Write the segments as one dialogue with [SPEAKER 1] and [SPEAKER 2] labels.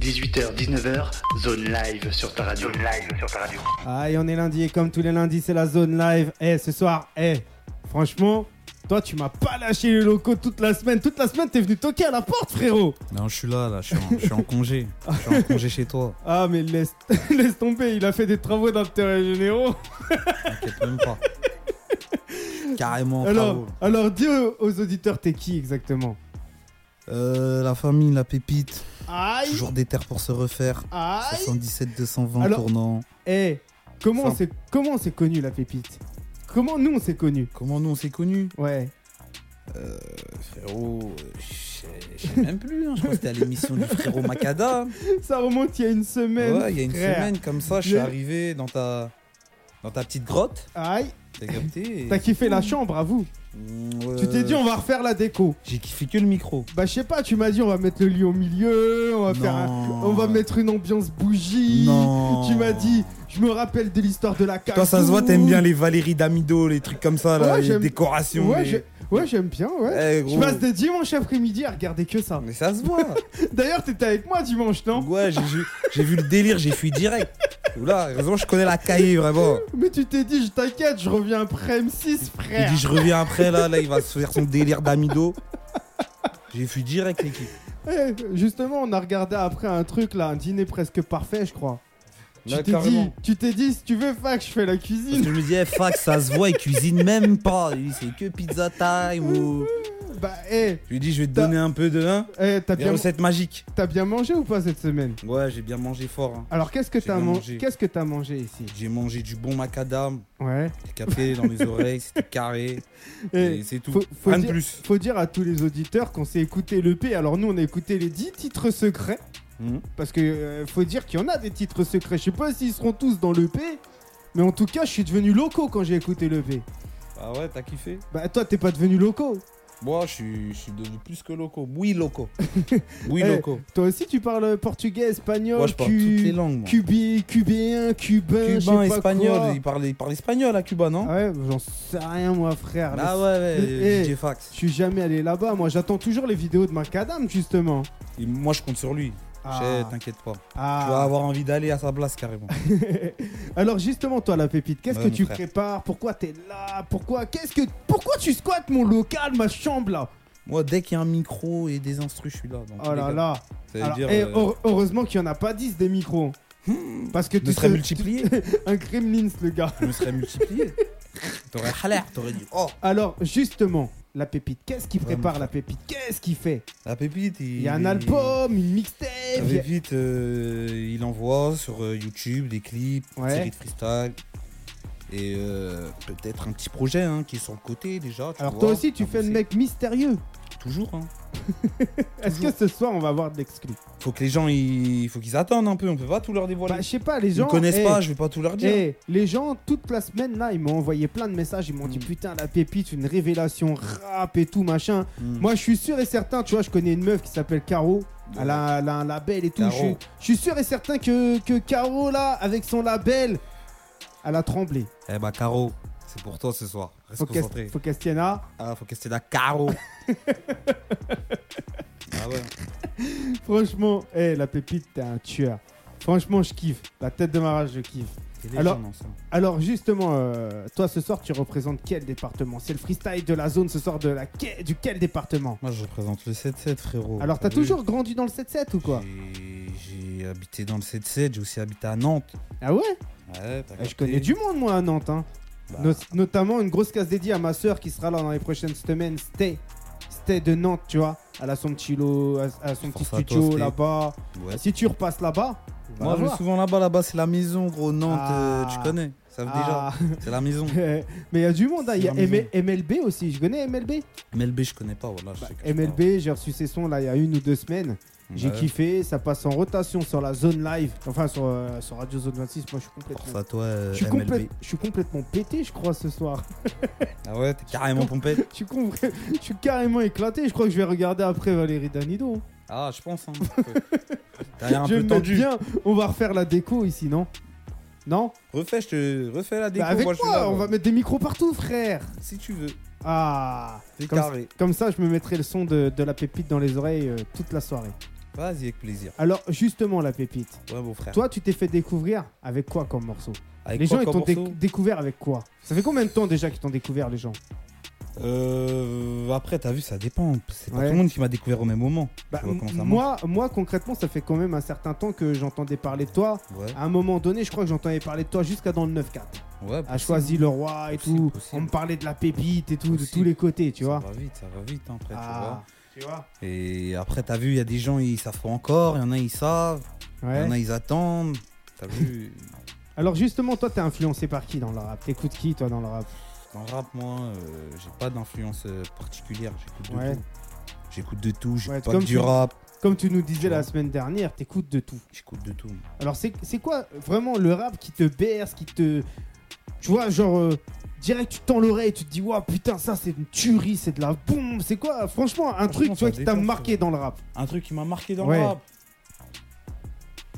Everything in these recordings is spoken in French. [SPEAKER 1] 18h, 19h, zone live sur ta radio. live sur ta radio.
[SPEAKER 2] Aïe, on est lundi et comme tous les lundis, c'est la zone live. Eh, ce soir, eh, franchement, toi, tu m'as pas lâché les locaux toute la semaine. Toute la semaine, t'es venu toquer à la porte, frérot.
[SPEAKER 3] Non, je suis là, là, je suis en, je suis en congé. Je suis en congé chez toi.
[SPEAKER 2] Ah, mais laisse, laisse tomber, il a fait des travaux d'intérêt généraux.
[SPEAKER 3] T'inquiète même pas. Carrément,
[SPEAKER 2] Alors,
[SPEAKER 3] bravo.
[SPEAKER 2] alors, dis aux, aux auditeurs, t'es qui exactement
[SPEAKER 3] Euh, la famille, la pépite.
[SPEAKER 2] Aïe,
[SPEAKER 3] Toujours des terres pour se refaire.
[SPEAKER 2] aïe.
[SPEAKER 3] 77 220
[SPEAKER 2] Alors-
[SPEAKER 3] tournant.
[SPEAKER 2] Eh, comment on
[SPEAKER 3] Simple.
[SPEAKER 2] s'est comment on s'est connu, la pépite Comment nous, on s'est connus
[SPEAKER 3] Comment nous on s'est connus
[SPEAKER 2] Ouais.
[SPEAKER 3] Frérot, euh, je sais- je sais même plus. hein. Je crois que c'était à l'émission du frérot Macada.
[SPEAKER 2] Ça remonte il y a une semaine.
[SPEAKER 3] Ouais, il y a une
[SPEAKER 2] frère.
[SPEAKER 3] semaine comme ça, je suis
[SPEAKER 2] Le-
[SPEAKER 3] arrivé dans ta, dans ta petite grotte.
[SPEAKER 2] Aïe,
[SPEAKER 3] T'as capté et-
[SPEAKER 2] t'as kiffé la chambre, à vous.
[SPEAKER 3] Mm, ouais.
[SPEAKER 2] Tu t'es dit, on va refaire la déco.
[SPEAKER 3] J'ai kiffé que le micro.
[SPEAKER 2] Bah je sais pas, tu m'as dit on va mettre le lit au milieu, on va
[SPEAKER 3] Non.
[SPEAKER 2] faire un- on va mettre une ambiance bougie.
[SPEAKER 3] Non.
[SPEAKER 2] Tu m'as dit, je me rappelle de l'histoire de la carte.
[SPEAKER 3] Toi, ça se voit, t'aimes bien les Valérie D'Amido, les trucs comme ça, là,
[SPEAKER 2] Ah, Ouais,
[SPEAKER 3] les
[SPEAKER 2] j'aime-
[SPEAKER 3] décorations.
[SPEAKER 2] Ouais,
[SPEAKER 3] les-
[SPEAKER 2] j'ai- ouais, j'aime bien, ouais.
[SPEAKER 3] Eh, gros.
[SPEAKER 2] Je passe des dimanches après-midi à regarder que ça.
[SPEAKER 3] Mais ça se voit.
[SPEAKER 2] D'ailleurs, t'étais avec moi dimanche, non
[SPEAKER 3] ouais, j'ai vu, j'ai vu le délire, j'ai fui direct. Oula, heureusement, je connais la cahier, vraiment.
[SPEAKER 2] Mais tu t'es dit, je t'inquiète, je reviens après M6,
[SPEAKER 3] Il
[SPEAKER 2] frère.
[SPEAKER 3] dit, je reviens après, là, là, il va se faire son délire d'Amido. J'ai fui direct, l'équipe.
[SPEAKER 2] Eh, justement, on a regardé après un truc là, un dîner presque parfait, je crois. Tu
[SPEAKER 3] Là,
[SPEAKER 2] t'es
[SPEAKER 3] carrément.
[SPEAKER 2] dit, tu t'es dit, si tu veux, fac, je fais la
[SPEAKER 3] Parce
[SPEAKER 2] cuisine.
[SPEAKER 3] que je me disais, fuck, ça se voit, il cuisine même pas. Il dit, c'est que pizza time ou.
[SPEAKER 2] Bah, eh,
[SPEAKER 3] Je lui dis, je vais te
[SPEAKER 2] T'as-
[SPEAKER 3] donner un peu de hein,
[SPEAKER 2] eh, t'as
[SPEAKER 3] des
[SPEAKER 2] bien,
[SPEAKER 3] recettes magiques.
[SPEAKER 2] t'as bien mangé ou pas cette semaine
[SPEAKER 3] Ouais, j'ai bien mangé fort. hein.
[SPEAKER 2] Alors qu'est-ce que
[SPEAKER 3] J'ai
[SPEAKER 2] t'as
[SPEAKER 3] bien
[SPEAKER 2] man-
[SPEAKER 3] mangé.
[SPEAKER 2] qu'est-ce que t'as mangé ici
[SPEAKER 3] J'ai mangé du bon macadam,
[SPEAKER 2] Ouais.
[SPEAKER 3] j'ai capté dans mes oreilles, c'était carré.
[SPEAKER 2] Et
[SPEAKER 3] Et c'est tout.
[SPEAKER 2] Eh, faut- faut
[SPEAKER 3] Rien
[SPEAKER 2] dire-
[SPEAKER 3] de plus.
[SPEAKER 2] faut dire à tous les auditeurs qu'on s'est écouté le P. Alors nous on a écouté les 10 titres secrets
[SPEAKER 3] Mhm.
[SPEAKER 2] parce que euh, faut dire qu'il y en a des titres secrets. Je sais pas s'ils seront tous dans le P, mais en tout cas je suis devenu loco quand j'ai écouté le P.
[SPEAKER 3] Ah ouais, t'as kiffé
[SPEAKER 2] Bah toi t'es pas devenu loco.
[SPEAKER 3] Moi, je suis, je suis devenu plus que loco. Oui, loco. Oui,
[SPEAKER 2] Eh,
[SPEAKER 3] loco.
[SPEAKER 2] Toi aussi tu parles portugais, espagnol,
[SPEAKER 3] Moi, je parle
[SPEAKER 2] cu-
[SPEAKER 3] toutes les langues. moi.
[SPEAKER 2] cubé- cubéen, cubain, je sais
[SPEAKER 3] Cubain,
[SPEAKER 2] pas
[SPEAKER 3] espagnol.
[SPEAKER 2] quoi.
[SPEAKER 3] Il parle, il parle espagnol à Cuba, non
[SPEAKER 2] Ah ouais, j'en sais rien moi frère.
[SPEAKER 3] Ah
[SPEAKER 2] Laisse-
[SPEAKER 3] ouais, ouais,
[SPEAKER 2] Eh,
[SPEAKER 3] DJ Fax.
[SPEAKER 2] Je suis jamais allé là-bas. Moi j'attends toujours les vidéos de Macadam justement.
[SPEAKER 3] Et moi, je compte sur lui.
[SPEAKER 2] Ah.
[SPEAKER 3] Je- T'inquiète pas.
[SPEAKER 2] Ah.
[SPEAKER 3] Tu vas avoir envie d'aller à sa place, carrément.
[SPEAKER 2] Alors justement toi la pépite, qu'est-ce
[SPEAKER 3] Ouais,
[SPEAKER 2] que
[SPEAKER 3] mon
[SPEAKER 2] tu
[SPEAKER 3] frère.
[SPEAKER 2] prépares Pourquoi t'es là Pourquoi qu'est-ce que pourquoi tu squattes mon local, ma chambre là
[SPEAKER 3] moi, dès qu'il y a un micro et des instrus, je suis là. dans
[SPEAKER 2] Oh
[SPEAKER 3] tous les
[SPEAKER 2] là
[SPEAKER 3] cas.
[SPEAKER 2] là.
[SPEAKER 3] Ça veut
[SPEAKER 2] Alors,
[SPEAKER 3] dire.
[SPEAKER 2] eh,
[SPEAKER 3] euh,
[SPEAKER 2] heure- heureusement qu'il y en a pas 10 des micros. hein. Parce que
[SPEAKER 3] je me
[SPEAKER 2] tu
[SPEAKER 3] serais
[SPEAKER 2] serais
[SPEAKER 3] multiplié.
[SPEAKER 2] un Kremlins le gars.
[SPEAKER 3] Je me serais multiplié. T'aurais halère, t'aurais dit oh
[SPEAKER 2] Alors justement la pépite, qu'est-ce qu'il
[SPEAKER 3] Ouais,
[SPEAKER 2] prépare
[SPEAKER 3] mon
[SPEAKER 2] la pépite Qu'est-ce qu'il fait
[SPEAKER 3] La pépite, il.
[SPEAKER 2] Il y a un album, une mixtape.
[SPEAKER 3] La
[SPEAKER 2] il y a-
[SPEAKER 3] pépite, euh, il envoie sur euh, YouTube des clips, une
[SPEAKER 2] Ouais.
[SPEAKER 3] série de freestyle. Et euh, peut-être un petit projet hein, qui est sur le côté déjà. tu
[SPEAKER 2] Alors
[SPEAKER 3] vois,
[SPEAKER 2] toi aussi tu
[SPEAKER 3] avancer.
[SPEAKER 2] fais le mec mystérieux.
[SPEAKER 3] Toujours. Hein.
[SPEAKER 2] Est-ce que ce soir on va avoir de l'exclu
[SPEAKER 3] Faut que les gens ils... Faut qu'ils attendent un peu, on peut pas tout leur dévoiler.
[SPEAKER 2] Bah je sais pas les
[SPEAKER 3] ils
[SPEAKER 2] gens
[SPEAKER 3] me connaissent
[SPEAKER 2] eh,
[SPEAKER 3] pas, je vais pas tout leur dire. hein.
[SPEAKER 2] Eh, les gens, toute la semaine là, ils m'ont envoyé plein de messages. Ils m'ont dit
[SPEAKER 3] Mm.
[SPEAKER 2] putain, la pépite, une révélation rap et tout machin.
[SPEAKER 3] Mm.
[SPEAKER 2] Moi, je suis sûr et certain, tu vois, je connais une meuf qui s'appelle Caro. Elle a, elle a un label et tout. Je
[SPEAKER 3] Caro.
[SPEAKER 2] suis- je suis sûr et certain que, que Caro là, avec son label, elle a tremblé.
[SPEAKER 3] Eh bah Caro, c'est pour toi ce soir. Reste
[SPEAKER 2] Faut qu'elle
[SPEAKER 3] concentré.
[SPEAKER 2] faut qu'elle se tienne à.
[SPEAKER 3] Ah, faut que c'est la Caro. ah ouais.
[SPEAKER 2] Franchement, eh, la pépite, t'es un tueur. Franchement, je kiffe. La tête de ma rage, je kiffe.
[SPEAKER 3] T'es légende,
[SPEAKER 2] Alors-
[SPEAKER 3] non, ça.
[SPEAKER 2] Alors justement, euh, toi ce soir, tu représentes quel département C'est le freestyle de la zone ce soir de la que- du quel département
[SPEAKER 3] Moi je représente le 7-7 frérot.
[SPEAKER 2] Alors t'as
[SPEAKER 3] vu
[SPEAKER 2] toujours grandi dans le 7-7 ou quoi
[SPEAKER 3] J'ai- J'ai habité dans le 7-7, j'ai aussi habité à Nantes.
[SPEAKER 2] Ah ouais
[SPEAKER 3] Ouais, t'as
[SPEAKER 2] Eh, Je
[SPEAKER 3] capté.
[SPEAKER 2] connais du monde moi à Nantes. Hein.
[SPEAKER 3] Bah,
[SPEAKER 2] Not- notamment une grosse case dédiée à ma soeur qui sera là dans les prochaines semaines. Stay. Stay de Nantes, tu vois. Elle a son petit lot, à, à son petit
[SPEAKER 3] Force à toi,
[SPEAKER 2] studio
[SPEAKER 3] Stay.
[SPEAKER 2] là-bas.
[SPEAKER 3] ouais.
[SPEAKER 2] Si tu repasses là-bas, on
[SPEAKER 3] Moi
[SPEAKER 2] va
[SPEAKER 3] je vais
[SPEAKER 2] voir.
[SPEAKER 3] souvent là-bas, là-bas c'est la maison gros, Nantes, euh,
[SPEAKER 2] Ah.
[SPEAKER 3] tu connais, ça veut
[SPEAKER 2] Ah,
[SPEAKER 3] déjà, c'est la maison.
[SPEAKER 2] mais il y a du monde, hein. il y a
[SPEAKER 3] C'est la maison.
[SPEAKER 2] ML- MLB aussi, je connais MLB
[SPEAKER 3] MLB je connais pas, voilà. je
[SPEAKER 2] Bah,
[SPEAKER 3] sais que je parle.
[SPEAKER 2] MLB, j'ai reçu ses sons là il y a une ou deux semaines, j'ai
[SPEAKER 3] Ouais.
[SPEAKER 2] kiffé, ça passe en rotation sur la zone live, enfin sur, euh, sur Radio Zone 26, moi je suis complètement...
[SPEAKER 3] Force à toi euh,
[SPEAKER 2] Je suis,
[SPEAKER 3] MLB.
[SPEAKER 2] complète- je suis complètement pété, je crois, ce soir.
[SPEAKER 3] Ah ouais, t'es carrément pompé.
[SPEAKER 2] Je suis, con- je suis carrément éclaté. Je crois que je vais regarder après Valérie Danido.
[SPEAKER 3] Ah, je pense. Hein. T'as l'air un
[SPEAKER 2] je vais
[SPEAKER 3] peu
[SPEAKER 2] me mettre
[SPEAKER 3] tendu.
[SPEAKER 2] bien. On va refaire la déco ici, non Non
[SPEAKER 3] Refais, je te refais la déco.
[SPEAKER 2] Bah, Avec
[SPEAKER 3] moi, je suis
[SPEAKER 2] moi,
[SPEAKER 3] là,
[SPEAKER 2] on
[SPEAKER 3] moi.
[SPEAKER 2] va mettre des micros partout, frère.
[SPEAKER 3] Si tu veux.
[SPEAKER 2] Ah
[SPEAKER 3] C'est
[SPEAKER 2] comme,
[SPEAKER 3] carré.
[SPEAKER 2] comme ça, je me mettrai le son de, de la pépite dans les oreilles euh, toute la soirée.
[SPEAKER 3] Vas-y, avec plaisir.
[SPEAKER 2] Alors, justement, la pépite,
[SPEAKER 3] Ouais, mon frère.
[SPEAKER 2] toi, tu t'es fait découvrir avec quoi comme morceau
[SPEAKER 3] Avec
[SPEAKER 2] Les
[SPEAKER 3] quoi
[SPEAKER 2] gens, ils
[SPEAKER 3] comme
[SPEAKER 2] t'ont dé-
[SPEAKER 3] morceau
[SPEAKER 2] découvert avec quoi Ça fait combien de temps déjà qu'ils t'ont découvert, les gens
[SPEAKER 3] Euh, Après, t'as vu, ça dépend. C'est pas
[SPEAKER 2] Ouais.
[SPEAKER 3] tout le monde qui m'a découvert au même moment.
[SPEAKER 2] Bah,
[SPEAKER 3] Tu vois comment ça
[SPEAKER 2] moi, moi, concrètement, ça fait quand même un certain temps que j'entendais parler de toi.
[SPEAKER 3] marche. Ouais.
[SPEAKER 2] À un moment donné, je crois que j'entendais parler de toi jusqu'à dans le 9-4.
[SPEAKER 3] ouais
[SPEAKER 2] À
[SPEAKER 3] possible.
[SPEAKER 2] choisi le roi et
[SPEAKER 3] Possible,
[SPEAKER 2] tout.
[SPEAKER 3] possible.
[SPEAKER 2] On me parlait de la pépite et tout, de
[SPEAKER 3] Possible.
[SPEAKER 2] tous les côtés, tu
[SPEAKER 3] ça
[SPEAKER 2] vois.
[SPEAKER 3] va vite, ça va vite hein, après,
[SPEAKER 2] Ah, tu vois
[SPEAKER 3] tu vois. Et après, t'as vu, il y a des gens, ils savent pas encore, il y en a, ils savent, il y en
[SPEAKER 2] Ouais.
[SPEAKER 3] a, ils attendent. T'as vu,
[SPEAKER 2] Alors, justement, toi, t'es influencé par qui dans le rap T'écoutes qui, toi, dans le rap
[SPEAKER 3] dans le rap, moi, euh, j'ai pas d'influence euh, particulière, j'écoute de
[SPEAKER 2] Ouais.
[SPEAKER 3] tout. J'écoute de tout, j'écoute
[SPEAKER 2] Ouais,
[SPEAKER 3] pas
[SPEAKER 2] comme
[SPEAKER 3] que
[SPEAKER 2] tu-
[SPEAKER 3] du rap,
[SPEAKER 2] Comme tu nous disais
[SPEAKER 3] Tu vois.
[SPEAKER 2] la semaine dernière, t'écoutes de tout.
[SPEAKER 3] j'écoute de tout.
[SPEAKER 2] Alors c'est c'est quoi euh, vraiment le rap qui te berce, qui te... Tu vois, genre, euh, direct, tu tends l'oreille, tu te dis, waouh, putain, ça c'est une tuerie, c'est de la bombe, c'est quoi Franchement, un truc,
[SPEAKER 3] Franchement,
[SPEAKER 2] tu vois,
[SPEAKER 3] ça
[SPEAKER 2] qui t'a
[SPEAKER 3] détend,
[SPEAKER 2] marqué
[SPEAKER 3] ouais.
[SPEAKER 2] dans le rap.
[SPEAKER 3] Un truc qui m'a marqué dans
[SPEAKER 2] Ouais.
[SPEAKER 3] le rap.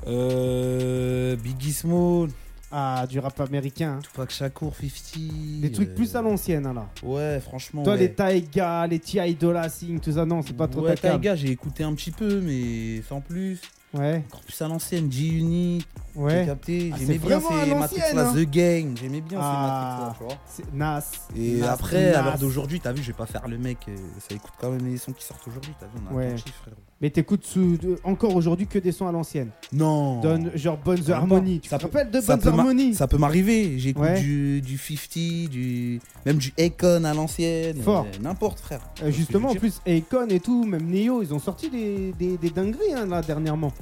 [SPEAKER 3] Euh, Biggie Small,
[SPEAKER 2] Ah, du rap américain. hein.
[SPEAKER 3] Tupac Shakur, 50.
[SPEAKER 2] Des trucs
[SPEAKER 3] euh,
[SPEAKER 2] plus à l'ancienne, hein, là.
[SPEAKER 3] Ouais, franchement.
[SPEAKER 2] Toi,
[SPEAKER 3] ouais.
[SPEAKER 2] les Taiga, les T.I. Dolla Sing, tout ça, non, c'est pas trop
[SPEAKER 3] Ouais,
[SPEAKER 2] ta cam.
[SPEAKER 3] Taiga, j'ai écouté un petit peu, mais sans plus.
[SPEAKER 2] Ouais,
[SPEAKER 3] Encore plus à l'ancienne, G-Unit, j'ai
[SPEAKER 2] ouais.
[SPEAKER 3] capté.
[SPEAKER 2] Ah,
[SPEAKER 3] J'aimais
[SPEAKER 2] c'est
[SPEAKER 3] bien
[SPEAKER 2] vraiment à
[SPEAKER 3] ces Matrix
[SPEAKER 2] l'ancienne,
[SPEAKER 3] là,
[SPEAKER 2] hein.
[SPEAKER 3] The Gang. J'aimais bien
[SPEAKER 2] Ah.
[SPEAKER 3] ces Matrix là, tu
[SPEAKER 2] C'est- Nas.
[SPEAKER 3] vois. Et
[SPEAKER 2] Nas,
[SPEAKER 3] après, à
[SPEAKER 2] Nas.
[SPEAKER 3] l'heure d'aujourd'hui, t'as vu, je vais pas faire le mec. euh, Ça écoute quand même les sons qui sortent aujourd'hui, t'as vu, on a
[SPEAKER 2] Ouais.
[SPEAKER 3] un petit frérot.
[SPEAKER 2] Mais t'écoutes sous- de- encore aujourd'hui que des sons à l'ancienne.
[SPEAKER 3] Non
[SPEAKER 2] Donne, genre, Bonnes
[SPEAKER 3] Oh. Ça
[SPEAKER 2] Harmonies. Tu te
[SPEAKER 3] peut-
[SPEAKER 2] rappelles de
[SPEAKER 3] ça
[SPEAKER 2] Bonnes
[SPEAKER 3] peut ma-
[SPEAKER 2] Harmonies
[SPEAKER 3] Ça peut m'arriver, j'écoute
[SPEAKER 2] Ouais.
[SPEAKER 3] du, du 50, du, même du Akon à l'ancienne,
[SPEAKER 2] Fort.
[SPEAKER 3] euh, n'importe frère.
[SPEAKER 2] Euh, justement, en plus, Akon et tout, même Neo, ils ont sorti des, des, des dingueries hein, là dernièrement.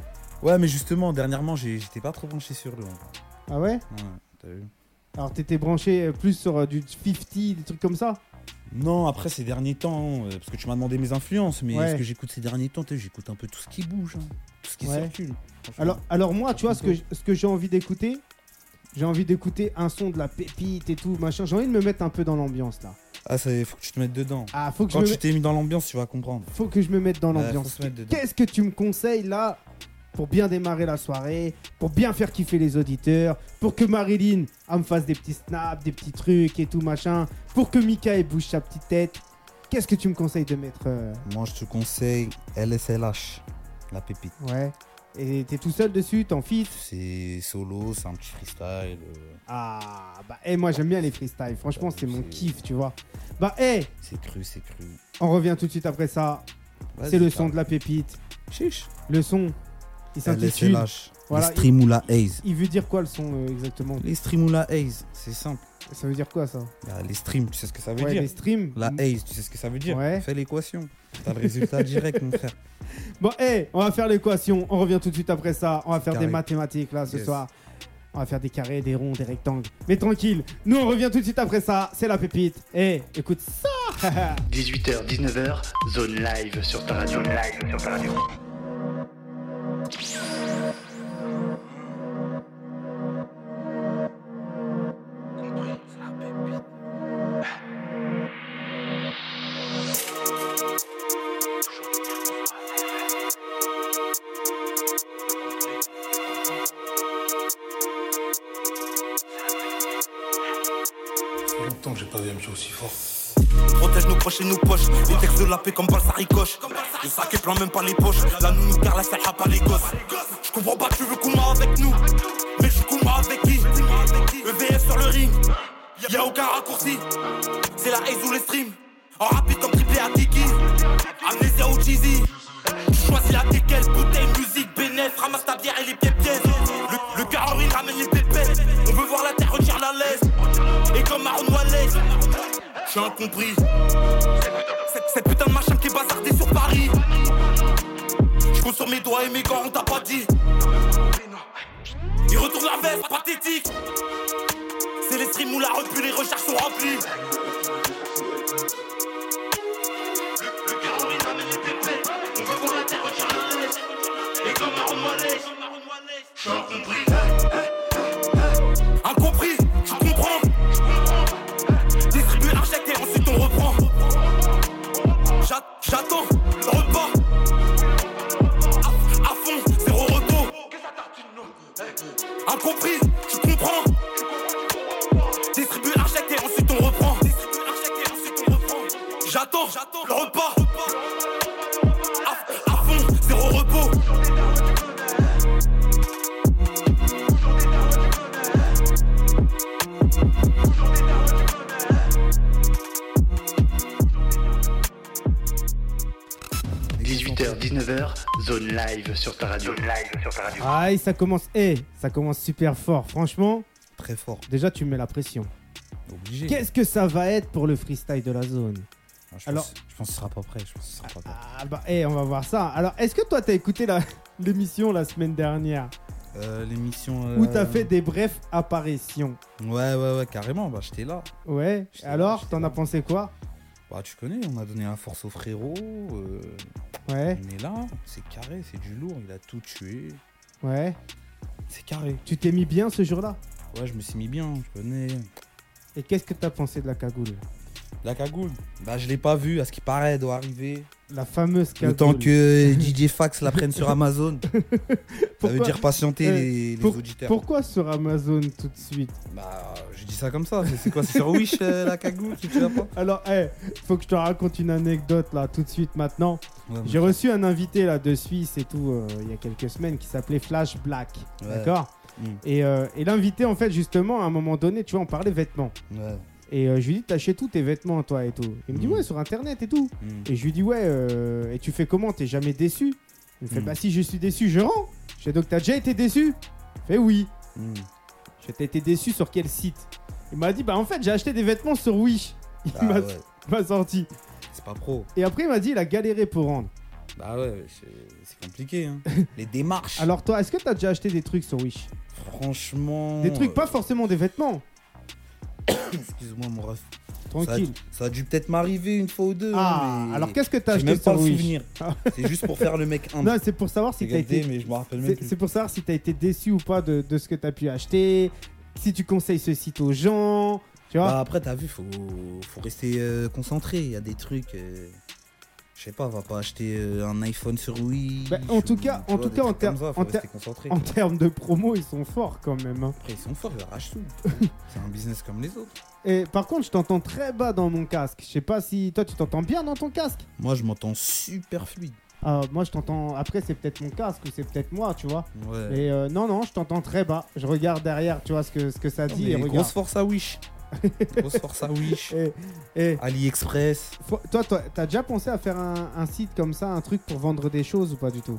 [SPEAKER 3] Ouais, mais justement, dernièrement, j'ai- j'étais pas trop branché sur eux. hein.
[SPEAKER 2] Ah ouais
[SPEAKER 3] Ouais, t'as vu.
[SPEAKER 2] Alors t'étais branché euh, plus sur euh, du 50, des trucs comme ça
[SPEAKER 3] Non, après ces derniers temps, euh, parce que tu m'as demandé mes influences, mais
[SPEAKER 2] Ouais.
[SPEAKER 3] ce que j'écoute ces derniers temps, t'as vu, j'écoute un peu tout ce qui bouge, hein, tout ce qui
[SPEAKER 2] Ouais.
[SPEAKER 3] circule. franchement.
[SPEAKER 2] alors, alors moi, tu vois, ce que,
[SPEAKER 3] plutôt.
[SPEAKER 2] j- ce que j'ai envie d'écouter, j'ai envie d'écouter un son de la pépite et tout, machin. J'ai envie de me mettre un peu dans l'ambiance là.
[SPEAKER 3] Ah, ça, faut que tu te mettes dedans.
[SPEAKER 2] Ah, faut que, je
[SPEAKER 3] Quand
[SPEAKER 2] me,
[SPEAKER 3] tu
[SPEAKER 2] mette-
[SPEAKER 3] t'es mis dans l'ambiance, tu vas comprendre.
[SPEAKER 2] faut que je me mette dans
[SPEAKER 3] Ouais,
[SPEAKER 2] l'ambiance.
[SPEAKER 3] faut se mettre dedans.
[SPEAKER 2] Qu'est-ce que tu me conseilles là pour bien démarrer la soirée, pour bien faire kiffer les auditeurs, pour que Marilyn elle me fasse des petits snaps, des petits trucs et tout machin, pour que Mika elle bouge sa petite tête. Qu'est-ce que tu me conseilles de mettre euh,
[SPEAKER 3] Moi, je te conseille LSLH, la pépite.
[SPEAKER 2] Ouais. Et t'es tout seul dessus, t'en fit
[SPEAKER 3] C'est solo, c'est un petit freestyle. euh,
[SPEAKER 2] Ah bah et moi j'aime bien les freestyles, franchement c'est mon
[SPEAKER 3] C'est-
[SPEAKER 2] kiff tu vois. Bah hey,
[SPEAKER 3] C'est cru, c'est cru.
[SPEAKER 2] on revient tout de suite après ça.
[SPEAKER 3] Vas-y,
[SPEAKER 2] C'est le
[SPEAKER 3] parle.
[SPEAKER 2] son de la pépite.
[SPEAKER 3] Chiche.
[SPEAKER 2] Le son, il s'intitule.
[SPEAKER 3] LSLH.
[SPEAKER 2] Voilà,
[SPEAKER 3] Les streams ou la haze.
[SPEAKER 2] Il veut dire quoi le son euh, exactement
[SPEAKER 3] Les streams ou la haze, c'est simple.
[SPEAKER 2] Ça veut dire quoi ça
[SPEAKER 3] Bah, les streams, tu sais ce que ça veut
[SPEAKER 2] Ouais,
[SPEAKER 3] dire.
[SPEAKER 2] les streams.
[SPEAKER 3] La haze, tu sais ce que ça veut dire
[SPEAKER 2] Ouais.
[SPEAKER 3] Fais l'équation. T'as le résultat direct, mon frère.
[SPEAKER 2] Bon, hey, on va faire l'équation. On revient tout de suite après ça. On va faire
[SPEAKER 3] Carré.
[SPEAKER 2] des mathématiques là ce
[SPEAKER 3] Yes.
[SPEAKER 2] soir. On va faire des carrés, des ronds, des rectangles. Mais tranquille, nous on revient tout de suite après ça. C'est la pépite. Hey, écoute ça
[SPEAKER 1] 18h, 19h, zone live sur ta radio. live sur ta radio.
[SPEAKER 4] fait longtemps que j'ai pas vu un show aussi fort.
[SPEAKER 5] Protège nos proches et nos poches. Les textes de la paix comme balle, ça ricoche. Le sac est plein, même pas les poches. La nounou car la salha pas les gosses. Je comprends pas, tu veux Kouma avec nous. Mais je Kouma avec qui EVF sur le ring. Y a aucun raccourci. C'est la haze ou les streams. En rapide comme triplé à Tiki. Amnésia ou cheesy. Tu choisis la quelle bouteille, musique, bénéf. Ramasse ta bière et les pieds pièces. Le, le cœur en ruine, ramène les pépettes. On veut voir la terre, retire la laisse. Et comme Aaron Wallace, je suis incompris. Cette, cette putain de machine qui est bazardée sur Paris. Je compte sur mes doigts et mes gants, on t'a pas dit. Ils retournent la veste, pathétique. C'est les streams où la repu, les recherches sont remplies. On veut voir la terre retire la laisse. Et comme Aaron Wallace, je suis incompris. Incompris, je comprends. Distribuer un chèque et ensuite on reprend. J'a- J'attends le repas. À, à fond, zéro retour. Incompris, tu comprends. Distribuer un chèque et ensuite on reprend. Distribuer un chèque et ensuite on reprend. J'attends le repas. À, à fond, zéro repos.
[SPEAKER 1] Zone live sur ta radio. live sur ta radio.
[SPEAKER 2] Aïe, ça commence. Eh, ça commence super fort. Franchement,
[SPEAKER 3] Très fort.
[SPEAKER 2] déjà, tu mets la pression.
[SPEAKER 3] Obligé.
[SPEAKER 2] Qu'est-ce que ça va être pour le freestyle de la zone
[SPEAKER 3] Ah, je
[SPEAKER 2] Alors-
[SPEAKER 3] pense, je pense que ce sera pas prêt. Je pense que ce sera pas prêt.
[SPEAKER 2] Ah, bah, eh, on va voir ça. Alors, est-ce que toi, t'as écouté la- l'émission la semaine dernière
[SPEAKER 3] Euh, L'émission.
[SPEAKER 2] où
[SPEAKER 3] euh,
[SPEAKER 2] t'as fait des brefs apparitions
[SPEAKER 3] Ouais, ouais, ouais, carrément. Bah, j'étais là.
[SPEAKER 2] Ouais.
[SPEAKER 3] Je sais pas,
[SPEAKER 2] Alors,
[SPEAKER 3] je sais
[SPEAKER 2] t'en as
[SPEAKER 3] pas.
[SPEAKER 2] pensé quoi
[SPEAKER 3] Bah, tu connais, on a donné la force au frérot. euh,
[SPEAKER 2] Ouais,
[SPEAKER 3] on est là. C'est carré, c'est du lourd. Il a tout tué.
[SPEAKER 2] ouais.
[SPEAKER 3] C'est carré.
[SPEAKER 2] Tu t'es mis bien ce jour-là
[SPEAKER 3] Ouais, je me suis mis bien. Je connais.
[SPEAKER 2] Et qu'est-ce que t'as pensé de la cagoule
[SPEAKER 3] La cagoule. Bah, je l'ai pas vu. À ce qui paraît, elle doit arriver.
[SPEAKER 2] La fameuse cagoule.
[SPEAKER 3] Le temps que DJ Fax la prenne sur Amazon. ça veut
[SPEAKER 2] Pourquoi-
[SPEAKER 3] dire patienter
[SPEAKER 2] euh,
[SPEAKER 3] les, les
[SPEAKER 2] pour-
[SPEAKER 3] auditeurs.
[SPEAKER 2] Pourquoi sur Amazon tout de suite
[SPEAKER 3] Bah, je dis ça comme ça. C'est- C'est quoi C'est sur Wish euh, la cagoule Tu tu l'as pas
[SPEAKER 2] Alors, eh, faut que je te raconte une anecdote là, tout de suite maintenant. J'ai reçu un invité là de Suisse et tout euh, il y a quelques semaines qui s'appelait Flash Black.
[SPEAKER 3] Ouais.
[SPEAKER 2] D'accord
[SPEAKER 3] Mm.
[SPEAKER 2] Et, euh, et l'invité, en fait, justement, à un moment donné, tu vois, on parlait vêtements.
[SPEAKER 3] Ouais.
[SPEAKER 2] Et euh, je lui dis, t'as chez tout tes vêtements, toi et tout. Il me dit,
[SPEAKER 3] Mm.
[SPEAKER 2] ouais, sur internet et tout.
[SPEAKER 3] Mm.
[SPEAKER 2] Et je lui dis, ouais, euh, et tu fais comment T'es jamais déçu Il me fait,
[SPEAKER 3] Mm.
[SPEAKER 2] bah si je suis déçu, je rends. Je fais, donc t'as déjà été déçu Il fait, oui.
[SPEAKER 3] Mm.
[SPEAKER 2] Je fais, t'as été déçu sur quel site Il m'a dit, bah en fait, j'ai acheté des vêtements sur Wish. Il
[SPEAKER 3] Ah
[SPEAKER 2] m'a-
[SPEAKER 3] ouais,
[SPEAKER 2] m'a sorti.
[SPEAKER 3] c'est pas pro.
[SPEAKER 2] Et après, il m'a dit, il a galéré pour rendre.
[SPEAKER 3] Bah ouais, c'est- c'est compliqué. hein. Les démarches.
[SPEAKER 2] Alors, toi, est-ce que t'as déjà acheté des trucs sur Wish
[SPEAKER 3] franchement.
[SPEAKER 2] Des trucs, pas forcément des vêtements.
[SPEAKER 3] euh, Excuse-moi, mon ref. Ça a,
[SPEAKER 2] Tranquille.
[SPEAKER 3] ça a dû peut-être m'arriver une fois ou deux.
[SPEAKER 2] Ah,
[SPEAKER 3] mais
[SPEAKER 2] alors qu'est-ce que t'as
[SPEAKER 3] j'ai
[SPEAKER 2] acheté
[SPEAKER 3] même pas
[SPEAKER 2] sur
[SPEAKER 3] le
[SPEAKER 2] Wish
[SPEAKER 3] souvenir.
[SPEAKER 2] Ah.
[SPEAKER 3] C'est juste pour faire le mec humble.
[SPEAKER 2] Non, c'est pour savoir si
[SPEAKER 3] C'est
[SPEAKER 2] t'as
[SPEAKER 3] gâté,
[SPEAKER 2] été.
[SPEAKER 3] mais je me rappelle même
[SPEAKER 2] C'est
[SPEAKER 3] plus.
[SPEAKER 2] c'est pour savoir si t'as été déçu ou pas de, de ce que t'as pu acheter. Si tu conseilles ce site aux gens. Tu vois
[SPEAKER 3] Bah après, t'as vu, faut, faut rester euh, concentré. Il y a des trucs. euh, je sais pas, va pas acheter euh, un iPhone sur Wii.
[SPEAKER 2] Bah, en tout cas- en tout cas, en termes-
[SPEAKER 3] Faut
[SPEAKER 2] en
[SPEAKER 3] rester
[SPEAKER 2] ter-
[SPEAKER 3] concentré.
[SPEAKER 2] En termes de promo, ils sont forts quand même. hein.
[SPEAKER 3] Après, ils sont forts, ils arrachent tout. C'est un business comme les autres.
[SPEAKER 2] Et par contre, je t'entends très bas dans mon casque. Je sais pas si toi tu t'entends bien dans ton casque.
[SPEAKER 3] Moi, je m'entends super fluide.
[SPEAKER 2] Ah, moi, je t'entends. Après, c'est peut-être mon casque ou c'est peut-être moi, tu vois.
[SPEAKER 3] Ouais.
[SPEAKER 2] Et euh, non, non, je t'entends très bas. Je regarde derrière, tu vois ce que, ce que ça
[SPEAKER 3] Non,
[SPEAKER 2] dit.
[SPEAKER 3] mais
[SPEAKER 2] et regarde.
[SPEAKER 3] grosse force à Wish. grosse force à Wish.
[SPEAKER 2] Eh, eh,
[SPEAKER 3] AliExpress.
[SPEAKER 2] faut- toi, toi, t'as déjà pensé à faire un, un site comme ça, un truc pour vendre des choses ou pas du tout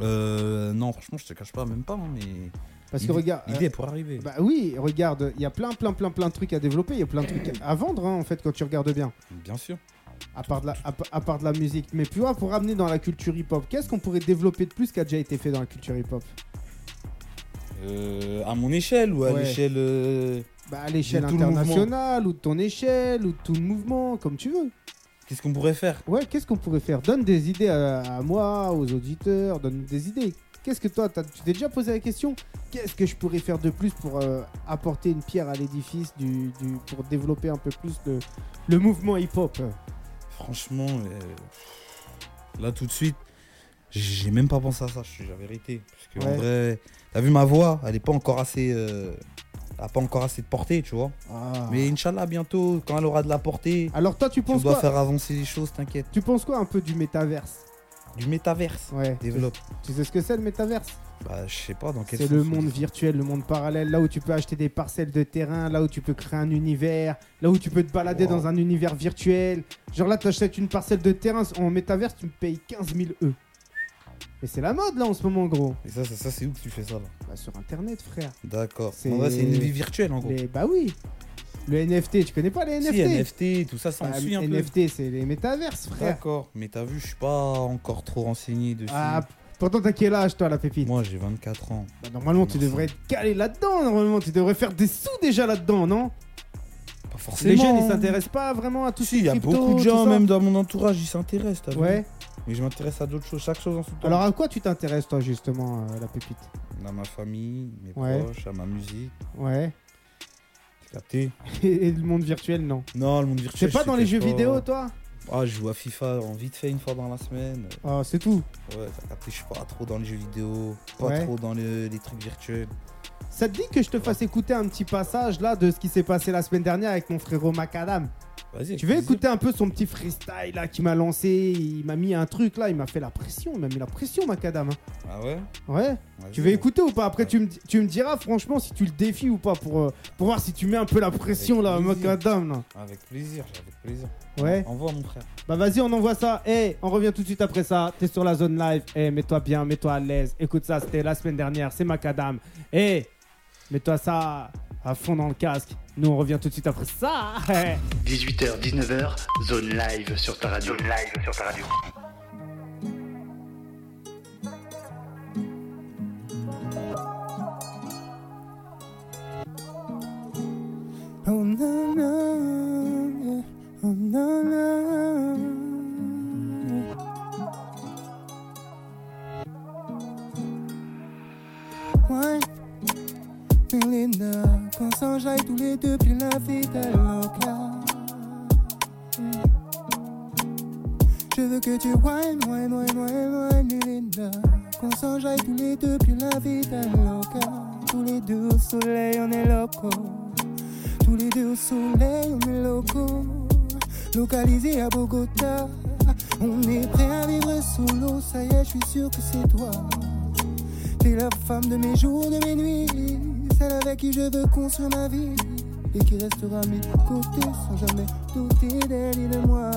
[SPEAKER 3] Euh, non, franchement, je te cache pas, même pas. hein, mais
[SPEAKER 2] Parce que
[SPEAKER 3] l'idée-
[SPEAKER 2] regarde.
[SPEAKER 3] L'idée est pour arriver.
[SPEAKER 2] euh, bah oui, regarde, il y a plein, plein, plein, plein de trucs à développer. Il y a plein de trucs à vendre, hein, en fait, quand tu regardes bien.
[SPEAKER 3] Bien sûr.
[SPEAKER 2] À part, de la, à, pa- à part de la musique. Mais tu vois, pour ramener dans la culture hip-hop, qu'est-ce qu'on pourrait développer de plus qui a déjà été fait dans la culture hip-hop
[SPEAKER 3] Euh, à mon échelle ou à
[SPEAKER 2] Ouais.
[SPEAKER 3] l'échelle. euh,
[SPEAKER 2] Bah, à l'échelle
[SPEAKER 3] De tout le mouvement.
[SPEAKER 2] internationale, ou de ton échelle, ou de tout le mouvement, comme tu veux.
[SPEAKER 3] Qu'est-ce qu'on pourrait faire
[SPEAKER 2] Ouais, qu'est-ce qu'on pourrait faire Donne des idées à, à moi, aux auditeurs, donne des idées. Qu'est-ce que toi, t'as- tu t'es déjà posé la question Qu'est-ce que je pourrais faire de plus pour euh, apporter une pierre à l'édifice, du, du- pour développer un peu plus le, le mouvement hip-hop
[SPEAKER 3] Franchement, euh, là tout de suite, j'ai même pas pensé à ça, je te dis la vérité. Parce que en
[SPEAKER 2] Ouais.
[SPEAKER 3] vrai, t'as vu ma voix, elle est pas encore assez. euh, elle a pas encore assez de portée, tu vois.
[SPEAKER 2] Ah.
[SPEAKER 3] Mais Inch'Allah, bientôt, quand elle aura de la portée,
[SPEAKER 2] Alors toi, tu
[SPEAKER 3] on
[SPEAKER 2] penses
[SPEAKER 3] doit
[SPEAKER 2] quoi
[SPEAKER 3] faire avancer les choses, t'inquiète.
[SPEAKER 2] Tu penses quoi un peu du métaverse
[SPEAKER 3] Du métaverse,
[SPEAKER 2] Ouais.
[SPEAKER 3] développe.
[SPEAKER 2] Tu sais ce que c'est le métaverse
[SPEAKER 3] Bah, je sais pas dans quel
[SPEAKER 2] C'est
[SPEAKER 3] sens
[SPEAKER 2] le
[SPEAKER 3] on
[SPEAKER 2] monde
[SPEAKER 3] dit ça.
[SPEAKER 2] virtuel, le monde parallèle, là où tu peux acheter des parcelles de terrain, là où tu peux créer un univers, là où tu peux te balader
[SPEAKER 3] Wow.
[SPEAKER 2] dans un univers virtuel. Genre là, tu achètes une parcelle de terrain en métaverse, tu me payes 15 000 E. Mais c'est la mode là en ce moment, gros.
[SPEAKER 3] Et ça, ça, ça, c'est où que tu fais ça là
[SPEAKER 2] Bah, sur internet, frère.
[SPEAKER 3] D'accord.
[SPEAKER 2] C'est-
[SPEAKER 3] En vrai, c'est une vie virtuelle en gros.
[SPEAKER 2] Mais bah oui. Le NFT, tu connais pas les NFT
[SPEAKER 3] Si, NFT, tout ça, ça me
[SPEAKER 2] Bah,
[SPEAKER 3] suit un peu.
[SPEAKER 2] NFT, c'est les métaverses, frère.
[SPEAKER 3] D'accord. Mais t'as vu, je suis pas encore trop renseigné dessus.
[SPEAKER 2] Ah, pourtant, t'as quel âge, toi, la pépite
[SPEAKER 3] Moi, j'ai 24 ans.
[SPEAKER 2] Bah, Normalement, tu
[SPEAKER 3] Merci.
[SPEAKER 2] devrais être calé là-dedans. Normalement, tu devrais faire des sous déjà là-dedans, non
[SPEAKER 3] Pas forcément.
[SPEAKER 2] Les jeunes, ils s'intéressent pas vraiment à tout ce
[SPEAKER 3] il y a
[SPEAKER 2] crypto,
[SPEAKER 3] beaucoup de
[SPEAKER 2] tout
[SPEAKER 3] gens,
[SPEAKER 2] ça.
[SPEAKER 3] même dans mon entourage, ils s'intéressent. t'as vu.
[SPEAKER 2] Ouais.
[SPEAKER 3] Mais je m'intéresse à d'autres choses, chaque chose en son temps.
[SPEAKER 2] Alors à quoi tu t'intéresses toi justement euh, la pépite
[SPEAKER 3] À ma famille, mes
[SPEAKER 2] Ouais.
[SPEAKER 3] proches, à ma musique.
[SPEAKER 2] Ouais.
[SPEAKER 3] T'as capté
[SPEAKER 2] Et, et le monde virtuel non.
[SPEAKER 3] Non, le monde virtuel.
[SPEAKER 2] C'est pas
[SPEAKER 3] je
[SPEAKER 2] dans les
[SPEAKER 3] kiffe
[SPEAKER 2] jeux
[SPEAKER 3] pas.
[SPEAKER 2] vidéo toi
[SPEAKER 3] Ah, je joue à FIFA en vite fait une fois dans la semaine.
[SPEAKER 2] Ah c'est tout.
[SPEAKER 3] Ouais, t'as capté, je suis pas trop dans les jeux vidéo, pas
[SPEAKER 2] Ouais.
[SPEAKER 3] trop dans le- les trucs virtuels.
[SPEAKER 2] Ça te dit que je te fasse écouter un petit passage là de ce qui s'est passé la semaine dernière avec mon frérot Macadam
[SPEAKER 3] Vas-y.
[SPEAKER 2] Tu veux
[SPEAKER 3] avec plaisir.
[SPEAKER 2] écouter un peu son petit freestyle là qui m'a lancé, il m'a mis un truc là, il m'a fait la pression, il m'a mis la pression Macadam. hein.
[SPEAKER 3] Ah ouais
[SPEAKER 2] Ouais,
[SPEAKER 6] Vas-y.
[SPEAKER 2] Tu veux écouter ou pas Après, tu me, tu me diras franchement si tu le défies ou pas pour, euh, pour voir si tu mets un peu la pression là,
[SPEAKER 6] plaisir.
[SPEAKER 2] Macadam là.
[SPEAKER 6] Avec plaisir, avec plaisir.
[SPEAKER 2] Ouais.
[SPEAKER 6] Envoie mon frère.
[SPEAKER 2] Bah vas-y, on envoie ça. Eh, on revient tout de suite après ça. T'es sur la zone live. Eh, mets-toi bien, mets-toi à l'aise. Écoute ça, c'était la semaine dernière. C'est Macadam. Eh, mets-toi ça à fond dans le casque. Nous, on revient tout de suite après ça.
[SPEAKER 1] 18h, 19h, zone live sur ta radio. live sur ta radio.
[SPEAKER 6] Oh non, non, oh non, Ouais, Melinda, qu'on s'enjaille tous les deux, puis la vie est locale. Je veux que tu wine, wine, wine, wine, wine, Melinda, qu'on s'enjaille tous les deux, puis la vie est locale. Tous les deux au soleil, on est locaux. Tous les deux au soleil, on est locaux. Localisés à Bogota, on est prêt à vivre sous l'eau. Ça y est, je suis sûr que c'est toi. T'es la femme de mes jours, de mes nuits. Celle avec qui je veux construire ma vie. Et qui restera à mes côtés sans jamais douter d'elle et de moi.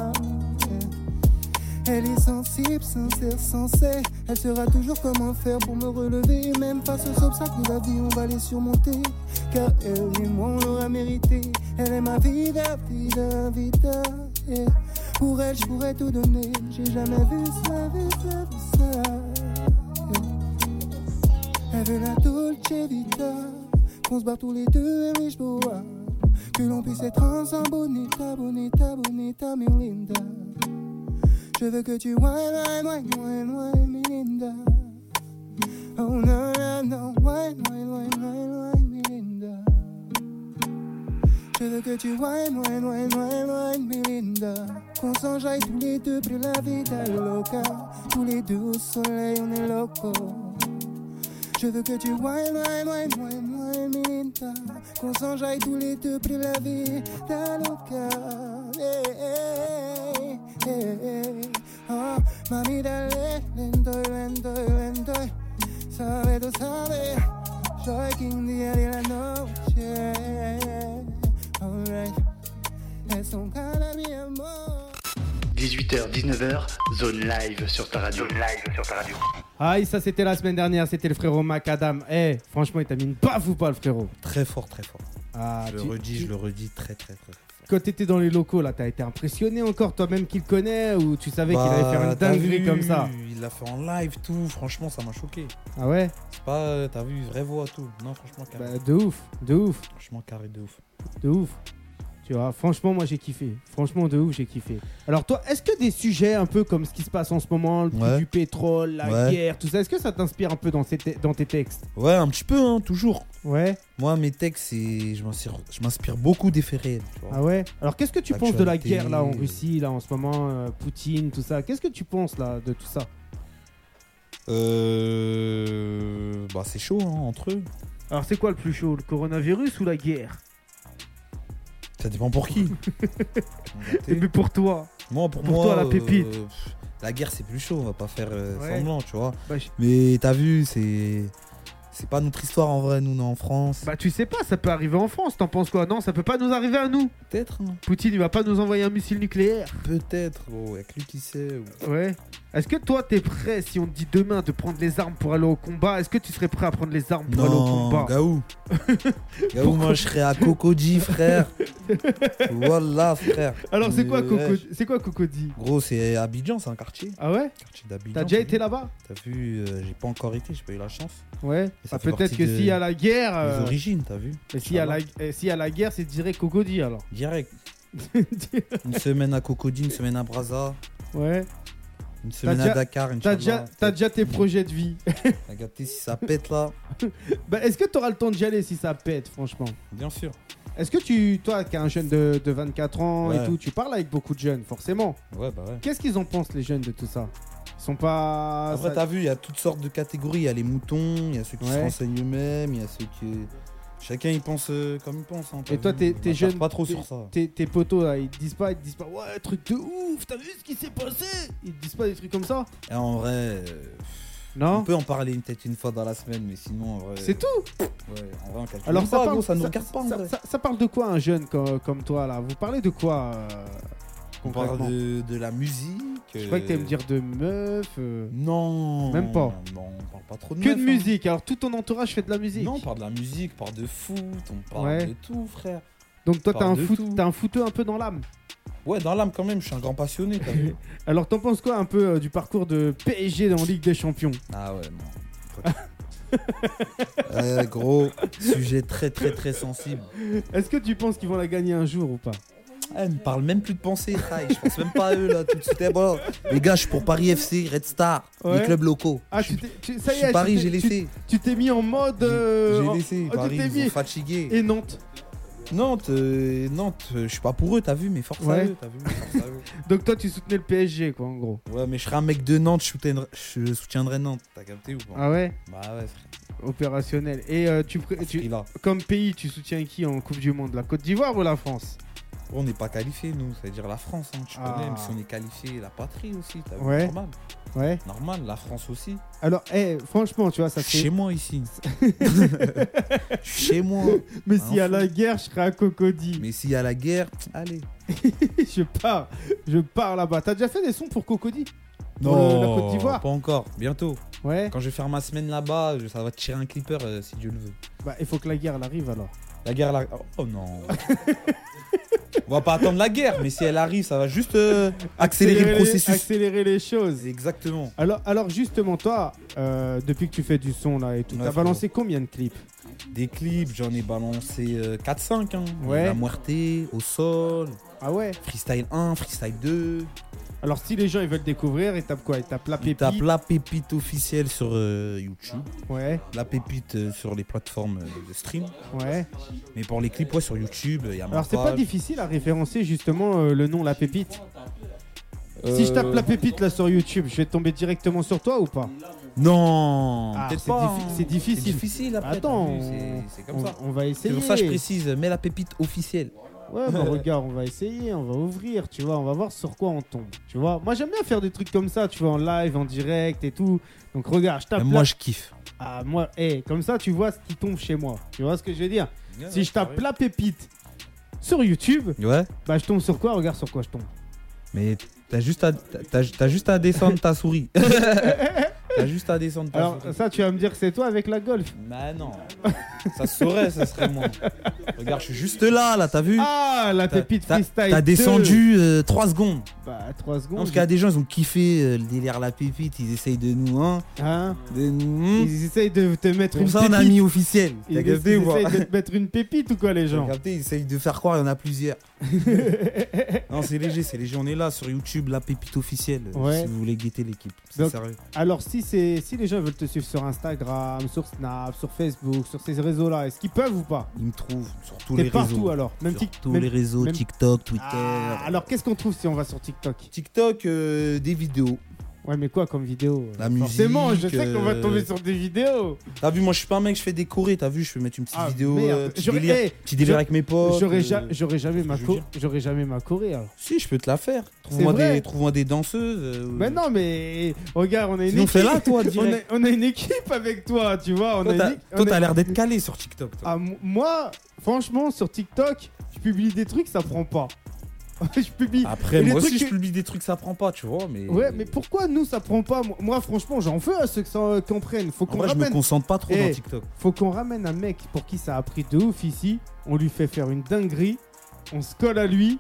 [SPEAKER 6] Elle est sensible, sincère, sensée. Elle saura toujours comment faire pour me relever. Même face aux obstacles de la vie, on va les surmonter. Car elle et moi, on l'aura mérité. Elle est ma vida, vida, vida. yeah. Pour elle, je pourrais tout donner. J'ai jamais vu ça, vu ça, vu ça. yeah. Elle veut la Dolce Vita. Qu'on se barre tous les deux à Lisboa. Que l'on puisse être ensemble, bonita, bonita, bonita, Melinda. Je veux que tu wine, wine, wine, wine, wine, Melinda. Oh non, non, non, wine, wine, wine, wine, wine, Melinda. Je veux que tu wine, wine, wine, wine, wine, Melinda. Qu'on s'enjaille tous les deux, plus la vie est loca. Tous les deux au soleil, on est locaux. Je veux que tu wine, wine, wine, wine, wine, Melinda. Qu'on s'enjaille tous les deux, plus la vie ta loca. Eh, Hey, hey, hey, hey. eh, Oh, mami, dale, lento, y lento, y lento. y. Sabe, tú sabes, soy quien día de la noche. Alright, es un cara, mi amor.
[SPEAKER 1] 18h, 19h, zone live sur ta radio. live sur ta radio.
[SPEAKER 2] Aïe, ça c'était la semaine dernière. C'était le frérot Macadam. Eh, franchement, il t'a mis une baffe ou pas, le frérot
[SPEAKER 6] Très fort, très fort.
[SPEAKER 2] ah, tu- tu-
[SPEAKER 6] redis très, très, très fort.
[SPEAKER 2] Quand t'étais dans les locaux, là, t'as été impressionné encore, toi-même qui le connais, ou tu savais qu'il allait faire une
[SPEAKER 6] Bah, t'as
[SPEAKER 2] dinguerie
[SPEAKER 6] vu,
[SPEAKER 2] comme ça
[SPEAKER 6] Il l'a fait en live, tout. Franchement, ça m'a choqué.
[SPEAKER 2] Ah ouais
[SPEAKER 6] C'est pas, euh, t'as vu, vraie voix, tout. Non, franchement, carré.
[SPEAKER 2] Bah, de ouf, de ouf,
[SPEAKER 6] Franchement, carré de ouf.
[SPEAKER 2] de ouf. Tu vois, franchement, moi j'ai kiffé. Franchement, de ouf, j'ai kiffé. Alors, toi, est-ce que des sujets un peu comme ce qui se passe en ce moment, le prix
[SPEAKER 6] Ouais.
[SPEAKER 2] du pétrole, la
[SPEAKER 6] Ouais.
[SPEAKER 2] guerre, tout ça, est-ce que ça t'inspire un peu dans, ces te- dans tes textes
[SPEAKER 6] Ouais, un petit peu, hein, toujours.
[SPEAKER 2] Ouais,
[SPEAKER 6] Moi, mes textes, c'est- je m'inspire, je m'inspire beaucoup des faits réels. tu vois.
[SPEAKER 2] ah ouais. Alors, qu'est-ce que
[SPEAKER 6] Bah,
[SPEAKER 2] tu penses de la
[SPEAKER 6] L'actualité.
[SPEAKER 2] guerre là en Russie, là en ce moment, euh, Poutine, tout ça Qu'est-ce que tu penses là de tout ça
[SPEAKER 6] Euh, Bah, c'est chaud, hein, entre eux.
[SPEAKER 2] Alors, c'est quoi le plus chaud, le coronavirus ou la guerre
[SPEAKER 6] Ça dépend pour qui.
[SPEAKER 2] Mais pour toi
[SPEAKER 6] moi, pour,
[SPEAKER 2] pour
[SPEAKER 6] moi,
[SPEAKER 2] toi, la
[SPEAKER 6] euh,
[SPEAKER 2] pépite.
[SPEAKER 6] pff, la guerre, c'est plus chaud, on va pas faire euh,
[SPEAKER 2] Ouais.
[SPEAKER 6] semblant, tu vois.
[SPEAKER 2] Bah, je-
[SPEAKER 6] Mais t'as vu, c'est. C'est pas notre histoire en vrai, nous, on est en France.
[SPEAKER 2] Bah tu sais pas, ça peut arriver en France, t'en penses quoi Non, ça peut pas nous arriver à nous.
[SPEAKER 6] Peut-être, hein.
[SPEAKER 2] Poutine, il va pas nous envoyer un missile nucléaire.
[SPEAKER 6] Peut-être,
[SPEAKER 2] Oh,
[SPEAKER 6] gros, avec lui qui sait. ou-
[SPEAKER 2] Ouais. Est-ce que toi t'es prêt si on te dit demain de prendre les armes pour aller au combat Est-ce que tu serais prêt à prendre les armes pour aller au combat
[SPEAKER 6] Gaou. Gaou, moi je serais à Cocody, frère. voilà, frère.
[SPEAKER 2] Alors c'est quoi
[SPEAKER 6] Mais,
[SPEAKER 2] Coco
[SPEAKER 6] wesh.
[SPEAKER 2] C'est quoi Cocody
[SPEAKER 6] Gros, c'est Abidjan, c'est un quartier.
[SPEAKER 2] Ah ouais
[SPEAKER 6] quartier d'Abidjan.
[SPEAKER 2] T'as déjà été là-bas
[SPEAKER 6] T'as vu, euh, j'ai pas encore été, j'ai pas eu la chance.
[SPEAKER 2] Ouais.
[SPEAKER 6] ça
[SPEAKER 2] Ah,
[SPEAKER 6] fait
[SPEAKER 2] peut-être
[SPEAKER 6] partie
[SPEAKER 2] que
[SPEAKER 6] de-
[SPEAKER 2] s'il y a la guerre, euh,
[SPEAKER 6] Les origines, t'as vu
[SPEAKER 2] mais s'il y a la, eh, s'il y a la guerre, c'est direct Cocody alors.
[SPEAKER 6] Direct. Une semaine à Cocody, une semaine à Braza,
[SPEAKER 2] ouais.
[SPEAKER 6] une semaine
[SPEAKER 2] déjà-
[SPEAKER 6] à Dakar, une
[SPEAKER 2] T'as déjà, t'as déjà tes projets de vie.
[SPEAKER 6] Regardez si ça pète là.
[SPEAKER 2] bah est-ce que t'auras le temps d'y aller si ça pète, franchement
[SPEAKER 6] Bien sûr.
[SPEAKER 2] Est-ce que tu, toi, qui es un jeune de, de 24 ans et
[SPEAKER 6] Ouais.
[SPEAKER 2] tout, tu parles avec beaucoup de jeunes, forcément.
[SPEAKER 6] Ouais, bah ouais.
[SPEAKER 2] Qu'est-ce qu'ils en pensent, les jeunes, de tout ça Ils sont pas.
[SPEAKER 6] Après,
[SPEAKER 2] Ah, ça-
[SPEAKER 6] t'as vu, il y a toutes sortes de catégories. Il y a les moutons, il y a ceux qui se
[SPEAKER 2] Ouais.
[SPEAKER 6] renseignent eux-mêmes, il y a ceux qui. Chacun il pense euh, comme il pense. hein, t'as
[SPEAKER 2] Et toi,
[SPEAKER 6] vu,
[SPEAKER 2] t'es-
[SPEAKER 6] on
[SPEAKER 2] t'es
[SPEAKER 6] m'attarde
[SPEAKER 2] jeune,
[SPEAKER 6] Pas trop
[SPEAKER 2] t'es-
[SPEAKER 6] sur ça.
[SPEAKER 2] Tes, tes potos, là, ils te disent pas, ils te disent pas, ouais, truc de ouf, t'as vu ce qui s'est passé Ils te disent pas des trucs comme ça
[SPEAKER 6] Et en vrai, euh,
[SPEAKER 2] Non
[SPEAKER 3] On peut en parler une- peut-être une fois dans la semaine, mais sinon, en vrai.
[SPEAKER 2] Hein C'est tout
[SPEAKER 3] Ouais, en vrai, on calcule.
[SPEAKER 2] Alors
[SPEAKER 3] pas,
[SPEAKER 2] ça parle,
[SPEAKER 3] gros, ça nous
[SPEAKER 2] ça-
[SPEAKER 3] regarde pas, en
[SPEAKER 2] ça-
[SPEAKER 3] vrai.
[SPEAKER 2] ça- ça parle de quoi un jeune comme, comme toi là Vous parlez de quoi euh,
[SPEAKER 3] on
[SPEAKER 2] concrètement
[SPEAKER 3] parle de, de la musique.
[SPEAKER 2] Je crois que t'allais
[SPEAKER 3] aimes
[SPEAKER 2] me dire de meuf. euh.
[SPEAKER 3] Non.
[SPEAKER 2] Même pas.
[SPEAKER 3] Non, on parle pas trop de
[SPEAKER 2] Que
[SPEAKER 3] meufs,
[SPEAKER 2] de
[SPEAKER 3] hein.
[SPEAKER 2] musique. Alors tout ton entourage fait de la musique.
[SPEAKER 3] Non, on parle de la musique, on parle de foot, on parle
[SPEAKER 2] Ouais.
[SPEAKER 3] de tout, frère.
[SPEAKER 2] Donc toi
[SPEAKER 3] on
[SPEAKER 2] t'as un,
[SPEAKER 3] parle de
[SPEAKER 2] foot,
[SPEAKER 3] tout.
[SPEAKER 2] t'as un footeux un peu dans l'âme.
[SPEAKER 3] Ouais, dans l'âme quand même, je suis un grand passionné, t'as vu.
[SPEAKER 2] Alors t'en penses quoi un peu euh, du parcours de PSG dans Ligue des Champions
[SPEAKER 3] Ah ouais, non. Euh, gros, sujet très très très sensible.
[SPEAKER 2] Est-ce que tu penses qu'ils vont la gagner un jour ou pas
[SPEAKER 3] Ah, Elle me parle même plus de pensée, taille. Je pense même pas à eux là tout de suite. Eh, bon, les gars, je suis pour Paris FC, Red Star,
[SPEAKER 2] Ouais.
[SPEAKER 3] les clubs locaux.
[SPEAKER 2] Ah
[SPEAKER 3] je suis,
[SPEAKER 2] tu t'es, tu- ça
[SPEAKER 3] je
[SPEAKER 2] y
[SPEAKER 3] suis
[SPEAKER 2] est.
[SPEAKER 3] Paris,
[SPEAKER 2] tu
[SPEAKER 3] j'ai
[SPEAKER 2] t'es-
[SPEAKER 3] laissé.
[SPEAKER 2] tu- Tu t'es mis en mode. euh,
[SPEAKER 3] J'ai
[SPEAKER 2] en-
[SPEAKER 3] laissé.
[SPEAKER 2] oh, tu
[SPEAKER 3] Paris,
[SPEAKER 2] t'es
[SPEAKER 3] ils
[SPEAKER 2] mis.
[SPEAKER 3] sont fatigués.
[SPEAKER 2] Et Nantes.
[SPEAKER 3] Nantes, euh, Nantes, euh, je suis pas pour eux, t'as vu, mais force à
[SPEAKER 2] Ouais.
[SPEAKER 3] eux, t'as vu, force à eux.
[SPEAKER 2] Donc toi tu soutenais le PSG quoi en gros.
[SPEAKER 3] Ouais, mais je serais un mec de Nantes, je soutiendrai, je soutiendrai Nantes. T'as capté ou pas
[SPEAKER 2] Ah ouais
[SPEAKER 3] Bah ouais, frère.
[SPEAKER 2] Opérationnel. Et euh, tu, pré-
[SPEAKER 3] à ce
[SPEAKER 2] tu-
[SPEAKER 3] prix-là.
[SPEAKER 2] comme pays tu soutiens qui en Coupe du Monde La Côte d'Ivoire ou la France
[SPEAKER 3] On n'est pas qualifié, nous. C'est-à-dire la France, hein, tu
[SPEAKER 2] Ah.
[SPEAKER 3] connais, même si on est qualifié, la patrie aussi, t'as vu,
[SPEAKER 2] Ouais.
[SPEAKER 3] normal.
[SPEAKER 2] Ouais.
[SPEAKER 3] Normal, la France aussi.
[SPEAKER 2] Alors eh, franchement tu vois ça
[SPEAKER 3] Je suis
[SPEAKER 2] fait.
[SPEAKER 3] chez moi ici. Je suis chez moi.
[SPEAKER 2] Mais
[SPEAKER 3] Un
[SPEAKER 2] s'il y a
[SPEAKER 3] fou.
[SPEAKER 2] la guerre je serai à Cocody.
[SPEAKER 3] Mais s'il y a la guerre, allez.
[SPEAKER 2] je pars, je pars là-bas. T'as déjà fait des sons pour Cocody Pour
[SPEAKER 3] Non,
[SPEAKER 2] le- la Côte d'Ivoire
[SPEAKER 3] Pas encore, bientôt.
[SPEAKER 2] Ouais.
[SPEAKER 3] Quand je vais faire ma semaine là-bas, je- ça va tirer un clipper euh, si Dieu le veut.
[SPEAKER 2] Bah il faut que la guerre elle arrive alors.
[SPEAKER 3] La guerre, la... oh non. On va pas attendre la guerre, mais si elle arrive, ça va juste euh, accélérer le processus.
[SPEAKER 2] accélérer les choses.
[SPEAKER 3] Exactement.
[SPEAKER 2] Alors, alors justement toi, euh, depuis que tu fais du son là et tout,
[SPEAKER 3] Ouais,
[SPEAKER 2] t'as
[SPEAKER 3] frérot.
[SPEAKER 2] balancé combien de clips
[SPEAKER 3] Des clips, j'en ai balancé euh, 4-5. Hein. Il y a
[SPEAKER 2] Ouais.
[SPEAKER 3] La Muerte, Au Sol,
[SPEAKER 2] Ah ouais
[SPEAKER 3] Freestyle 1, Freestyle 2.
[SPEAKER 2] Alors si les gens ils veulent découvrir, ils tapent quoi Ils tapent la
[SPEAKER 3] Ils
[SPEAKER 2] pépite.
[SPEAKER 3] tapent la pépite officielle sur euh, YouTube,
[SPEAKER 2] Ouais,
[SPEAKER 3] la pépite euh, sur les plateformes euh, de stream.
[SPEAKER 2] ouais.
[SPEAKER 3] Mais pour les clips, ouais, sur YouTube, il y a ma
[SPEAKER 2] Alors c'est pas
[SPEAKER 3] page.
[SPEAKER 2] difficile à référencer justement euh, le nom la pépite.
[SPEAKER 3] Euh,
[SPEAKER 2] Si je tape la pépite là sur YouTube, je vais tomber directement sur toi ou pas
[SPEAKER 3] Non
[SPEAKER 2] Ah,
[SPEAKER 3] peut-être
[SPEAKER 2] c'est
[SPEAKER 3] pas,
[SPEAKER 2] diffi-
[SPEAKER 3] hein.
[SPEAKER 2] c'est difficile.
[SPEAKER 3] C'est difficile après.
[SPEAKER 2] Attends,
[SPEAKER 3] t'as vu,
[SPEAKER 2] on-
[SPEAKER 3] c'est- c'est
[SPEAKER 2] on,
[SPEAKER 3] comme ça.
[SPEAKER 2] on va
[SPEAKER 3] C'est
[SPEAKER 2] essayer.
[SPEAKER 3] pour ça que je précise, mets la pépite officielle.
[SPEAKER 2] Ouais, bah regarde, on va essayer, on va ouvrir, tu vois, on va voir sur quoi on tombe, tu vois. Moi, j'aime bien faire des trucs comme ça, tu vois, en live, en direct et tout. Donc, regarde, je tape
[SPEAKER 3] moi,
[SPEAKER 2] là.
[SPEAKER 3] je kiffe.
[SPEAKER 2] Ah, moi, eh, comme ça, tu vois ce qui tombe chez moi. Tu vois ce que je veux dire Si je tape la pépite sur YouTube,
[SPEAKER 3] Ouais,
[SPEAKER 2] bah, je tombe sur quoi Regarde sur quoi je tombe.
[SPEAKER 3] mais t'as juste, à- t'as- t'as juste à descendre ta souris. t'as juste à descendre ta
[SPEAKER 2] Alors, euh,
[SPEAKER 3] souris.
[SPEAKER 2] ça, tu vas me dire que c'est toi avec la golf.
[SPEAKER 3] Bah non, ça se saurait, ça serait moi. Regarde, je suis juste là, là, t'as vu
[SPEAKER 2] Ah, la
[SPEAKER 3] T'as-
[SPEAKER 2] pépite
[SPEAKER 3] t'as-
[SPEAKER 2] freestyle.
[SPEAKER 3] T'as
[SPEAKER 2] 2.
[SPEAKER 3] descendu 3 secondes.
[SPEAKER 2] Bah, 3
[SPEAKER 3] Non,
[SPEAKER 2] secondes.
[SPEAKER 3] parce qu'il y a des gens, ils ont kiffé euh, le délire la pépite, ils essayent de nous, hein.
[SPEAKER 2] Hein
[SPEAKER 3] De nous, hmm.
[SPEAKER 2] Ils essayent de te mettre
[SPEAKER 3] Pour
[SPEAKER 2] une
[SPEAKER 3] ça,
[SPEAKER 2] pépite.
[SPEAKER 3] on a mis officiel.
[SPEAKER 2] Ils
[SPEAKER 3] T'as
[SPEAKER 2] ils
[SPEAKER 3] capté
[SPEAKER 2] essayent
[SPEAKER 3] ou pas
[SPEAKER 2] de te mettre une pépite ou quoi, les gens
[SPEAKER 3] T'as capté, ils essayent de faire croire, il y en a plusieurs. non, c'est léger, c'est léger. On est là sur YouTube, la pépite officielle. euh,
[SPEAKER 2] Ouais.
[SPEAKER 3] Si vous voulez guetter l'équipe, c'est
[SPEAKER 2] Donc-
[SPEAKER 3] sérieux.
[SPEAKER 2] Alors si c'est si les gens veulent te suivre sur Instagram, sur Snap, sur Facebook, sur ces réseaux-là, est-ce qu'ils peuvent ou pas
[SPEAKER 3] Ils me trouvent sur tous
[SPEAKER 2] T'es
[SPEAKER 3] les
[SPEAKER 2] partout
[SPEAKER 3] réseaux.
[SPEAKER 2] alors, même
[SPEAKER 3] Sur
[SPEAKER 2] Tik-
[SPEAKER 3] tous
[SPEAKER 2] même-
[SPEAKER 3] les réseaux,
[SPEAKER 2] même-
[SPEAKER 3] TikTok, Twitter.
[SPEAKER 2] Ah, alors qu'est-ce qu'on trouve si on va sur TikTok
[SPEAKER 3] TikTok, euh, des vidéos.
[SPEAKER 2] Ouais, mais quoi comme vidéo
[SPEAKER 3] La musique,
[SPEAKER 2] Forcément, je sais qu'on va
[SPEAKER 3] euh,
[SPEAKER 2] tomber sur des vidéos.
[SPEAKER 3] T'as vu, moi je suis pas un mec, je fais des chorés. T'as vu, je peux mettre une petite
[SPEAKER 2] Ah,
[SPEAKER 3] vidéo,
[SPEAKER 2] merde.
[SPEAKER 3] euh, petit,
[SPEAKER 2] J'aurais-
[SPEAKER 3] délire,
[SPEAKER 2] eh,
[SPEAKER 3] petit délire
[SPEAKER 2] j'aurais-
[SPEAKER 3] avec mes potes.
[SPEAKER 2] J'aurais
[SPEAKER 3] euh,
[SPEAKER 2] ja- j'aurais jamais ma
[SPEAKER 3] je veux
[SPEAKER 2] co-
[SPEAKER 3] dire.
[SPEAKER 2] j'aurais jamais ma Corée alors.
[SPEAKER 3] Si, je peux te la faire. Trouve-moi
[SPEAKER 2] vrai.
[SPEAKER 3] des, trouve-moi des danseuses. euh,
[SPEAKER 2] Mais non, mais regarde, on a une
[SPEAKER 3] Sinon,
[SPEAKER 2] équipe.
[SPEAKER 3] fais-la, toi,
[SPEAKER 2] on, a,
[SPEAKER 3] direct.
[SPEAKER 2] on a une équipe avec toi, tu vois. On
[SPEAKER 3] Toi,
[SPEAKER 2] a
[SPEAKER 3] t'as
[SPEAKER 2] une- on
[SPEAKER 3] toi,
[SPEAKER 2] a-
[SPEAKER 3] t'as l'air d'être calé sur TikTok. toi.
[SPEAKER 2] Ah, m- moi, franchement, sur TikTok, je publie des trucs, ça prend pas. je publie
[SPEAKER 3] Après,
[SPEAKER 2] Et les
[SPEAKER 3] moi
[SPEAKER 2] trucs
[SPEAKER 3] aussi,
[SPEAKER 2] que-
[SPEAKER 3] je publie des trucs, ça prend pas, tu vois. Ah, Mais...
[SPEAKER 2] Ouais, mais pourquoi nous ça prend pas Moi- Moi, franchement, j'en veux à ceux qui s'en- qui en prennent. Faut
[SPEAKER 3] En
[SPEAKER 2] qu'on
[SPEAKER 3] vrai, je me
[SPEAKER 2] ramène,
[SPEAKER 3] concentre pas trop
[SPEAKER 2] Eh.
[SPEAKER 3] dans TikTok.
[SPEAKER 2] faut qu'on ramène un mec pour qui ça a pris de ouf ici. On lui fait faire une dinguerie, on se colle à lui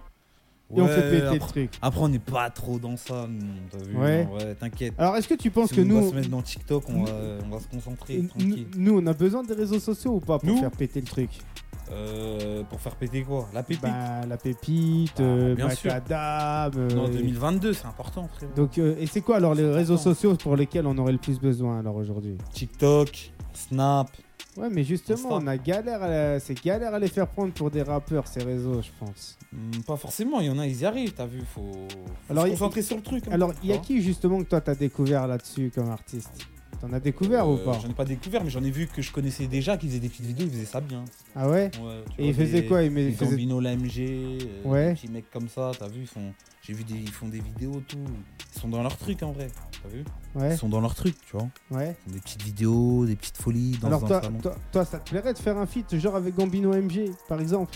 [SPEAKER 2] et on
[SPEAKER 3] Ouais,
[SPEAKER 2] fait péter le
[SPEAKER 3] après,
[SPEAKER 2] truc.
[SPEAKER 3] après, on n'est pas trop dans ça, nous, t'as vu
[SPEAKER 2] Ouais.
[SPEAKER 3] non, ouais, t'inquiète.
[SPEAKER 2] Alors, est-ce que tu penses
[SPEAKER 3] Si
[SPEAKER 2] que
[SPEAKER 3] on va
[SPEAKER 2] nous,
[SPEAKER 3] se mettre dans TikTok, on va, on va se concentrer,
[SPEAKER 2] n-
[SPEAKER 3] tranquille.
[SPEAKER 2] nous, on a besoin des réseaux sociaux ou pas pour
[SPEAKER 3] Nous
[SPEAKER 2] faire péter le truc
[SPEAKER 3] Euh, pour faire péter quoi La pépite
[SPEAKER 2] Bah, la pépite,
[SPEAKER 3] Bah,
[SPEAKER 2] euh,
[SPEAKER 3] bien sûr.
[SPEAKER 2] Macadam. euh,
[SPEAKER 3] Non,
[SPEAKER 2] et-
[SPEAKER 3] 2022, c'est important, frère.
[SPEAKER 2] Donc, euh, et c'est quoi alors les réseaux
[SPEAKER 3] important.
[SPEAKER 2] sociaux pour lesquels on aurait le plus besoin alors aujourd'hui
[SPEAKER 3] TikTok, Snap.
[SPEAKER 2] Ouais, mais justement, on
[SPEAKER 3] Insta.
[SPEAKER 2] a galère, à la- c'est galère à les faire prendre pour des rappeurs ces réseaux, je pense.
[SPEAKER 3] Hmm, pas forcément, il y en a, ils y arrivent, t'as vu. Faut, faut
[SPEAKER 2] Alors,
[SPEAKER 3] se
[SPEAKER 2] il-
[SPEAKER 3] concentrer sur le truc. hein.
[SPEAKER 2] Alors, il y a
[SPEAKER 3] Hein
[SPEAKER 2] qui justement que toi t'as découvert là-dessus comme artiste T'en as découvert ou
[SPEAKER 3] Euh,
[SPEAKER 2] pas
[SPEAKER 3] J'en ai pas découvert, mais j'en ai vu que je connaissais déjà, qu'ils faisaient des petites vidéos, ils faisaient ça bien.
[SPEAKER 2] Ah ouais
[SPEAKER 3] Ouais, tu
[SPEAKER 2] Et il
[SPEAKER 3] vois,
[SPEAKER 2] faisait
[SPEAKER 3] des-
[SPEAKER 2] quoi Il me-
[SPEAKER 3] Les
[SPEAKER 2] faisait-
[SPEAKER 3] Gambino, l'AMG, euh,
[SPEAKER 2] Ouais.
[SPEAKER 3] des petits mecs comme ça, t'as vu, ils font... j'ai vu des... ils font des vidéos, tout. Ils sont dans leur truc en vrai. t'as vu
[SPEAKER 2] Ouais,
[SPEAKER 3] Ils sont dans leur truc, tu vois.
[SPEAKER 2] ouais.
[SPEAKER 3] Ils font Des petites vidéos, des petites folies dans
[SPEAKER 2] Alors
[SPEAKER 3] un
[SPEAKER 2] toi,
[SPEAKER 3] salon.
[SPEAKER 2] toi, toi, ça te plairait de faire un feat genre avec Gambino MG, par exemple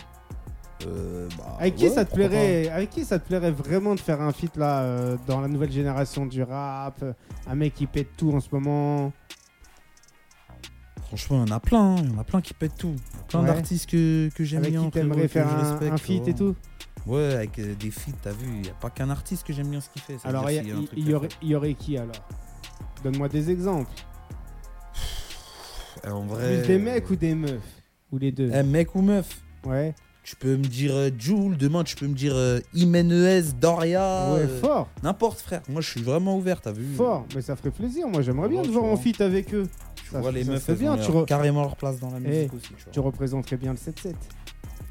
[SPEAKER 3] Euh, bah,
[SPEAKER 2] Ah, Avec qui
[SPEAKER 3] ouais,
[SPEAKER 2] ça te
[SPEAKER 3] pourquoi
[SPEAKER 2] plairait Avec qui ça te plairait vraiment de faire un feat là euh, dans la nouvelle génération du rap euh, Un mec qui pète tout en ce moment.
[SPEAKER 3] pas. Franchement, il y en a plein, hein. il y en a plein qui pètent tout. Plein
[SPEAKER 2] Ouais.
[SPEAKER 3] d'artistes que, que j'aime
[SPEAKER 2] avec
[SPEAKER 3] bien.
[SPEAKER 2] qui
[SPEAKER 3] frérot,
[SPEAKER 2] t'aimerais
[SPEAKER 3] que
[SPEAKER 2] faire
[SPEAKER 3] je
[SPEAKER 2] un,
[SPEAKER 3] respecte, oh.
[SPEAKER 2] un
[SPEAKER 3] tu
[SPEAKER 2] feat et
[SPEAKER 3] vois.
[SPEAKER 2] tout
[SPEAKER 3] Ouais, avec euh, des feats, t'as vu, il n'y a pas qu'un artiste que j'aime bien ce qu'il fait. ça veut
[SPEAKER 2] Alors
[SPEAKER 3] dire
[SPEAKER 2] il
[SPEAKER 3] s'il
[SPEAKER 2] y,
[SPEAKER 3] a un truc
[SPEAKER 2] il
[SPEAKER 3] à
[SPEAKER 2] y aurait, il y aurait qui alors Donne-moi des exemples.
[SPEAKER 3] faire. Euh, En vrai.
[SPEAKER 2] Plus des mecs ou des meufs Ou les deux
[SPEAKER 3] Eh, mec ou meuf
[SPEAKER 2] Ouais,
[SPEAKER 3] Tu peux me dire euh, Jul, demain tu peux me dire euh, Jiménez, Doria.
[SPEAKER 2] ouais
[SPEAKER 3] euh,
[SPEAKER 2] fort,
[SPEAKER 3] N'importe, frère. Moi, je suis vraiment ouvert, t'as vu
[SPEAKER 2] fort. Mais ça ferait plaisir. Moi j'aimerais bien
[SPEAKER 3] Ouais,
[SPEAKER 2] te
[SPEAKER 3] tu
[SPEAKER 2] voir en
[SPEAKER 3] vois.
[SPEAKER 2] feat avec eux.
[SPEAKER 3] Tu
[SPEAKER 2] Ça-
[SPEAKER 3] vois, les
[SPEAKER 2] ça
[SPEAKER 3] meufs,
[SPEAKER 2] serait
[SPEAKER 3] elles
[SPEAKER 2] bien,
[SPEAKER 3] ont
[SPEAKER 2] tu
[SPEAKER 3] leur-
[SPEAKER 2] re-
[SPEAKER 3] carrément leur place dans la
[SPEAKER 2] Eh,
[SPEAKER 3] musique aussi, tu
[SPEAKER 2] Tu
[SPEAKER 3] vois.
[SPEAKER 2] représenterais bien le 7-7.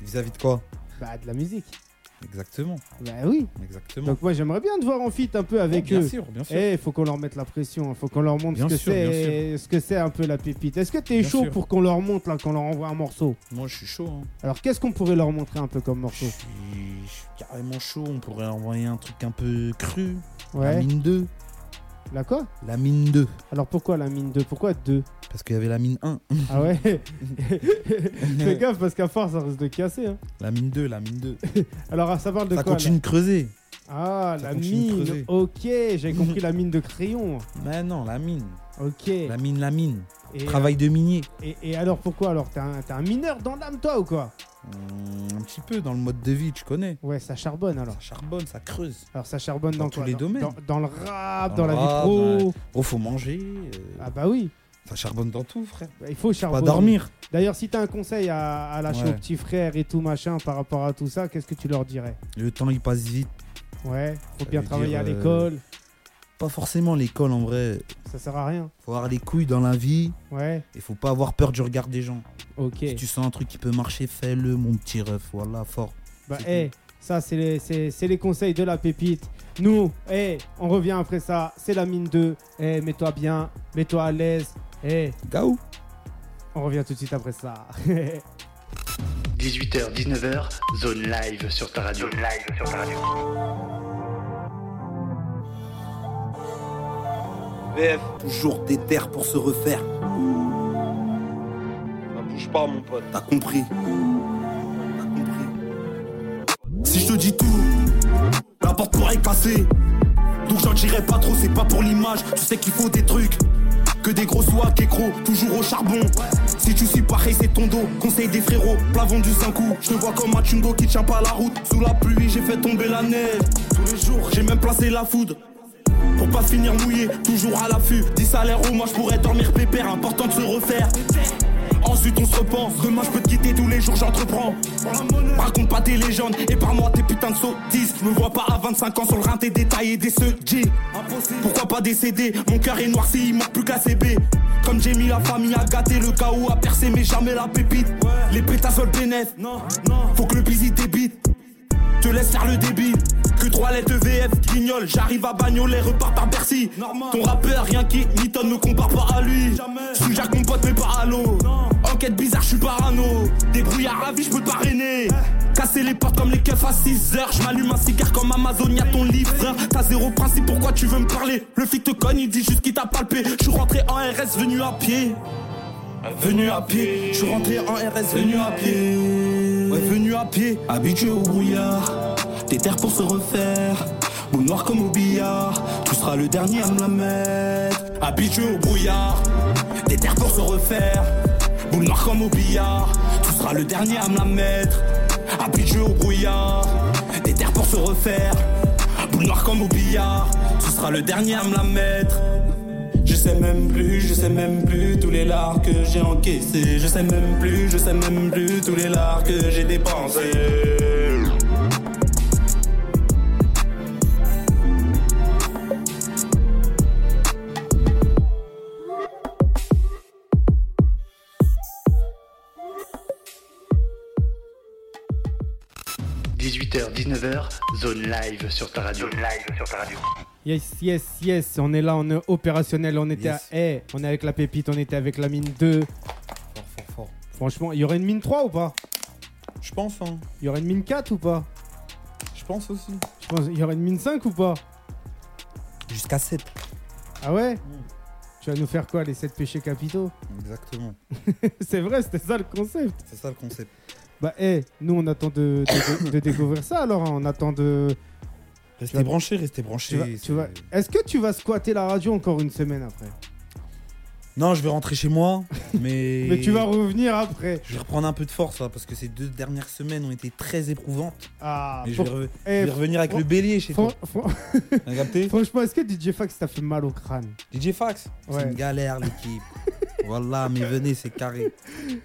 [SPEAKER 3] Vis-à-vis de quoi
[SPEAKER 2] Bah de la musique.
[SPEAKER 3] Exactement,
[SPEAKER 2] Bah oui.
[SPEAKER 3] exactement.
[SPEAKER 2] Donc moi j'aimerais bien te voir en feat un peu avec
[SPEAKER 3] Hmm. bien
[SPEAKER 2] eux.
[SPEAKER 3] sûr, bien sûr.
[SPEAKER 2] Eh, faut qu'on leur mette la pression, hein. faut qu'on leur montre
[SPEAKER 3] Bien
[SPEAKER 2] ce que
[SPEAKER 3] sûr,
[SPEAKER 2] c'est, ce que c'est un peu la pépite. Est-ce que t'es
[SPEAKER 3] Bien
[SPEAKER 2] chaud
[SPEAKER 3] sûr.
[SPEAKER 2] pour qu'on leur montre là, qu'on leur envoie un morceau
[SPEAKER 3] Moi, je suis chaud. hein.
[SPEAKER 2] Alors qu'est-ce qu'on pourrait leur montrer un peu comme
[SPEAKER 3] Je
[SPEAKER 2] morceau
[SPEAKER 3] suis je suis carrément chaud. On pourrait envoyer un truc un peu cru. La
[SPEAKER 2] Ouais.
[SPEAKER 3] mine 2.
[SPEAKER 2] La quoi
[SPEAKER 3] La mine 2.
[SPEAKER 2] Alors pourquoi la mine 2 Pourquoi 2
[SPEAKER 3] Parce qu'il y avait la mine 1.
[SPEAKER 2] Ah ouais Fais gaffe parce qu'à force ça risque de casser. hein.
[SPEAKER 3] La mine 2, la mine 2.
[SPEAKER 2] Alors ah, ça parle de
[SPEAKER 3] Ça
[SPEAKER 2] quoi là
[SPEAKER 3] continue de creuser.
[SPEAKER 2] Ah
[SPEAKER 3] ça
[SPEAKER 2] la
[SPEAKER 3] continue de
[SPEAKER 2] mine.
[SPEAKER 3] creuser.
[SPEAKER 2] Ok, j'avais compris la mine de crayon.
[SPEAKER 3] Mais non, la mine.
[SPEAKER 2] Ok.
[SPEAKER 3] La mine, la mine.
[SPEAKER 2] Et, euh,
[SPEAKER 3] Travail de minier.
[SPEAKER 2] et- et alors pourquoi Alors t'es un, t'es un mineur dans l'âme toi ou quoi
[SPEAKER 3] Hum, un petit peu dans le mode de vie, tu connais.
[SPEAKER 2] Ouais, ça charbonne alors.
[SPEAKER 3] Ça charbonne, ça creuse.
[SPEAKER 2] Alors ça charbonne dans,
[SPEAKER 3] Dans tous
[SPEAKER 2] quoi
[SPEAKER 3] les domaines.
[SPEAKER 2] Dans, dans le rap, dans,
[SPEAKER 3] Dans
[SPEAKER 2] la
[SPEAKER 3] le
[SPEAKER 2] vie
[SPEAKER 3] rap,
[SPEAKER 2] pro.
[SPEAKER 3] dans Oh, faut manger. euh,
[SPEAKER 2] Ah bah oui,
[SPEAKER 3] Ça charbonne dans tout, frère.
[SPEAKER 2] Bah, il faut
[SPEAKER 3] Pas
[SPEAKER 2] charbonner.
[SPEAKER 3] dormir.
[SPEAKER 2] D'ailleurs, si t'as un conseil à, à lâcher
[SPEAKER 3] Ouais.
[SPEAKER 2] aux petits frères et tout machin par rapport à tout ça, qu'est-ce que tu leur dirais
[SPEAKER 3] Le temps, il passe vite.
[SPEAKER 2] Ouais, faut
[SPEAKER 3] Ça
[SPEAKER 2] bien
[SPEAKER 3] veut
[SPEAKER 2] travailler
[SPEAKER 3] dire,
[SPEAKER 2] à
[SPEAKER 3] euh,
[SPEAKER 2] l'école,
[SPEAKER 3] Pas forcément l'école, en vrai.
[SPEAKER 2] ça sert à rien.
[SPEAKER 3] Faut avoir les couilles dans la vie.
[SPEAKER 2] Ouais,
[SPEAKER 3] Et faut pas avoir peur du regard des gens.
[SPEAKER 2] ok.
[SPEAKER 3] Si tu sens un truc qui peut marcher, fais-le, mon petit ref. Voilà, fort.
[SPEAKER 2] Bah, eh,
[SPEAKER 3] c'est
[SPEAKER 2] ça, c'est les, c'est- c'est les conseils de la pépite. Nous, eh, on revient après ça. C'est la mine 2. Eh, mets-toi bien, mets-toi à l'aise. Eh,
[SPEAKER 3] Gaou.
[SPEAKER 2] on revient tout de suite après ça.
[SPEAKER 1] 18h, 19h, zone live sur ta radio. Zone live sur ta radio.
[SPEAKER 7] Toujours des terres pour se refaire.
[SPEAKER 5] Ça bouge pas, mon pote.
[SPEAKER 7] T'as compris T'as compris Si je te dis tout, la porte pourrait être cassée. Donc j'en dirai pas trop, c'est pas pour l'image. Tu sais qu'il faut des trucs. Que des gros sois qu'écro, toujours au charbon. Si tu suis pareil, c'est ton dos. Conseil des frérots, plat vendu 5 coups. Je te vois comme un chungo qui tient pas la route. Sous la pluie, j'ai fait tomber la neige. Tous les jours, j'ai même placé la foudre. Pour pas finir mouillé, toujours à l'affût. 10 salaires au moins, je pourrais dormir pépère. Important de se refaire. Ensuite on se repense, demain je peux te quitter tous les jours j'entreprends Raconte pas tes légendes et par moi tes putains de sottises Je me vois pas à 25 ans sur le rein tes détails et des G Pourquoi pas décéder Mon cœur est noirci, il manque plus qu'à CB Comme j'ai mis la famille à gâter, le chaos à percer mais jamais la pépite Les pétassoles bénèfent, faut que le busy débite te laisse faire le débile. Que 3 lettres VF, guignol, j'arrive à bagnoler, repart par Bercy. Ton rappeur, rien qui Newton ne compare pas à lui. Sous Jacques mon pote mais pas à l'eau. Enquête bizarre, je suis parano. Débrouillard à vie, je peux te parrainer. Casser les portes comme les keufs à 6 heures. Je m'allume un cigare comme Amazonia, ton livreur. T'as zéro principe, pourquoi tu veux me parler Le flic te cogne, il dit juste qu'il t'a palpé. Je suis rentré en RS, venu à pied. Venu à pied, je suis rentré en RS, venu à pied. Ouais, venu à pied, habitué au brouillard. Des terres pour se refaire, boule noir comme au billard. Tu seras le dernier à me la mettre. Habitué au brouillard, des terres pour se refaire, boule noir comme au billard. Tu seras le dernier à me la mettre. Habitué au brouillard, des terres pour se refaire, boule noir comme au billard. Tu seras le dernier à me la mettre. Je sais même plus, je sais même plus tous les lards que j'ai encaissés. Je sais même plus, je sais même plus tous les lards que j'ai dépensés.
[SPEAKER 1] h 19h, zone live sur ta radio. Zone live sur ta radio.
[SPEAKER 2] Yes, yes, yes, on est là, on est opérationnel, on était
[SPEAKER 3] Yes.
[SPEAKER 2] à... Eh, on est avec la pépite, on était avec la mine 2.
[SPEAKER 3] Fort, fort, fort.
[SPEAKER 2] Franchement, il y aurait une mine 3 ou pas
[SPEAKER 3] Je pense, hein.
[SPEAKER 2] Il y aurait une mine 4 ou pas
[SPEAKER 3] Je pense aussi.
[SPEAKER 2] Je pense il y aurait une mine 5 ou pas
[SPEAKER 3] Jusqu'à 7.
[SPEAKER 2] Ah ouais Tu vas nous faire quoi, les 7 péchés capitaux
[SPEAKER 3] Exactement.
[SPEAKER 2] C'est vrai, c'était ça le concept.
[SPEAKER 3] C'est ça le concept.
[SPEAKER 2] Bah, hé, nous, on attend de, de- de- de découvrir ça, alors. hein. On attend de.
[SPEAKER 3] Restez
[SPEAKER 2] vas-
[SPEAKER 3] branchés, restez
[SPEAKER 2] Tu
[SPEAKER 3] branchés.
[SPEAKER 2] vas,
[SPEAKER 3] c'est-
[SPEAKER 2] tu vas... Est-ce que tu vas squatter la radio encore une semaine après
[SPEAKER 3] Non, je vais rentrer chez moi, mais.
[SPEAKER 2] Mais tu vas revenir après.
[SPEAKER 3] Je vais reprendre un peu de force là, parce que ces deux dernières semaines ont été très éprouvantes.
[SPEAKER 2] Ah,
[SPEAKER 3] Mais je
[SPEAKER 2] fran-
[SPEAKER 3] vais, re- je
[SPEAKER 2] eh,
[SPEAKER 3] vais revenir avec
[SPEAKER 2] fran-
[SPEAKER 3] le bélier chez toi.
[SPEAKER 2] fran- fran-
[SPEAKER 3] T'as capté
[SPEAKER 2] Franchement, est-ce que DJ Fax t'a fait mal au crâne
[SPEAKER 3] DJ Fax,
[SPEAKER 2] Ouais.
[SPEAKER 3] c'est une galère l'équipe. voilà, mais venez, c'est carré.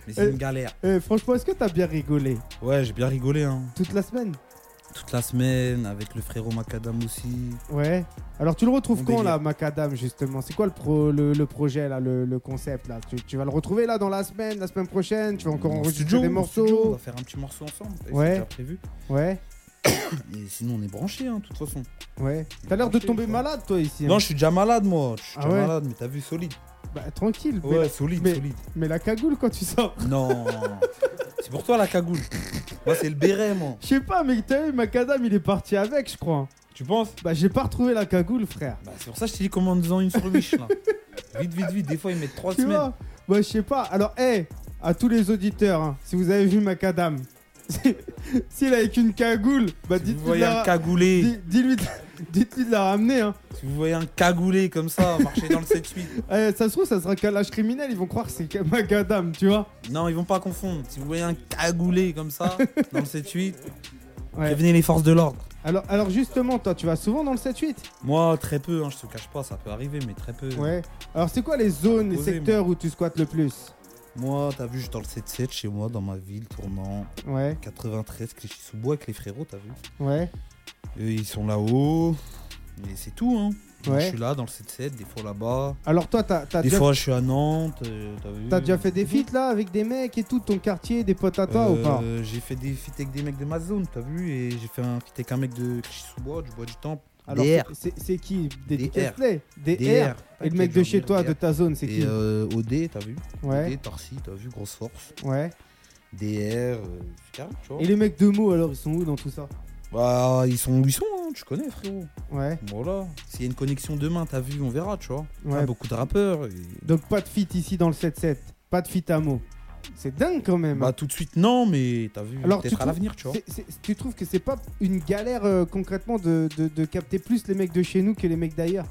[SPEAKER 3] Mais c'est
[SPEAKER 2] Eh.
[SPEAKER 3] une galère.
[SPEAKER 2] Eh, Franchement, est-ce que t'as bien rigolé
[SPEAKER 3] Ouais, j'ai bien rigolé hein.
[SPEAKER 2] toute la semaine
[SPEAKER 3] Toute la semaine avec le frérot Macadam aussi.
[SPEAKER 2] Ouais. Alors tu le retrouves
[SPEAKER 3] Mon
[SPEAKER 2] quand
[SPEAKER 3] délire.
[SPEAKER 2] là, Macadam justement C'est quoi le, pro- le, le projet là, le, le concept là tu, tu vas le retrouver là dans la semaine, la semaine prochaine Tu vas encore
[SPEAKER 3] En
[SPEAKER 2] enregistrer
[SPEAKER 3] studio,
[SPEAKER 2] des
[SPEAKER 3] en
[SPEAKER 2] morceaux
[SPEAKER 3] studio, on va faire un petit morceau ensemble. et
[SPEAKER 2] Ouais.
[SPEAKER 3] C'est déjà prévu.
[SPEAKER 2] Ouais,
[SPEAKER 3] Et sinon, on est branchés, hein, de toute façon.
[SPEAKER 2] ouais. T'as l'air de
[SPEAKER 3] Tranquille,
[SPEAKER 2] tomber
[SPEAKER 3] quoi.
[SPEAKER 2] malade toi ici. hein.
[SPEAKER 3] Non, je suis déjà malade, moi. Je suis
[SPEAKER 2] Ah
[SPEAKER 3] déjà
[SPEAKER 2] ouais
[SPEAKER 3] malade, mais t'as vu, solide.
[SPEAKER 2] Bah, tranquille. mais-
[SPEAKER 3] Ouais, solide,
[SPEAKER 2] mais-
[SPEAKER 3] solide.
[SPEAKER 2] Mais la cagoule quand tu sors.
[SPEAKER 3] Non. c'est pour toi, la cagoule. Moi, c'est le béret, moi.
[SPEAKER 2] Je sais pas, mais t'as vu, Macadam il est parti avec, je crois.
[SPEAKER 3] Tu penses
[SPEAKER 2] Bah, j'ai pas retrouvé la cagoule, frère.
[SPEAKER 3] Bah, c'est pour ça que je t'ai dit commande-en une sur Wish, là. Vite, vite, vite. Des fois, ils mettent trois
[SPEAKER 2] Tu
[SPEAKER 3] semaines.
[SPEAKER 2] vois Bah, je sais pas. Alors, hé, à tous les auditeurs, hein, si vous avez vu Macadam, si- s'il est avec une cagoule, bah,
[SPEAKER 3] Si vous
[SPEAKER 2] dites-lui de,
[SPEAKER 3] voyez un
[SPEAKER 2] la...
[SPEAKER 3] cagoulé,
[SPEAKER 2] dis- dis-lui de- dites-lui de la ramener. Hein.
[SPEAKER 3] si vous voyez un cagoulé comme ça marcher dans le 7-8,
[SPEAKER 2] Eh, ça se trouve, ça sera qu'un lâche criminel, ils vont croire que c'est Macadam, tu vois.
[SPEAKER 3] non, ils vont pas confondre. Si vous voyez un cagoulé comme ça dans le 7-8,
[SPEAKER 2] Ouais.
[SPEAKER 3] prévenez les forces de l'ordre.
[SPEAKER 2] Alors, alors, justement, toi, tu vas souvent dans le 7-8
[SPEAKER 3] Moi, très peu, hein, je te cache pas, ça peut arriver, mais très peu.
[SPEAKER 2] Ouais. Alors, c'est quoi les zones, les
[SPEAKER 3] Posé,
[SPEAKER 2] secteurs où tu squattes le plus
[SPEAKER 3] Moi, t'as vu, je suis dans le 7-7 chez moi, dans ma ville, tournant
[SPEAKER 2] Ouais,
[SPEAKER 3] 93, Clichy-sous-Bois avec les frérots, t'as vu
[SPEAKER 2] ouais.
[SPEAKER 3] Eux, ils sont là-haut. Et c'est tout, hein. Moi,
[SPEAKER 2] Ouais.
[SPEAKER 3] Je suis là dans le 7-7, des fois là-bas.
[SPEAKER 2] Alors, toi, t'as t'as
[SPEAKER 3] Des
[SPEAKER 2] déjà,
[SPEAKER 3] fois, je suis à Nantes. euh, T'as vu
[SPEAKER 2] t'as déjà fait des feats là avec des mecs et tout, de ton quartier, des potes à toi ou pas
[SPEAKER 3] Euh, J'ai fait des feats avec des mecs de ma zone, t'as vu Et j'ai fait un feat avec un mec de Clichy-sous-Bois, du Bois du Temple.
[SPEAKER 2] Alors,
[SPEAKER 3] DR.
[SPEAKER 2] c'est- c'est- c'est qui Des
[SPEAKER 3] DR.
[SPEAKER 2] Tesla Des R. Et le mec de chez toi, de ta zone, c'est
[SPEAKER 3] Et
[SPEAKER 2] qui
[SPEAKER 3] euh, OD, t'as vu
[SPEAKER 2] Ouais,
[SPEAKER 3] OD, Tarsi, t'as vu Grosse Force.
[SPEAKER 2] ouais.
[SPEAKER 3] DR, euh, carré, tu vois.
[SPEAKER 2] Et les mecs de mots, alors, ils sont où dans tout ça
[SPEAKER 3] Bah, ils sont où ils sont, hein, tu connais, frérot.
[SPEAKER 2] Ouais,
[SPEAKER 3] Voilà. S'il y a une connexion demain, t'as vu, on verra, tu vois.
[SPEAKER 2] ouais.
[SPEAKER 3] Ah, beaucoup de rappeurs. et-
[SPEAKER 2] Donc, pas de feat ici dans le 7-7. Pas de feat à mots. C'est dingue quand même. hein.
[SPEAKER 3] Bah, tout de suite, non, mais t'as vu,
[SPEAKER 2] Alors, tu
[SPEAKER 3] peut-être à
[SPEAKER 2] trouves-
[SPEAKER 3] l'avenir, tu vois.
[SPEAKER 2] C'est- c'est- tu trouves que c'est pas une galère euh, concrètement de, de- de capter plus les mecs de chez nous que les mecs d'ailleurs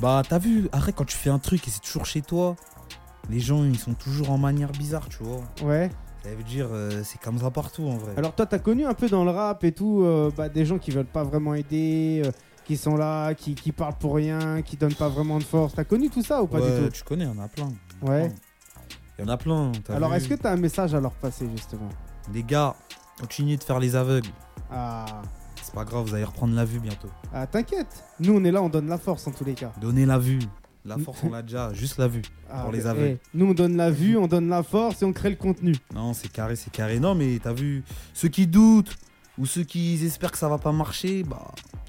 [SPEAKER 3] Bah, t'as vu, après, quand tu fais un truc et c'est toujours chez toi, les gens, ils sont toujours en manière bizarre, tu vois.
[SPEAKER 2] Ouais.
[SPEAKER 3] Ça veut dire, euh, c'est comme ça partout, en vrai.
[SPEAKER 2] Alors toi, t'as connu un peu dans le rap et tout euh, bah, des gens qui veulent pas vraiment aider, euh, qui sont là, qui, qui parlent pour rien, qui donnent pas vraiment de force. T'as connu tout ça ou pas
[SPEAKER 3] Ouais,
[SPEAKER 2] du
[SPEAKER 3] tu connais, on a plein.
[SPEAKER 2] tout Ouais.
[SPEAKER 3] Il y en a plein. t'as
[SPEAKER 2] Alors
[SPEAKER 3] vu.
[SPEAKER 2] est-ce que t'as un message à leur passer justement
[SPEAKER 3] Les gars, continuez de faire les aveugles.
[SPEAKER 2] Ah,
[SPEAKER 3] C'est pas grave, vous allez reprendre la vue bientôt.
[SPEAKER 2] ah, t'inquiète. Nous, on est là, on donne la force en tous les cas.
[SPEAKER 3] Donnez la vue.
[SPEAKER 2] Mm.
[SPEAKER 3] La force, on l'a déjà, juste la vue.
[SPEAKER 2] Ah,
[SPEAKER 3] Pour les
[SPEAKER 2] mais,
[SPEAKER 3] aveugles.
[SPEAKER 2] eh, nous, on donne la vue, on donne la force et on crée le contenu.
[SPEAKER 3] Non, c'est carré, c'est carré. Non, mais t'as vu, ceux qui doutent ou ceux qui espèrent que ça va pas marcher, bah,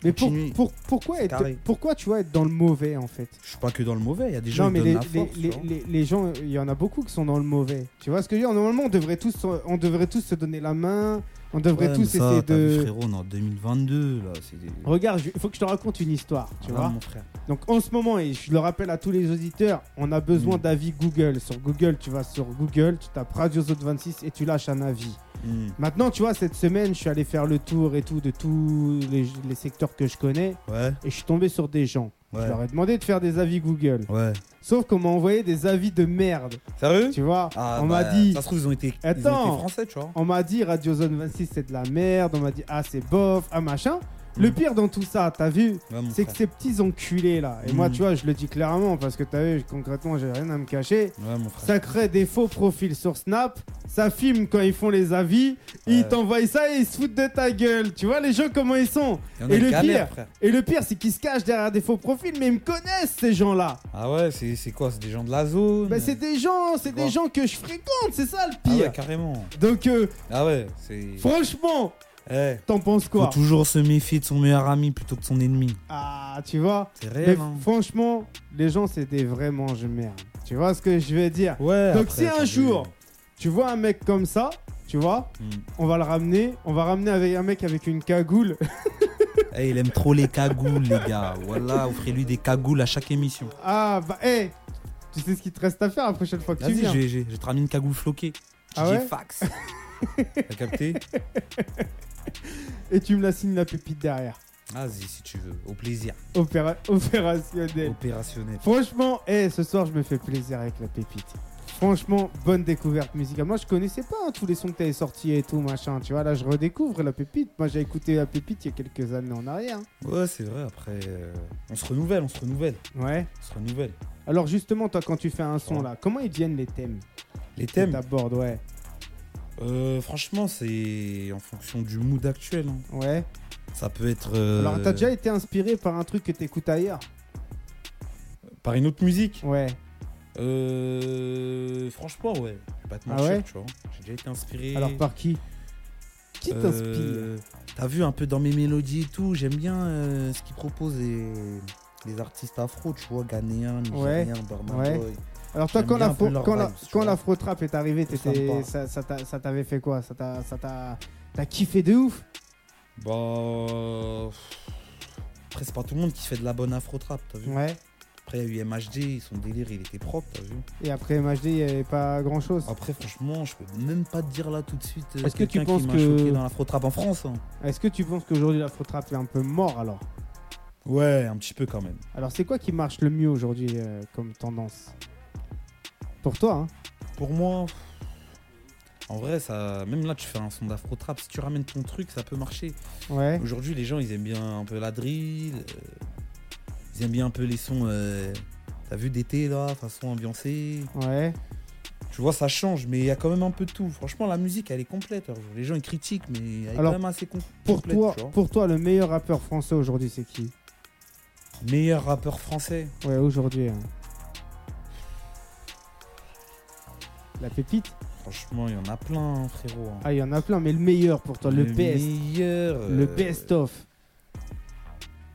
[SPEAKER 2] Mais pour,
[SPEAKER 3] Continuez.
[SPEAKER 2] pour- pourquoi,
[SPEAKER 3] C'est
[SPEAKER 2] être,
[SPEAKER 3] carré.
[SPEAKER 2] pourquoi tu vois être dans le mauvais en fait
[SPEAKER 3] je suis pas que dans le mauvais. Il y a des gens
[SPEAKER 2] Non,
[SPEAKER 3] qui
[SPEAKER 2] mais
[SPEAKER 3] donnent
[SPEAKER 2] les,
[SPEAKER 3] la force. hein.
[SPEAKER 2] les-
[SPEAKER 3] tu vois.
[SPEAKER 2] les- les gens, il y en a beaucoup qui sont dans le mauvais. Tu vois ce que je veux dire Normalement, on devrait, tous, on devrait tous se donner la main, on devrait
[SPEAKER 3] Ouais, mais
[SPEAKER 2] tous
[SPEAKER 3] ça,
[SPEAKER 2] essayer
[SPEAKER 3] t'as vu,
[SPEAKER 2] de.
[SPEAKER 3] frérot, on est en 2022, là. C'est des...
[SPEAKER 2] Regarde, il faut que je te raconte une histoire, tu
[SPEAKER 3] Ah,
[SPEAKER 2] vois.
[SPEAKER 3] mon frère.
[SPEAKER 2] Donc en ce moment, et je le rappelle à tous les auditeurs, on a besoin
[SPEAKER 3] Mm.
[SPEAKER 2] d'avis Google. Sur Google, tu vas sur Google, tu tapes Radio Zone 26 et tu lâches un avis.
[SPEAKER 3] Hmm,
[SPEAKER 2] Maintenant, tu vois, cette semaine, je suis allé faire le tour et tout de tous les, les secteurs que je connais
[SPEAKER 3] Ouais,
[SPEAKER 2] et je suis tombé sur des gens. Je
[SPEAKER 3] ouais,
[SPEAKER 2] leur ai demandé de faire des avis Google.
[SPEAKER 3] ouais.
[SPEAKER 2] Sauf qu'on m'a envoyé des avis de merde.
[SPEAKER 3] Sérieux
[SPEAKER 2] Tu vois,
[SPEAKER 3] Ah,
[SPEAKER 2] on
[SPEAKER 3] bah,
[SPEAKER 2] m'a dit,
[SPEAKER 3] Ça se trouve, ils ont été, ils ont été
[SPEAKER 2] Attends.
[SPEAKER 3] français, tu vois.
[SPEAKER 2] on m'a dit Radio Zone 26 c'est de la merde, on m'a dit ah c'est bof, ah machin.
[SPEAKER 3] Mhm.
[SPEAKER 2] Le pire dans tout ça, t'as vu,
[SPEAKER 3] Ouais, mon
[SPEAKER 2] c'est que
[SPEAKER 3] frère.
[SPEAKER 2] ces petits enculés là. Et
[SPEAKER 3] Mm.
[SPEAKER 2] moi, tu vois, je le dis clairement parce que t'as vu, concrètement, j'ai rien à me cacher.
[SPEAKER 3] Ouais, mon frère.
[SPEAKER 2] Ça crée des faux profils sur Snap, ça filme quand ils font les avis, ils
[SPEAKER 3] Ouais.
[SPEAKER 2] t'envoient ça et ils se foutent de ta gueule. Tu vois les gens comment ils sont
[SPEAKER 3] Il y en a
[SPEAKER 2] et
[SPEAKER 3] qui
[SPEAKER 2] le
[SPEAKER 3] galèrent,
[SPEAKER 2] pire-
[SPEAKER 3] frère.
[SPEAKER 2] Et le pire, c'est qu'ils se cachent derrière des faux profils, mais ils me connaissent ces gens-là.
[SPEAKER 3] Ah ouais, c'est c'est quoi C'est des gens de la zone
[SPEAKER 2] Bah, c'est des gens, c'est des
[SPEAKER 3] Quoi
[SPEAKER 2] gens que je fréquente, c'est ça le
[SPEAKER 3] Ah ouais,
[SPEAKER 2] pire.
[SPEAKER 3] carrément.
[SPEAKER 2] Donc euh,
[SPEAKER 3] Ah ouais, c'est.
[SPEAKER 2] franchement,
[SPEAKER 3] Eh,
[SPEAKER 2] t'en penses
[SPEAKER 3] faut
[SPEAKER 2] quoi
[SPEAKER 3] toujours se méfier de son meilleur ami plutôt que de son ennemi.
[SPEAKER 2] Ah, tu vois
[SPEAKER 3] C'est
[SPEAKER 2] Mais
[SPEAKER 3] réel, hein.
[SPEAKER 2] franchement, les gens, c'est des vrais mange-merde. Tu vois ce que je veux dire
[SPEAKER 3] Ouais.
[SPEAKER 2] Donc,
[SPEAKER 3] après,
[SPEAKER 2] si un
[SPEAKER 3] t'as vu.
[SPEAKER 2] jour, tu vois un mec comme ça, tu vois,
[SPEAKER 3] Hmm.
[SPEAKER 2] on va le ramener, on va ramener avec un mec avec une cagoule.
[SPEAKER 3] Eh, Eh, il aime trop les cagoules, les gars. Voilà, offrez-lui des cagoules à chaque émission.
[SPEAKER 2] Ah, bah, hé Tu sais ce qu'il te reste à faire la prochaine fois que tu
[SPEAKER 3] Vas-y,
[SPEAKER 2] viens
[SPEAKER 3] je, vais- je vais- je te ramène une cagoule floquée.
[SPEAKER 2] Ah
[SPEAKER 3] DJ
[SPEAKER 2] ouais
[SPEAKER 3] Fax. T'as capté
[SPEAKER 2] Et tu me la signes la pépite derrière.
[SPEAKER 3] Vas-y, si tu veux. Au plaisir.
[SPEAKER 2] Opéra- Opérationnel.
[SPEAKER 3] Opérationnel.
[SPEAKER 2] Franchement, eh, ce soir, je me fais plaisir avec la pépite. Franchement, bonne découverte musicale. Moi, je connaissais pas hein, tous les sons que t'avais sortis et tout, machin. Tu vois, là, je redécouvre la pépite. Moi, j'ai écouté la pépite il y a quelques années en arrière. hein.
[SPEAKER 3] Ouais, c'est vrai. Après, euh, on se renouvelle, on se renouvelle.
[SPEAKER 2] Ouais.
[SPEAKER 3] On se renouvelle.
[SPEAKER 2] Alors, justement, toi, quand tu fais un son,
[SPEAKER 3] Ouais.
[SPEAKER 2] là, comment ils viennent les thèmes
[SPEAKER 3] Les
[SPEAKER 2] que
[SPEAKER 3] thèmes,
[SPEAKER 2] t'abordes, ouais.
[SPEAKER 3] euh, franchement, c'est en fonction du mood actuel. hein.
[SPEAKER 2] Ouais.
[SPEAKER 3] Ça peut être. euh,
[SPEAKER 2] Alors, t'as déjà été inspiré par un truc que t'écoutes ailleurs
[SPEAKER 3] Par une autre musique
[SPEAKER 2] Ouais.
[SPEAKER 3] Euh, Franchement, ouais. Je vais pas te
[SPEAKER 2] Ah
[SPEAKER 3] mentir,
[SPEAKER 2] ouais
[SPEAKER 3] tu vois. J'ai déjà été inspiré.
[SPEAKER 2] Alors, par qui Qui
[SPEAKER 3] Euh,
[SPEAKER 2] t'inspire
[SPEAKER 3] T'as vu un peu dans mes mélodies et tout, j'aime bien euh, ce qu'ils proposent les, les artistes afro, tu vois, ghanéens,
[SPEAKER 2] Ouais,
[SPEAKER 3] nigériens, Burna
[SPEAKER 2] ouais.
[SPEAKER 3] Boy.
[SPEAKER 2] Alors toi,
[SPEAKER 3] J'aime
[SPEAKER 2] quand
[SPEAKER 3] bien
[SPEAKER 2] la,
[SPEAKER 3] un peu
[SPEAKER 2] fro-
[SPEAKER 3] leur
[SPEAKER 2] quand, la,
[SPEAKER 3] vibes, tu
[SPEAKER 2] quand
[SPEAKER 3] vois.
[SPEAKER 2] la frappe est arrivée,
[SPEAKER 3] trouve ça
[SPEAKER 2] t'étais-
[SPEAKER 3] sympa.
[SPEAKER 2] ça, ça t'a- ça t'avait fait quoi Ça t'a, ça t'a, t'as kiffé de ouf
[SPEAKER 3] Bah. pff, Après, c'est pas tout le monde qui fait de la bonne afro-trap, t'as vu.
[SPEAKER 2] Ouais.
[SPEAKER 3] Après, il y a eu MHD, son délire, il était propre, t'as vu.
[SPEAKER 2] Et après MHD, il n'y avait pas grand chose.
[SPEAKER 3] Après, franchement, je peux même pas te dire là tout de suite. euh,
[SPEAKER 2] Est-ce que tu
[SPEAKER 3] quelqu'un
[SPEAKER 2] penses
[SPEAKER 3] qui m'a
[SPEAKER 2] que-
[SPEAKER 3] choqué dans l'afro-trap en France hein.
[SPEAKER 2] Est-ce que tu penses qu'aujourd'hui la frappe est un peu mort alors
[SPEAKER 3] Ouais, un petit peu quand même.
[SPEAKER 2] Alors c'est quoi qui marche le mieux aujourd'hui euh, comme tendance Pour toi, hein
[SPEAKER 3] Pour moi. pff, En vrai, ça, même là, tu fais un son d'afro-trap. Si tu ramènes ton truc, ça peut marcher.
[SPEAKER 2] Ouais.
[SPEAKER 3] Aujourd'hui, les gens, ils aiment bien un peu la drill. euh, Ils aiment bien un peu les sons. euh, T'as vu d'été là, façon ambiancée.
[SPEAKER 2] Ouais.
[SPEAKER 3] Tu vois, ça change, mais il y a quand même un peu de tout. Franchement, la musique, elle est complète. alors. Les gens, ils critiquent, mais elle est
[SPEAKER 2] Alors,
[SPEAKER 3] quand même assez com-
[SPEAKER 2] Pour
[SPEAKER 3] complète.
[SPEAKER 2] toi,
[SPEAKER 3] tu vois.
[SPEAKER 2] pour toi, le meilleur rappeur français aujourd'hui, c'est qui
[SPEAKER 3] Meilleur rappeur français.
[SPEAKER 2] Ouais, aujourd'hui. hein. La pépite
[SPEAKER 3] Franchement, il y en a plein, hein, frérot. hein.
[SPEAKER 2] Ah, il y en a plein, mais le meilleur pour toi, le, best.
[SPEAKER 3] meilleur, euh,
[SPEAKER 2] Le best of.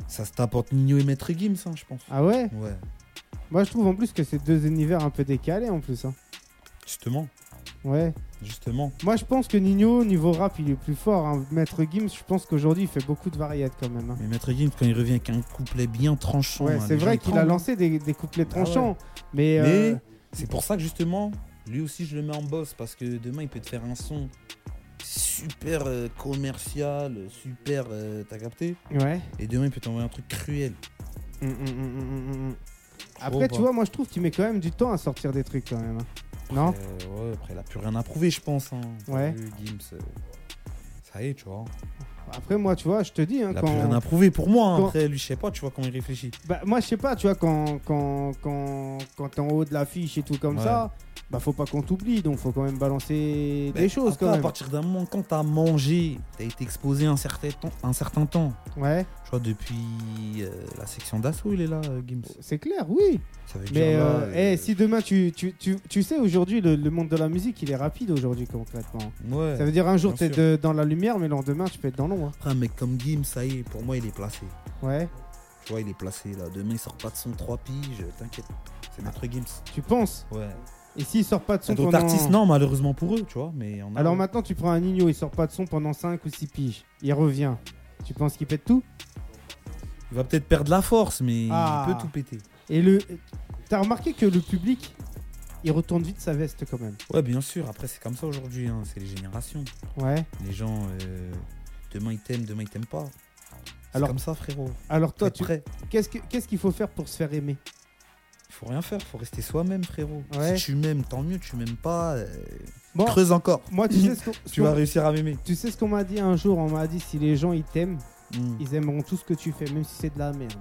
[SPEAKER 3] Ça se t'apporte Nino et Maître Gims, hein, je pense.
[SPEAKER 2] Ah ouais
[SPEAKER 3] Ouais,
[SPEAKER 2] Moi je trouve en plus que c'est deux univers un peu décalés en plus. hein.
[SPEAKER 3] justement.
[SPEAKER 2] Ouais.
[SPEAKER 3] Justement.
[SPEAKER 2] Moi je pense que Nino, niveau rap, il est plus fort. hein. Maître Gims, je pense qu'aujourd'hui il fait beaucoup de variétés quand même. hein.
[SPEAKER 3] Mais Maître Gims, quand il revient avec un couplet bien tranchant.
[SPEAKER 2] Ouais,
[SPEAKER 3] hein,
[SPEAKER 2] c'est
[SPEAKER 3] les gens,
[SPEAKER 2] vrai
[SPEAKER 3] ils
[SPEAKER 2] qu'il a
[SPEAKER 3] tremblent.
[SPEAKER 2] lancé des, des couplets
[SPEAKER 3] Ah ouais.
[SPEAKER 2] tranchants. Mais. euh,
[SPEAKER 3] Mais c'est pour ça que justement, lui aussi, je le mets en boss parce que demain, il peut te faire un son super euh, commercial, super. euh, T'as capté
[SPEAKER 2] Ouais.
[SPEAKER 3] Et demain, il peut t'envoyer un truc cruel. Hum,
[SPEAKER 2] Mm, mm, mm, mm, mm, mm.
[SPEAKER 3] vois
[SPEAKER 2] Après, tu
[SPEAKER 3] pas.
[SPEAKER 2] vois, moi je trouve qu'il met quand même du temps à sortir des trucs quand même. hein. Non
[SPEAKER 3] Euh, ouais, après, il a plus rien à prouver, je pense. hein. T'as
[SPEAKER 2] Ouais.
[SPEAKER 3] vu, Gims. euh, Ça y est, tu vois.
[SPEAKER 2] Après, moi, tu vois, je te dis. hein,
[SPEAKER 3] Il a
[SPEAKER 2] quand...
[SPEAKER 3] plus rien à prouver pour moi. hein.
[SPEAKER 2] quand-
[SPEAKER 3] Après, lui, je sais pas, tu vois, comment il réfléchit.
[SPEAKER 2] Bah, moi, je sais pas, tu vois, quand, quand, quand, quand t'es en haut de l'affiche et tout comme
[SPEAKER 3] Ouais.
[SPEAKER 2] ça, bah, faut pas qu'on t'oublie, donc faut quand même balancer
[SPEAKER 3] Ben,
[SPEAKER 2] des choses
[SPEAKER 3] après,
[SPEAKER 2] quand
[SPEAKER 3] À
[SPEAKER 2] même.
[SPEAKER 3] partir d'un moment, quand t'as mangé, t'as été exposé un certain temps. Un certain temps.
[SPEAKER 2] Ouais,
[SPEAKER 3] Je vois, depuis euh, la section d'assaut, il est là, euh, Gims.
[SPEAKER 2] c'est clair, oui.
[SPEAKER 3] Ça veut
[SPEAKER 2] Mais
[SPEAKER 3] dire. là,
[SPEAKER 2] euh,
[SPEAKER 3] euh,
[SPEAKER 2] eh, si demain, tu, tu, tu, tu sais, aujourd'hui, le, le monde de la musique, il est rapide aujourd'hui, concrètement.
[SPEAKER 3] Ouais.
[SPEAKER 2] Ça veut dire un jour,
[SPEAKER 3] bien
[SPEAKER 2] t'es de- dans la lumière, mais le lendemain, tu peux être dans l'ombre. hein.
[SPEAKER 3] Après, un mec comme Gims, ça y est, pour moi, il est placé.
[SPEAKER 2] Ouais,
[SPEAKER 3] Tu vois, il est placé là. Demain, il sort pas de son 3 piges, t'inquiète. C'est notre Gims.
[SPEAKER 2] tu penses.
[SPEAKER 3] Ouais.
[SPEAKER 2] Et s'il sort pas de son
[SPEAKER 3] D'autres
[SPEAKER 2] pendant...
[SPEAKER 3] artistes, non, malheureusement pour eux, tu vois. Mais on a-
[SPEAKER 2] Alors maintenant, tu prends un igno, il sort pas de son pendant 5 ou 6 piges. Il revient. Tu penses qu'il pète tout
[SPEAKER 3] Il va peut-être perdre la force, mais
[SPEAKER 2] Ah.
[SPEAKER 3] il peut tout péter.
[SPEAKER 2] Et le. T'as remarqué que le public, il retourne vite sa veste quand même.
[SPEAKER 3] Ouais, bien sûr. Après, c'est comme ça aujourd'hui. hein. C'est les générations.
[SPEAKER 2] Ouais.
[SPEAKER 3] Les gens, euh, demain, ils t'aiment, demain, ils t'aiment pas.
[SPEAKER 2] Alors-
[SPEAKER 3] Alors comme ça, frérot.
[SPEAKER 2] Alors toi,
[SPEAKER 3] Toi,
[SPEAKER 2] tu...
[SPEAKER 3] tu prêt
[SPEAKER 2] qu'est-ce que- qu'est-ce qu'il faut faire pour se faire aimer
[SPEAKER 3] Faut rien faire, faut rester soi-même, frérot.
[SPEAKER 2] Ouais.
[SPEAKER 3] Si tu m'aimes, tant mieux. Tu m'aimes pas, euh,
[SPEAKER 2] Bon,
[SPEAKER 3] creuse encore.
[SPEAKER 2] moi, tu sais ce qu'on ce
[SPEAKER 3] Tu
[SPEAKER 2] qu'on-
[SPEAKER 3] vas réussir à m'aimer.
[SPEAKER 2] tu sais ce qu'on m'a dit un jour. On m'a dit si les gens ils t'aiment,
[SPEAKER 3] Mm.
[SPEAKER 2] ils aimeront tout ce que tu fais, même si c'est de la merde.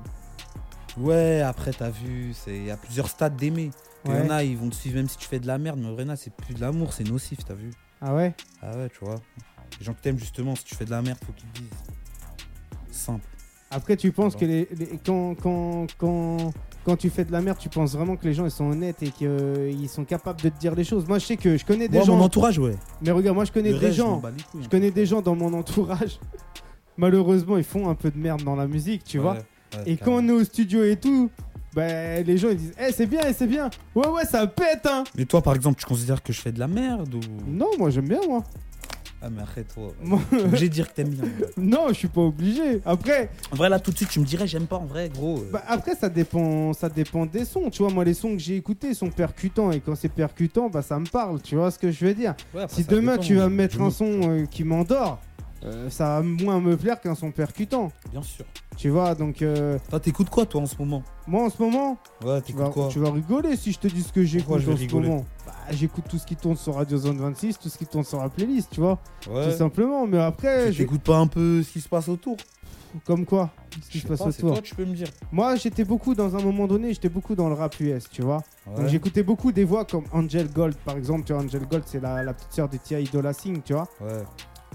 [SPEAKER 3] Ouais, après, t'as vu, c'est- il y a plusieurs stades d'aimer. Il y
[SPEAKER 2] Ouais.
[SPEAKER 3] en a, ils vont te suivre même si tu fais de la merde, mais Rena, c'est plus de l'amour, c'est nocif, t'as vu
[SPEAKER 2] Ah ouais.
[SPEAKER 3] Ah ouais, tu vois. Les gens qui t'aiment, justement, si tu fais de la merde, faut qu'ils te disent. Simple.
[SPEAKER 2] Après, tu penses
[SPEAKER 3] Ah Bon.
[SPEAKER 2] que les, les- quand, quand, quand, quand tu fais de la merde, tu penses vraiment que les gens ils sont honnêtes et qu'ils sont capables de te dire les choses. Moi, je sais que je connais des
[SPEAKER 3] Moi,
[SPEAKER 2] gens.
[SPEAKER 3] mon entourage, ouais.
[SPEAKER 2] Mais regarde, moi, je connais
[SPEAKER 3] Le
[SPEAKER 2] des
[SPEAKER 3] reste, je m'en
[SPEAKER 2] gens.
[SPEAKER 3] bats les couilles,
[SPEAKER 2] Je
[SPEAKER 3] hein.
[SPEAKER 2] connais des gens dans mon entourage. Malheureusement, ils font un peu de merde dans la musique, tu vois.
[SPEAKER 3] Ouais, ouais,
[SPEAKER 2] Et quand
[SPEAKER 3] carrément.
[SPEAKER 2] on est au studio et tout, bah, les gens ils disent Eh, c'est bien, eh, c'est bien. Ouais, ouais, ça pète, hein.
[SPEAKER 3] Mais toi, par exemple, tu considères que je fais de la merde ou.
[SPEAKER 2] Non, moi j'aime bien, moi.
[SPEAKER 3] Ah, mais arrête-toi.
[SPEAKER 2] Moi-
[SPEAKER 3] Obligé de dire que t'aimes bien.
[SPEAKER 2] Non, je suis pas obligé. Après,
[SPEAKER 3] En vrai, là, tout de suite, tu me dirais, j'aime pas en vrai, gros.
[SPEAKER 2] bah, après ça dépend, ça dépend des sons. Tu vois, moi les sons que j'ai écoutés sont percutants et quand c'est percutant, bah ça me parle. Tu vois ce que je veux dire
[SPEAKER 3] Ouais, après,
[SPEAKER 2] Si
[SPEAKER 3] Ah, ça
[SPEAKER 2] demain
[SPEAKER 3] dépend
[SPEAKER 2] tu vas me
[SPEAKER 3] du
[SPEAKER 2] mettre un
[SPEAKER 3] mood.
[SPEAKER 2] son euh, qui m'endort, euh, ça va moins me plaire qu'un son percutant.
[SPEAKER 3] Bien sûr.
[SPEAKER 2] Tu vois, donc euh,
[SPEAKER 3] Toi, t'écoutes quoi, toi, en ce moment
[SPEAKER 2] moi en ce moment,
[SPEAKER 3] Ouais,
[SPEAKER 2] tu vas,
[SPEAKER 3] t'écoutes quoi
[SPEAKER 2] tu vas rigoler si je te dis ce que
[SPEAKER 3] Pourquoi
[SPEAKER 2] j'écoute
[SPEAKER 3] je vais
[SPEAKER 2] en ce
[SPEAKER 3] rigoler
[SPEAKER 2] moment. Bah, j'écoute tout ce qui tourne sur Radio Zone 26, tout ce qui tourne sur la playlist, tu vois, tout
[SPEAKER 3] Ouais.
[SPEAKER 2] simplement. Mais après,
[SPEAKER 3] Tu
[SPEAKER 2] Eh, je...
[SPEAKER 3] t'écoutes pas un peu ce qui se passe autour
[SPEAKER 2] comme quoi, ce qui se
[SPEAKER 3] sais
[SPEAKER 2] passe
[SPEAKER 3] pas, c'est
[SPEAKER 2] autour.
[SPEAKER 3] Toi, tu peux me dire.
[SPEAKER 2] Moi, j'étais beaucoup dans un moment donné, j'étais beaucoup dans le rap US, tu vois. Donc
[SPEAKER 3] Ouais.
[SPEAKER 2] j'écoutais beaucoup des voix comme Angel Gold, par exemple. Tu vois, Angel Gold, c'est la, la petite sœur de Tia Idola Singh, tu vois.
[SPEAKER 3] Ouais.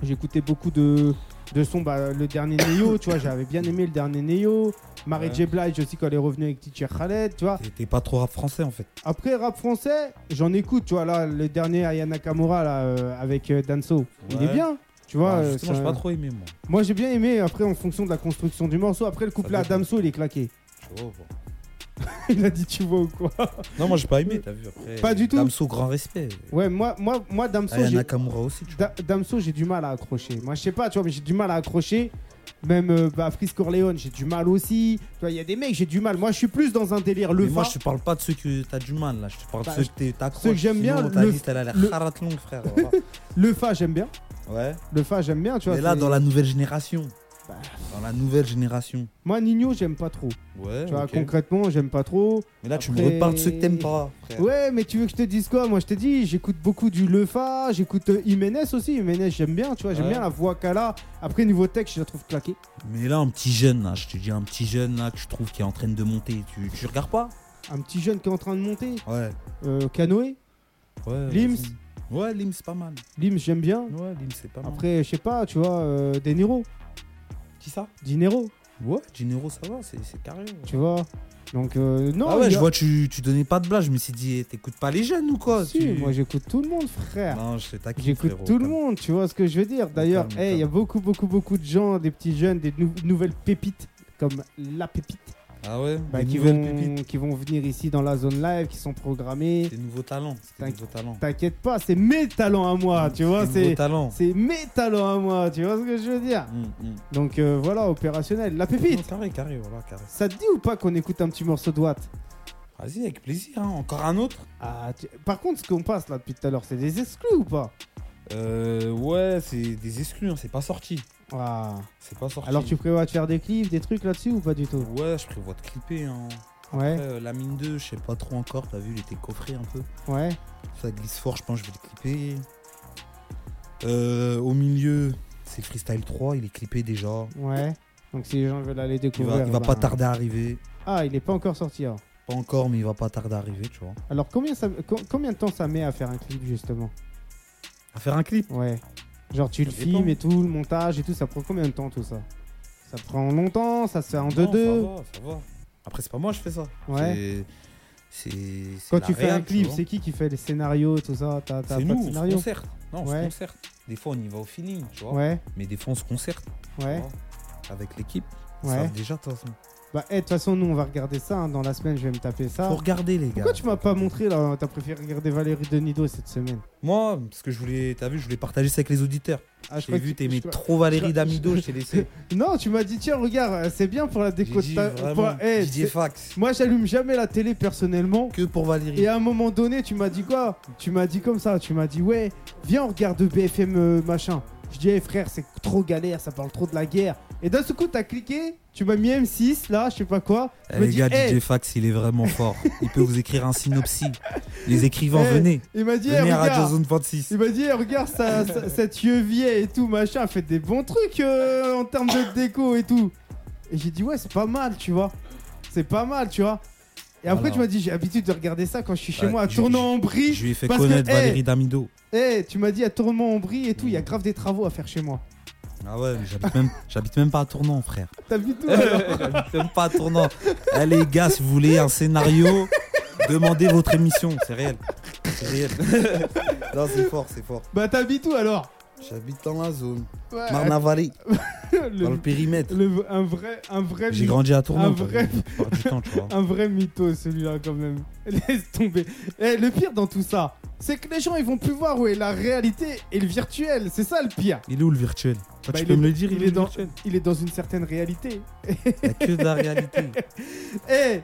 [SPEAKER 2] J'écoutais beaucoup de, de sons, bah, le dernier Neo, tu vois, j'avais bien aimé le dernier Neo. Marie
[SPEAKER 3] Ouais.
[SPEAKER 2] J. Blige aussi quand elle est revenue avec Teacher Khaled, tu vois.
[SPEAKER 3] T'es- T'es pas trop rap français, en fait.
[SPEAKER 2] Après, rap français, j'en écoute, tu vois, là, le dernier Ayana Kamura, là, euh, avec euh, Danso, il est
[SPEAKER 3] Ouais.
[SPEAKER 2] bien. Tu vois,
[SPEAKER 3] Bah,
[SPEAKER 2] euh,
[SPEAKER 3] justement,
[SPEAKER 2] ça-
[SPEAKER 3] j'ai pas trop aimé, moi.
[SPEAKER 2] moi j'ai bien aimé, après en fonction de la construction du morceau, après le couplet à
[SPEAKER 3] dépend.
[SPEAKER 2] Damso il est claqué.
[SPEAKER 3] Tu vois, Oh, bon.
[SPEAKER 2] il a dit tu vois ou quoi
[SPEAKER 3] Non, moi, j'ai pas aimé, t'as vu. Après,
[SPEAKER 2] Pas du tout.
[SPEAKER 3] Damso, grand respect.
[SPEAKER 2] Ouais moi moi moi Damso
[SPEAKER 3] Aya
[SPEAKER 2] j'ai-
[SPEAKER 3] Nakamura aussi, tu vois.
[SPEAKER 2] Da- Damso, j'ai du mal à accrocher. Moi, je sais pas, tu vois, mais j'ai du mal à accrocher. Même euh, bah, Freeze Corleone, j'ai du mal aussi. Tu vois, il y a des mecs, j'ai du mal. Moi, je suis plus dans un délire le
[SPEAKER 3] Mais moi,
[SPEAKER 2] va.
[SPEAKER 3] je te parle pas de ceux que t'as du mal, là. Je te parle
[SPEAKER 2] Bah,
[SPEAKER 3] de ceux que t'es- t'accroches.
[SPEAKER 2] ceux que j'aime bien,
[SPEAKER 3] Sinon, ta
[SPEAKER 2] le-
[SPEAKER 3] liste, elle a l'air
[SPEAKER 2] le-
[SPEAKER 3] harat longue, frère.
[SPEAKER 2] Le fa, j'aime bien.
[SPEAKER 3] ouais.
[SPEAKER 2] Le fa, j'aime bien, tu vois.
[SPEAKER 3] Mais là,
[SPEAKER 2] c'est-
[SPEAKER 3] dans la nouvelle génération.
[SPEAKER 2] Bah.
[SPEAKER 3] Dans la nouvelle génération.
[SPEAKER 2] Moi, Nino, j'aime pas trop.
[SPEAKER 3] Ouais.
[SPEAKER 2] Tu vois, concrètement, j'aime pas trop.
[SPEAKER 3] Mais là, tu me
[SPEAKER 2] Après-
[SPEAKER 3] reparles de ceux que t'aimes pas, frère.
[SPEAKER 2] Ouais, mais tu veux que je te dise quoi Moi, je t'ai dit, j'écoute beaucoup du Le Fa, j'écoute euh, Jiménez aussi. Jiménez, j'aime bien, tu vois, j'aime
[SPEAKER 3] Ouais.
[SPEAKER 2] bien la voix qu'elle a. Après, niveau texte, je la trouve claquée.
[SPEAKER 3] Mais là, un petit jeune, là, je te dis, un petit jeune, là, que je trouve qui est en train de monter. Tu, tu regardes pas
[SPEAKER 2] Un petit jeune qui est en train de monter.
[SPEAKER 3] Ouais.
[SPEAKER 2] Euh, Canoë,
[SPEAKER 3] ouais
[SPEAKER 2] Lims
[SPEAKER 3] vas-y. Ouais, Lims, c'est pas mal.
[SPEAKER 2] Lims, j'aime bien.
[SPEAKER 3] Ouais, Lims, c'est pas mal.
[SPEAKER 2] Après, je sais pas, tu vois, euh, De Niro,
[SPEAKER 3] qui ça
[SPEAKER 2] Dinero,
[SPEAKER 3] Ouais, Dinero, ça va, c'est c'est carré. ouais.
[SPEAKER 2] tu vois. Donc, euh, non.
[SPEAKER 3] ah ouais,
[SPEAKER 2] il y
[SPEAKER 3] je
[SPEAKER 2] a-
[SPEAKER 3] vois, tu, tu donnais pas de blague. Je me suis dit, eh, t'écoutes pas les jeunes ou quoi
[SPEAKER 2] Si,
[SPEAKER 3] tu-
[SPEAKER 2] moi j'écoute tout le monde, frère.
[SPEAKER 3] Non, je t'inquiète.
[SPEAKER 2] J'écoute tout le monde, tu vois ce que je veux dire. D'ailleurs,
[SPEAKER 3] calme,
[SPEAKER 2] hey, il y a beaucoup, beaucoup, beaucoup de gens, des petits jeunes, des nou- nouvelles pépites, comme la pépite,
[SPEAKER 3] Ah ouais
[SPEAKER 2] bah,
[SPEAKER 3] Des
[SPEAKER 2] qui,
[SPEAKER 3] nouvelles
[SPEAKER 2] vont,
[SPEAKER 3] pépites.
[SPEAKER 2] qui vont venir ici dans la zone live, qui sont programmés.
[SPEAKER 3] Des nouveaux talents. Des
[SPEAKER 2] T'inquiète.
[SPEAKER 3] nouveaux talents.
[SPEAKER 2] T'inquiète pas, c'est mes talents à moi, Ah, tu vois.
[SPEAKER 3] Des nouveaux
[SPEAKER 2] C'est
[SPEAKER 3] talents.
[SPEAKER 2] c'est mes talents à moi, tu vois ce que je veux dire.
[SPEAKER 3] Hum, hum.
[SPEAKER 2] Donc euh, voilà, opérationnel. La
[SPEAKER 3] Non,
[SPEAKER 2] pépite,
[SPEAKER 3] Carré, carré, voilà, carré.
[SPEAKER 2] ça te dit ou pas qu'on écoute un petit morceau de Watt
[SPEAKER 3] Vas-y, avec plaisir. hein. Encore un autre
[SPEAKER 2] Ah, tu- Par contre, ce qu'on passe là depuis tout à l'heure, c'est des exclus ou pas
[SPEAKER 3] Euh, ouais, c'est des exclus, hein, c'est pas sorti.
[SPEAKER 2] Ah.
[SPEAKER 3] C'est pas sorti.
[SPEAKER 2] Alors tu prévois de faire des clips, des trucs là-dessus ou pas du tout
[SPEAKER 3] Ouais, je prévois de clipper. Hein.
[SPEAKER 2] Ouais,
[SPEAKER 3] Après, euh, la mine 2, je sais pas trop encore, t'as vu, il était coffré un peu.
[SPEAKER 2] ouais.
[SPEAKER 3] Ça glisse fort, je pense que je vais le clipper. Euh, au milieu, c'est Freestyle 3, il est clippé déjà.
[SPEAKER 2] Ouais. Donc si les gens veulent aller
[SPEAKER 3] Il
[SPEAKER 2] découvrir.
[SPEAKER 3] va, il va
[SPEAKER 2] ben-
[SPEAKER 3] pas tarder à arriver.
[SPEAKER 2] Ah, il est pas encore sorti. Alors,
[SPEAKER 3] Pas encore, mais il va pas tarder à arriver, tu vois.
[SPEAKER 2] alors combien, ça... co- combien de temps ça met à faire un clip justement
[SPEAKER 3] À faire un clip
[SPEAKER 2] Ouais. Genre tu le
[SPEAKER 3] Ça
[SPEAKER 2] filmes
[SPEAKER 3] dépend.
[SPEAKER 2] et tout, le montage et tout, ça prend combien de temps tout ça Ça prend longtemps, ça se fait en 2-2.
[SPEAKER 3] Non, Ça va, ça va. Après, c'est pas moi, je fais ça.
[SPEAKER 2] Ouais.
[SPEAKER 3] C'est. c'est- c'est
[SPEAKER 2] Quand
[SPEAKER 3] la
[SPEAKER 2] tu fais
[SPEAKER 3] réa,
[SPEAKER 2] un clip,
[SPEAKER 3] vois.
[SPEAKER 2] c'est qui qui fait les scénarios, tout ça T'as t'as
[SPEAKER 3] C'est
[SPEAKER 2] pas
[SPEAKER 3] nous,
[SPEAKER 2] de
[SPEAKER 3] on se
[SPEAKER 2] scénario
[SPEAKER 3] concerte. Non, on
[SPEAKER 2] Ouais.
[SPEAKER 3] se concerte. Des fois, on y va au feeling, tu vois.
[SPEAKER 2] Ouais,
[SPEAKER 3] Mais des fois, on se concerte. tu
[SPEAKER 2] ouais,
[SPEAKER 3] vois, Avec l'équipe. Ils
[SPEAKER 2] ouais.
[SPEAKER 3] savent déjà, de toute façon.
[SPEAKER 2] Bah, eh, de toute façon, nous on va regarder ça. hein. Dans la semaine, je vais me taper ça.
[SPEAKER 3] Faut regarder, les gars.
[SPEAKER 2] Ah. Pourquoi tu m'as pas montré là T'as préféré regarder Valérie Denido cette semaine
[SPEAKER 3] Moi, parce que je voulais, t'as vu, je voulais partager ça avec les auditeurs.
[SPEAKER 2] Ah,
[SPEAKER 3] J'ai vu,
[SPEAKER 2] que-
[SPEAKER 3] t'aimais
[SPEAKER 2] je crois-
[SPEAKER 3] trop Valérie Damido, je t'ai laissé.
[SPEAKER 2] Non, tu m'as dit, tiens, regarde, euh, c'est bien pour la
[SPEAKER 3] J'ai
[SPEAKER 2] déco.
[SPEAKER 3] dit
[SPEAKER 2] ta- pour-
[SPEAKER 3] vraiment,
[SPEAKER 2] eh,
[SPEAKER 3] Didier
[SPEAKER 2] c'est-
[SPEAKER 3] Fax,
[SPEAKER 2] Moi, j'allume jamais la télé personnellement.
[SPEAKER 3] que pour Valérie.
[SPEAKER 2] Et à un moment donné, tu m'as dit quoi Tu m'as dit comme ça, tu m'as dit, ouais, viens, on regarde BFM euh, machin. Je dis, eh, frère, c'est trop galère, ça parle trop de la guerre. Et d'un seul coup, t'as cliqué, tu m'as mis M6, là, je sais pas quoi.
[SPEAKER 3] Eh,
[SPEAKER 2] Je me
[SPEAKER 3] les
[SPEAKER 2] dis,
[SPEAKER 3] gars,
[SPEAKER 2] eh,
[SPEAKER 3] Didier Fax, il est vraiment fort. Il peut vous écrire un synopsis. Les écrivains,
[SPEAKER 2] Eh,
[SPEAKER 3] venez.
[SPEAKER 2] il m'a dit, eh,
[SPEAKER 3] Venez à Radio
[SPEAKER 2] regarde,
[SPEAKER 3] Zone 26.
[SPEAKER 2] Il m'a dit, eh, regarde ça, ça- cette yevier et tout, machin, fait des bons trucs euh, en termes de déco et tout. Et j'ai dit, ouais, c'est pas mal, tu vois. C'est pas mal, tu vois. Et après,
[SPEAKER 3] Voilà.
[SPEAKER 2] tu m'as dit, j'ai l'habitude de regarder ça quand je suis chez
[SPEAKER 3] Ah Ouais,
[SPEAKER 2] moi, à
[SPEAKER 3] je-
[SPEAKER 2] tournant en brie.
[SPEAKER 3] Je lui ai fait
[SPEAKER 2] parce que,
[SPEAKER 3] connaître
[SPEAKER 2] eh,
[SPEAKER 3] Valérie Damido.
[SPEAKER 2] Eh, tu m'as dit, à tournant en brie et tout, il y a grave des travaux à faire chez moi.
[SPEAKER 3] Ah ouais, mais j'habite même, j'habite même pas à Tournant, frère.
[SPEAKER 2] T'as vu tout alors
[SPEAKER 3] j'habite même pas à Tournant. Eh, les gars, si vous voulez un scénario, demandez votre émission. C'est réel. C'est réel. non, c'est fort, c'est fort.
[SPEAKER 2] Bah, t'as vu tout alors
[SPEAKER 3] J'habite dans la zone.
[SPEAKER 2] Ouais,
[SPEAKER 3] Marne-la-Vallée, dans le
[SPEAKER 2] le-
[SPEAKER 3] périmètre.
[SPEAKER 2] le- Un vrai, un vrai,
[SPEAKER 3] J'ai grandi à Tournant.
[SPEAKER 2] un
[SPEAKER 3] quoi,
[SPEAKER 2] vrai-
[SPEAKER 3] la plupart du temps, tu vois.
[SPEAKER 2] un vrai mytho, celui-là, quand même. Laisse tomber. Eh, le pire dans tout ça, c'est que les gens ils vont plus voir où est la réalité et le virtuel. C'est ça le pire.
[SPEAKER 3] Ah,
[SPEAKER 5] Il est où le virtuel
[SPEAKER 2] Bah,
[SPEAKER 5] Toi, Tu
[SPEAKER 2] il
[SPEAKER 5] peux
[SPEAKER 2] est-
[SPEAKER 5] me le dire,
[SPEAKER 2] il
[SPEAKER 5] il,
[SPEAKER 2] est
[SPEAKER 5] est
[SPEAKER 2] dans-
[SPEAKER 5] le virtuel.
[SPEAKER 2] Il est dans une certaine réalité.
[SPEAKER 3] Il y a que de la réalité.
[SPEAKER 2] Eh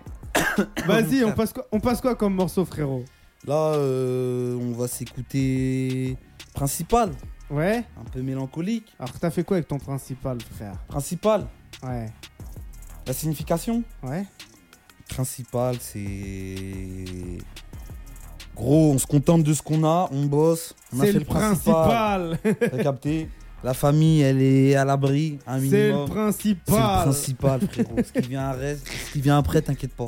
[SPEAKER 2] Vas-y, on passe, quoi, on passe quoi comme morceau, frérot
[SPEAKER 3] Là, euh, on va s'écouter principal,
[SPEAKER 2] Ouais
[SPEAKER 3] un peu mélancolique.
[SPEAKER 2] Alors, t'as fait quoi avec ton principal, frère
[SPEAKER 3] Principal,
[SPEAKER 2] Ouais.
[SPEAKER 3] la signification.
[SPEAKER 2] Ouais
[SPEAKER 3] Principal, c'est gros, on se contente de ce qu'on a, on bosse, on a
[SPEAKER 2] C'est
[SPEAKER 3] fait
[SPEAKER 2] le
[SPEAKER 3] le principal.
[SPEAKER 2] principal
[SPEAKER 3] T'as capté La famille, elle est à l'abri, un
[SPEAKER 2] C'est le
[SPEAKER 3] minimum. C'est le
[SPEAKER 2] principal
[SPEAKER 3] principal, frérot. ce qui vient après, ce qui vient après, t'inquiète pas.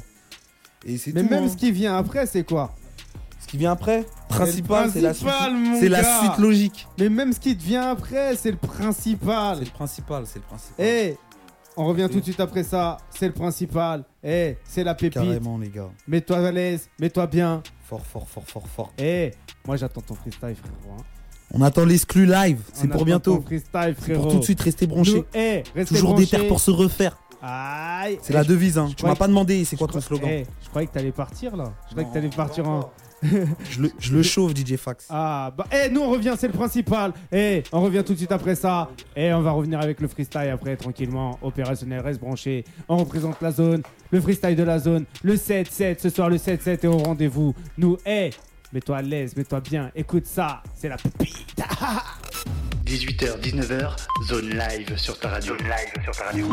[SPEAKER 3] Et c'est
[SPEAKER 2] Mais
[SPEAKER 3] tout,
[SPEAKER 2] même
[SPEAKER 3] hein.
[SPEAKER 2] ce qui vient après, c'est quoi
[SPEAKER 3] Ce qui vient après, principal, c'est la suite.
[SPEAKER 2] principal, mon
[SPEAKER 3] C'est la
[SPEAKER 2] gars.
[SPEAKER 3] suite logique.
[SPEAKER 2] Mais même ce qui te vient après, c'est le principal
[SPEAKER 3] C'est Ah, le principal, c'est le principal.
[SPEAKER 2] Eh On revient tout
[SPEAKER 3] Oui.
[SPEAKER 2] de suite après ça, c'est le principal Eh C'est la pépite
[SPEAKER 3] Carrément, les gars.
[SPEAKER 2] Mets-toi à l'aise, mets-toi bien
[SPEAKER 3] Fort, fort, fort, fort, fort.
[SPEAKER 2] Eh Moi, j'attends ton freestyle, frérot. hein.
[SPEAKER 3] On attend l'exclu live. C'est
[SPEAKER 2] On
[SPEAKER 3] pour
[SPEAKER 2] attend ton
[SPEAKER 3] bientôt.
[SPEAKER 2] freestyle, frérot.
[SPEAKER 3] Pour tout de suite, rester
[SPEAKER 2] Nous,
[SPEAKER 3] branché.
[SPEAKER 2] eh, restez
[SPEAKER 3] Toujours
[SPEAKER 2] branchés.
[SPEAKER 3] déter pour se refaire.
[SPEAKER 2] Aïe. Eh,
[SPEAKER 3] C'est la
[SPEAKER 2] Je-
[SPEAKER 3] devise. Hein.
[SPEAKER 2] je
[SPEAKER 3] Tu m'as
[SPEAKER 2] crois-
[SPEAKER 3] pas demandé c'est quoi
[SPEAKER 2] je
[SPEAKER 3] ton
[SPEAKER 2] crois-
[SPEAKER 3] slogan.
[SPEAKER 2] eh, je croyais que t'allais partir là. Je croyais que t'allais partir en.
[SPEAKER 3] Je le, je le chauffe, DJ Fax.
[SPEAKER 2] Ah bah. Eh, nous on revient, c'est le principal. Eh, on revient tout de suite après ça. Eh, on va revenir avec le freestyle après tranquillement. Opérationnel, reste branché. On représente la zone, le freestyle de la zone, le 7-7. Ce soir, le 7-7 est au rendez-vous. Nous, eh, mets-toi à l'aise, mets-toi bien. Écoute ça, c'est la pépite.
[SPEAKER 1] 18h, 19h, zone live sur ta radio. Zone live sur ta radio.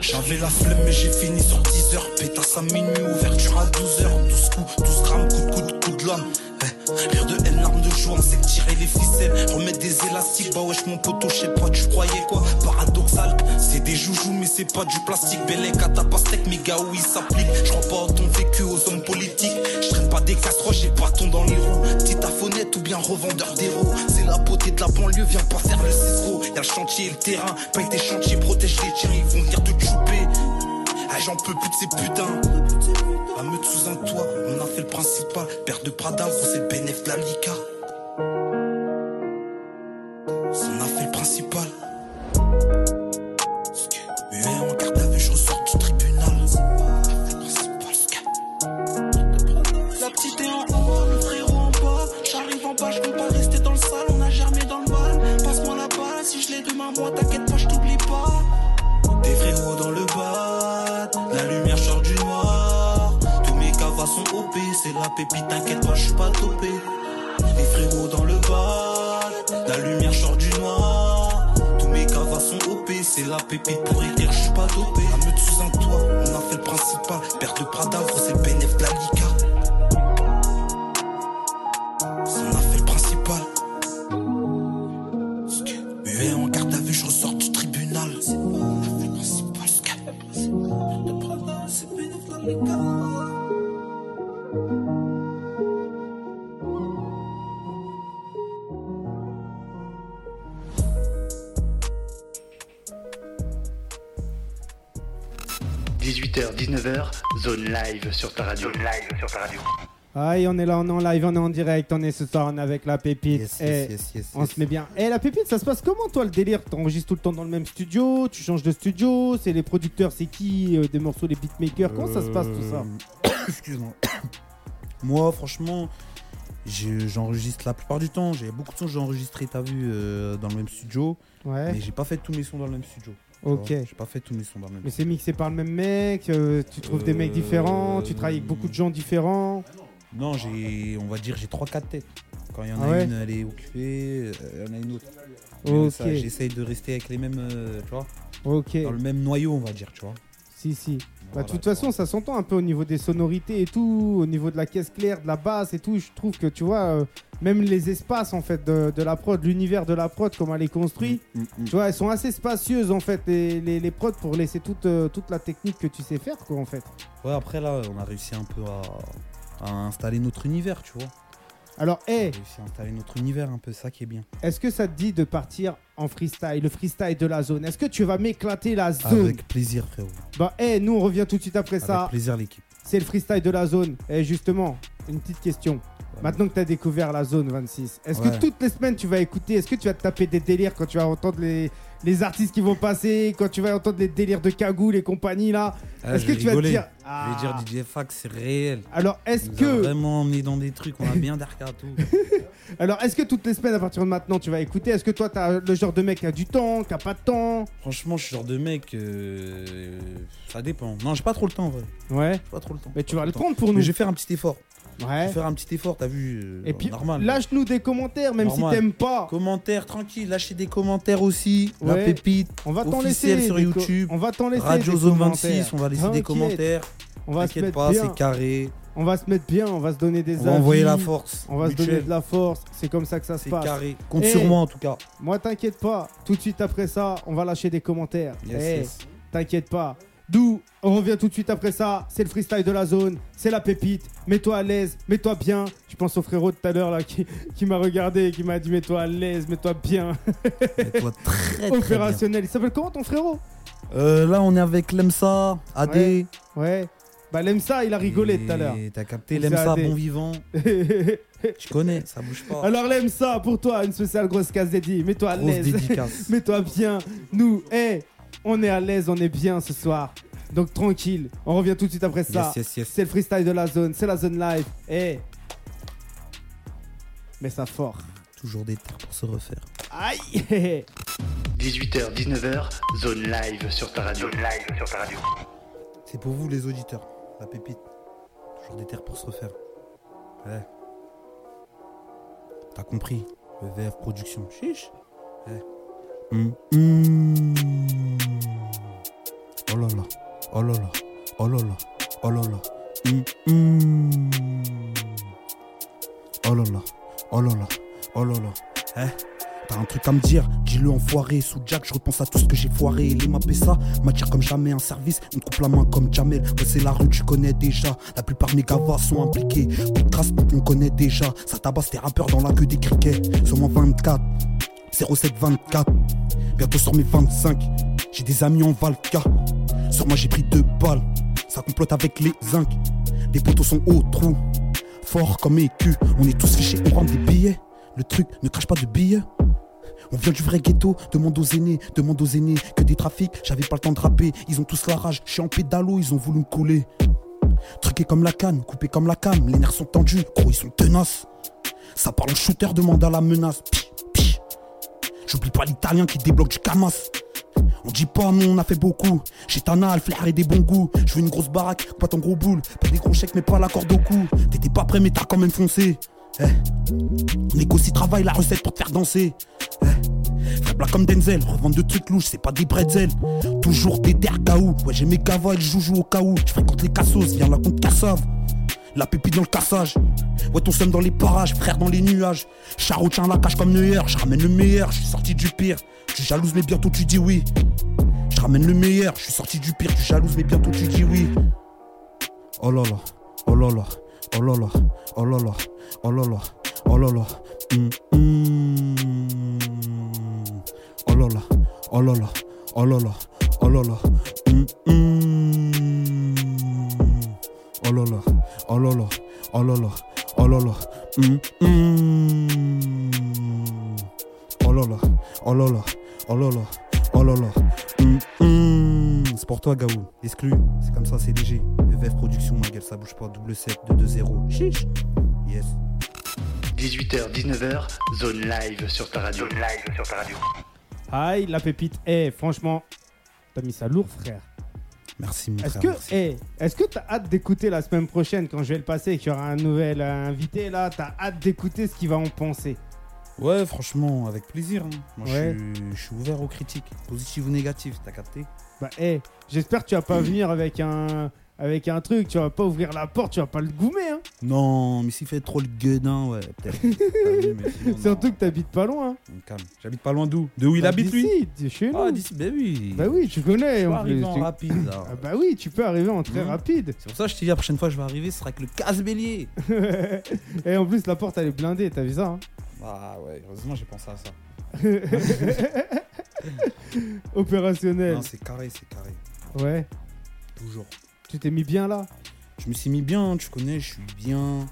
[SPEAKER 7] J'avais la flemme mais j'ai fini sur 10 heures Pétasse à minuit, ouverture à 12 heures 12 coups, 12 grammes, coup de coup de coup de l'homme Eh, Rire de haine, larme de joie, on sait que tirer les ficelles Remettre des élastiques, bah wesh mon poteau, je sais pas, tu croyais quoi Paradoxal, c'est des joujoux mais c'est pas du plastique Bélec à ta pastèque, mes gars, oui, s'applique Je crois pas à ton vécu, aux hommes politiques Je traîne pas des casseroles, j'ai pas ton dans les roues Petite phonette ou bien revendeur d'héros C'est la beauté de la banlieue, viens pas faire le ciseau Y'a le chantier et le terrain, paye tes chantiers, protège les tiens, ils vont venir te chouper ah, j'en peux plus de ces putains. La meute sous un toit, on a fait le principal. Père de Prada, gros, c'est le bénéf de la Lika. On a fait le principal. Sk. Muet en garde à vue, je ressors du tribunal. On a fait le principal, sk. La petite est en haut, le frérot en bas. J'arrive en bas, je compte pas rester dans le sale, on a germé dans le bal. Passe-moi la balle, si je l'ai demain, moi, t'inquiète pas, je t'oublie pas. Des frérots dans le bad, la lumière sort du noir. Tous mes cavas sont OP, c'est la pépite, t'inquiète pas, je suis pas topé. Des frérots dans le bad, la lumière sort du noir. Tous mes cavas sont OP, c'est la pépite pour écrire, je suis pas dopé. La meute sous un toit, on a fait le principal. Père de Prada, gros, c'est le bénéf de la Lika. On a fait le principal. Sk. Muet en garde à vue, je ressors du tribunal. C'est pas le principal, sk. Le problème, c'est bénéfique dans les cas.
[SPEAKER 1] Zone live sur ta radio. 18h, 19h, zone live sur ta radio. Zone live sur ta radio.
[SPEAKER 2] Aïe, on est là, on est en live, on est en direct, on est ce soir, on est avec la pépite.
[SPEAKER 3] Yes, yes,
[SPEAKER 2] Eh,
[SPEAKER 3] yes, yes, yes.
[SPEAKER 2] On se met bien. Eh la pépite, ça se passe comment toi le délire T'enregistres tout le temps dans le même studio, tu changes de studio, c'est les producteurs, c'est qui euh, des morceaux, les beatmakers, comment ça se passe tout ça
[SPEAKER 3] Euh, Excuse-moi. Moi, franchement, je- j'enregistre la plupart du temps. J'avais beaucoup de sons que j'ai enregistrés, t'as vu, euh, dans le même studio.
[SPEAKER 2] Ouais,
[SPEAKER 3] Mais j'ai pas fait tous mes sons dans le même studio.
[SPEAKER 2] Eh.
[SPEAKER 3] tu
[SPEAKER 2] ok.
[SPEAKER 3] vois. J'ai pas fait tous mes sons dans le même
[SPEAKER 2] Mais c'est mixé par le même mec, euh, tu trouves des mecs
[SPEAKER 3] Euh,
[SPEAKER 2] différents, tu travailles avec beaucoup de gens différents.
[SPEAKER 3] Non, j'ai, on va dire, j'ai 3-4 têtes. Quand il y en
[SPEAKER 2] Ah
[SPEAKER 3] a
[SPEAKER 2] ouais
[SPEAKER 3] une, elle est occupée, euh, il y en a une autre. Mais
[SPEAKER 2] Ok,
[SPEAKER 3] ça, J'essaye de rester avec les mêmes, euh, tu vois,
[SPEAKER 2] ok.
[SPEAKER 3] dans le même noyau, on va dire, tu vois.
[SPEAKER 2] Si, si. Bah,
[SPEAKER 3] Voilà,
[SPEAKER 2] de toute
[SPEAKER 3] tu vois.
[SPEAKER 2] façon, ça s'entend un peu au niveau des sonorités et tout, au niveau de la caisse claire, de la basse et tout. Je trouve que, tu vois, euh, même les espaces, en fait, de, de la prod, l'univers de la prod, comment elle est construite,
[SPEAKER 3] Mm, mm, mm.
[SPEAKER 2] tu vois, elles sont assez spacieuses, en fait, les, les, les prods, pour laisser toute, euh, toute la technique que tu sais faire, quoi, en fait.
[SPEAKER 3] Ouais, après, là, on a réussi un peu à, à installer notre univers, tu vois.
[SPEAKER 2] Alors, hé,
[SPEAKER 3] On a réussi à installer notre univers un peu, ça qui est bien.
[SPEAKER 2] est-ce que ça te dit de partir en freestyle, le freestyle de la zone Est-ce que tu vas m'éclater la zone
[SPEAKER 3] Avec plaisir, frérot.
[SPEAKER 2] Bah, hé, nous, on revient tout de suite après ça.
[SPEAKER 3] Avec plaisir, l'équipe.
[SPEAKER 2] C'est le freestyle de la zone. Et justement, une petite question. Maintenant que tu as découvert la zone 26, est-ce que
[SPEAKER 3] Ouais.
[SPEAKER 2] toutes les semaines tu vas écouter Est-ce que tu vas te taper des délires quand tu vas entendre les, les artistes qui vont passer Quand tu vas entendre les délires de Cagoule et compagnie là
[SPEAKER 3] Ah,
[SPEAKER 2] Est-ce
[SPEAKER 3] je
[SPEAKER 2] que
[SPEAKER 3] vais
[SPEAKER 2] tu vas te
[SPEAKER 3] rigoler.
[SPEAKER 2] dire
[SPEAKER 3] Je vais
[SPEAKER 2] Ah.
[SPEAKER 3] dire DJ Fax, c'est réel.
[SPEAKER 2] Alors est-ce
[SPEAKER 3] Il nous a
[SPEAKER 2] que
[SPEAKER 3] vraiment emmené dans des trucs, on a bien d'arcade tout.
[SPEAKER 2] alors est-ce que toutes les semaines à partir de maintenant tu vas écouter Est-ce que toi t'as le genre de mec qui a du temps, qui a pas de temps
[SPEAKER 3] Franchement, je suis le genre de mec, euh, ça dépend. Non, j'ai pas trop le temps en vrai.
[SPEAKER 2] Ouais.
[SPEAKER 3] J'ai pas trop le temps.
[SPEAKER 2] Mais tu vas le
[SPEAKER 3] Attends.
[SPEAKER 2] prendre pour
[SPEAKER 3] Mais
[SPEAKER 2] nous.
[SPEAKER 3] je vais faire un petit effort. Je
[SPEAKER 2] Ouais.
[SPEAKER 3] vais faire un petit effort, t'as vu euh,
[SPEAKER 2] Et puis
[SPEAKER 3] Normal.
[SPEAKER 2] lâche-nous des commentaires même
[SPEAKER 3] Normal.
[SPEAKER 2] si t'aimes pas.
[SPEAKER 3] Commentaires, tranquille, lâchez des commentaires aussi. La
[SPEAKER 2] Ouais.
[SPEAKER 3] pépite,
[SPEAKER 2] On va t'en
[SPEAKER 3] officiel
[SPEAKER 2] laisser
[SPEAKER 3] sur
[SPEAKER 2] des co-
[SPEAKER 3] YouTube,
[SPEAKER 2] On va t'en laisser
[SPEAKER 3] Radio
[SPEAKER 2] des
[SPEAKER 3] Zone
[SPEAKER 2] commentaires.
[SPEAKER 3] 26, on va laisser des
[SPEAKER 2] T'inquiète,
[SPEAKER 3] commentaires.
[SPEAKER 2] On va se
[SPEAKER 3] T'inquiète
[SPEAKER 2] mettre
[SPEAKER 3] pas,
[SPEAKER 2] bien.
[SPEAKER 3] c'est carré.
[SPEAKER 2] On va se mettre bien, on va se donner des
[SPEAKER 3] On va
[SPEAKER 2] avis,
[SPEAKER 3] envoyer la force.
[SPEAKER 2] On va se donner
[SPEAKER 3] mutuelle.
[SPEAKER 2] de la force, c'est comme ça que ça se
[SPEAKER 3] C'est
[SPEAKER 2] passe.
[SPEAKER 3] carré. Compte
[SPEAKER 2] Eh.
[SPEAKER 3] sur moi en tout cas.
[SPEAKER 2] Moi, t'inquiète pas, tout de suite après ça, on va lâcher des commentaires.
[SPEAKER 3] Yes,
[SPEAKER 2] Eh,
[SPEAKER 3] yes.
[SPEAKER 2] T'inquiète pas. D'où, on revient tout de suite après ça, c'est le freestyle de la zone, c'est la pépite, mets-toi à l'aise, mets-toi bien. Je pense au frérot de tout à l'heure là qui, qui m'a regardé et qui m'a dit mets-toi à l'aise, mets-toi bien.
[SPEAKER 3] Mets-toi très, très bien.
[SPEAKER 2] Opérationnel. Il s'appelle comment ton frérot
[SPEAKER 3] Euh, là, on est avec Lemsa, AD.
[SPEAKER 2] Ouais, Ouais. Bah l'aime ça, il a rigolé tout à l'heure.
[SPEAKER 3] Et T'as capté
[SPEAKER 2] Lemsa,
[SPEAKER 3] Lemsa,
[SPEAKER 2] AD.
[SPEAKER 3] bon vivant. Je connais, ça bouge pas.
[SPEAKER 2] Alors l'aime ça pour toi, une spéciale grosse case dédiée, mets-toi à
[SPEAKER 3] Grosse
[SPEAKER 2] l'aise.
[SPEAKER 3] dédicace.
[SPEAKER 2] Mets-toi bien. Nous, hey, on est à l'aise, on est bien ce soir. Donc tranquille, on revient tout de suite après ça.
[SPEAKER 3] Yes, yes, yes.
[SPEAKER 2] C'est le freestyle de la zone, c'est la zone live. Hey. Mets ça fort.
[SPEAKER 3] Toujours des terres pour se refaire.
[SPEAKER 2] Aïe hé, hé.
[SPEAKER 1] 18h, 19h, zone live sur ta radio. live sur ta radio.
[SPEAKER 3] C'est pour vous les auditeurs, la pépite. Toujours des terres pour se refaire. Ouais. T'as compris, le VF production. Chiche. Ouais. Hum, hum. Oh là là, oh là là, oh là là, oh là là. Hum, hum. Oh là là, oh là là, oh là là. Eh, T'as un truc à me dire, dis-le enfoiré. Sous Jack, je repense à tout ce que j'ai foiré. Les mappés ça m'attire comme jamais un service. On me coupe la main comme Jamel. Ouais, c'est la rue, tu connais déjà. La plupart des gavas sont impliqués. Plus de traces, plus on connaît déjà. Ça tabasse tes rappeurs dans la queue des criquets. Seulement 24, 0724. Bientôt sur mes 25. J'ai des amis en Valka. Sur moi, j'ai pris deux balles. Ça complote avec les zincs. Des poteaux sont au trou. Fort comme écu. On est tous fichés, on rentre des billets. Le truc ne crache pas de billets. On vient du vrai ghetto, demande aux aînés, demande aux aînés que des trafics, j'avais pas le temps de rapper, ils ont tous la rage, je suis en pédalo, ils ont voulu me coller. Truqué comme la canne, coupé comme la cam, les nerfs sont tendus, gros ils sont tenaces. Ça parle en shooter, demande à la menace. Pi, pi. J'oublie pas l'italien qui débloque du camas. On dit pas, nous on a fait beaucoup. J'ai Tana, le flair et des bons goûts. Je veux une grosse baraque, pas ton gros boule. Pas des gros chèques, mais pas la corde au cou. T'étais pas prêt, mais t'as quand même foncé. Eh. On négocie, travaille la recette pour te faire danser. Frère plat comme Denzel, revendre de trucs louches, c'est pas des bretzels. Toujours des terres KO, ouais j'ai mes cavales, joujou au cas où. Je fréquente les cassos, viens la compte cassave. La pépite dans le cassage. Ouais ton somme dans les parages, frère dans les nuages. Charo tient la cache comme Neuer, je ramène le meilleur, je suis sorti du pire. Tu jalouses mais bientôt tu dis oui. Je ramène le meilleur, je suis sorti du pire, tu jalouses mais bientôt tu dis oui. Oh là là, oh là là, oh là là, oh là là, oh là là, oh là là. Hum, hum. Oh là là, oh là là, oh là là, oh là là. Hum, hum. Oh là là, oh là là, oh là là, oh là là. Hum, hum. Oh là là, oh là là, oh là là, oh là là. Hum, hum. C'est pour toi, Gaou. Exclu. C'est comme ça, c'est léger. EVF Production, ma gueule, ça bouge pas. Double 7, 2-0. Chiche. Yes.
[SPEAKER 1] 18h, 19h, zone live sur ta radio. live sur ta radio.
[SPEAKER 2] Aïe, la pépite. Eh, franchement, t'as mis ça lourd, frère.
[SPEAKER 3] Merci, mon
[SPEAKER 2] Est-ce
[SPEAKER 3] frère,
[SPEAKER 2] que,
[SPEAKER 3] merci.
[SPEAKER 2] eh, est-ce que t'as hâte d'écouter la semaine prochaine quand je vais le passer et qu'il y aura un nouvel euh, invité là T'as hâte d'écouter ce qu'il va en penser.
[SPEAKER 3] Ouais, franchement, avec plaisir. hein. Moi, je
[SPEAKER 2] Ouais.
[SPEAKER 3] suis- je suis ouvert aux critiques, positives ou négatives, t'as capté
[SPEAKER 2] Bah, eh, j'espère que tu vas pas venir avec un, avec un truc. Tu vas pas ouvrir la porte, tu vas pas le goumer. Hein.
[SPEAKER 3] Non, mais s'il fait trop le gueudin, ouais, peut-être. T'as vu, mais sinon,
[SPEAKER 2] Surtout
[SPEAKER 3] non.
[SPEAKER 2] que t'habites pas loin. hein.
[SPEAKER 3] On calme. J'habite pas loin d'où De où il
[SPEAKER 2] Bah,
[SPEAKER 3] habite, lui
[SPEAKER 2] d'ici, de chez nous.
[SPEAKER 3] Ah, d'ici, ben oui.
[SPEAKER 2] bah oui, tu connais.
[SPEAKER 3] Je peux
[SPEAKER 2] en plus,
[SPEAKER 3] arriver en
[SPEAKER 2] tu-
[SPEAKER 3] rapide, là.
[SPEAKER 2] Ah bah oui, tu peux arriver en très
[SPEAKER 3] Mhm.
[SPEAKER 2] rapide.
[SPEAKER 3] C'est pour ça que je t'ai dit, la prochaine fois, je vais arriver, ce sera avec le casse-bélier.
[SPEAKER 2] et en plus, la porte elle est blindée, t'as vu ça hein
[SPEAKER 3] Ah ouais, heureusement, j'ai pensé à ça.
[SPEAKER 2] Opérationnel.
[SPEAKER 3] Non, c'est carré, c'est carré.
[SPEAKER 2] Ouais,
[SPEAKER 3] Toujours.
[SPEAKER 2] tu t'es mis bien là.
[SPEAKER 3] Je me suis mis bien, tu connais, je suis bien.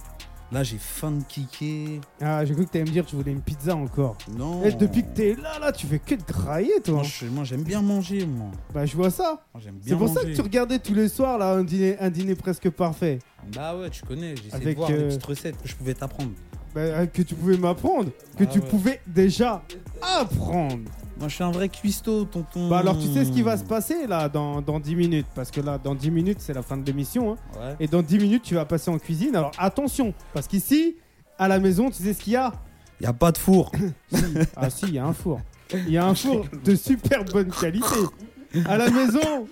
[SPEAKER 3] Là, j'ai faim de kicker.
[SPEAKER 2] Ah, j'ai cru que t'allais me dire que tu voulais une pizza encore.
[SPEAKER 3] Non.
[SPEAKER 2] Eh, depuis que t'es là, là, tu fais que de grailler, toi. hein.
[SPEAKER 3] Moi, je- moi, j'aime bien manger, moi.
[SPEAKER 2] Bah, je vois ça.
[SPEAKER 3] Moi, j'aime bien
[SPEAKER 2] C'est pour ça que
[SPEAKER 3] manger.
[SPEAKER 2] tu regardais tous les soirs, là, un dîner, un dîner presque parfait.
[SPEAKER 3] Bah ouais, tu connais, j'essaie de
[SPEAKER 2] Avec,
[SPEAKER 3] voir les
[SPEAKER 2] euh,
[SPEAKER 3] petites recettes que je pouvais t'apprendre.
[SPEAKER 2] Bah, euh, que tu pouvais m'apprendre. Que
[SPEAKER 3] Ah
[SPEAKER 2] tu
[SPEAKER 3] ouais.
[SPEAKER 2] pouvais déjà apprendre.
[SPEAKER 3] Moi, je suis un vrai cuistot, tonton.
[SPEAKER 2] Bah, alors, tu sais ce qui va se passer, là, dans, dans 10 minutes. Parce que là, dans 10 minutes, c'est la fin de l'émission. hein.
[SPEAKER 3] Ouais.
[SPEAKER 2] Et dans 10 minutes, tu vas passer en cuisine. Alors, attention. Parce qu'ici, à la maison, tu sais ce qu'il y a
[SPEAKER 3] Y a pas de four.
[SPEAKER 2] Ah si, il y a un four. Il y a un four de super bonne qualité. À la maison,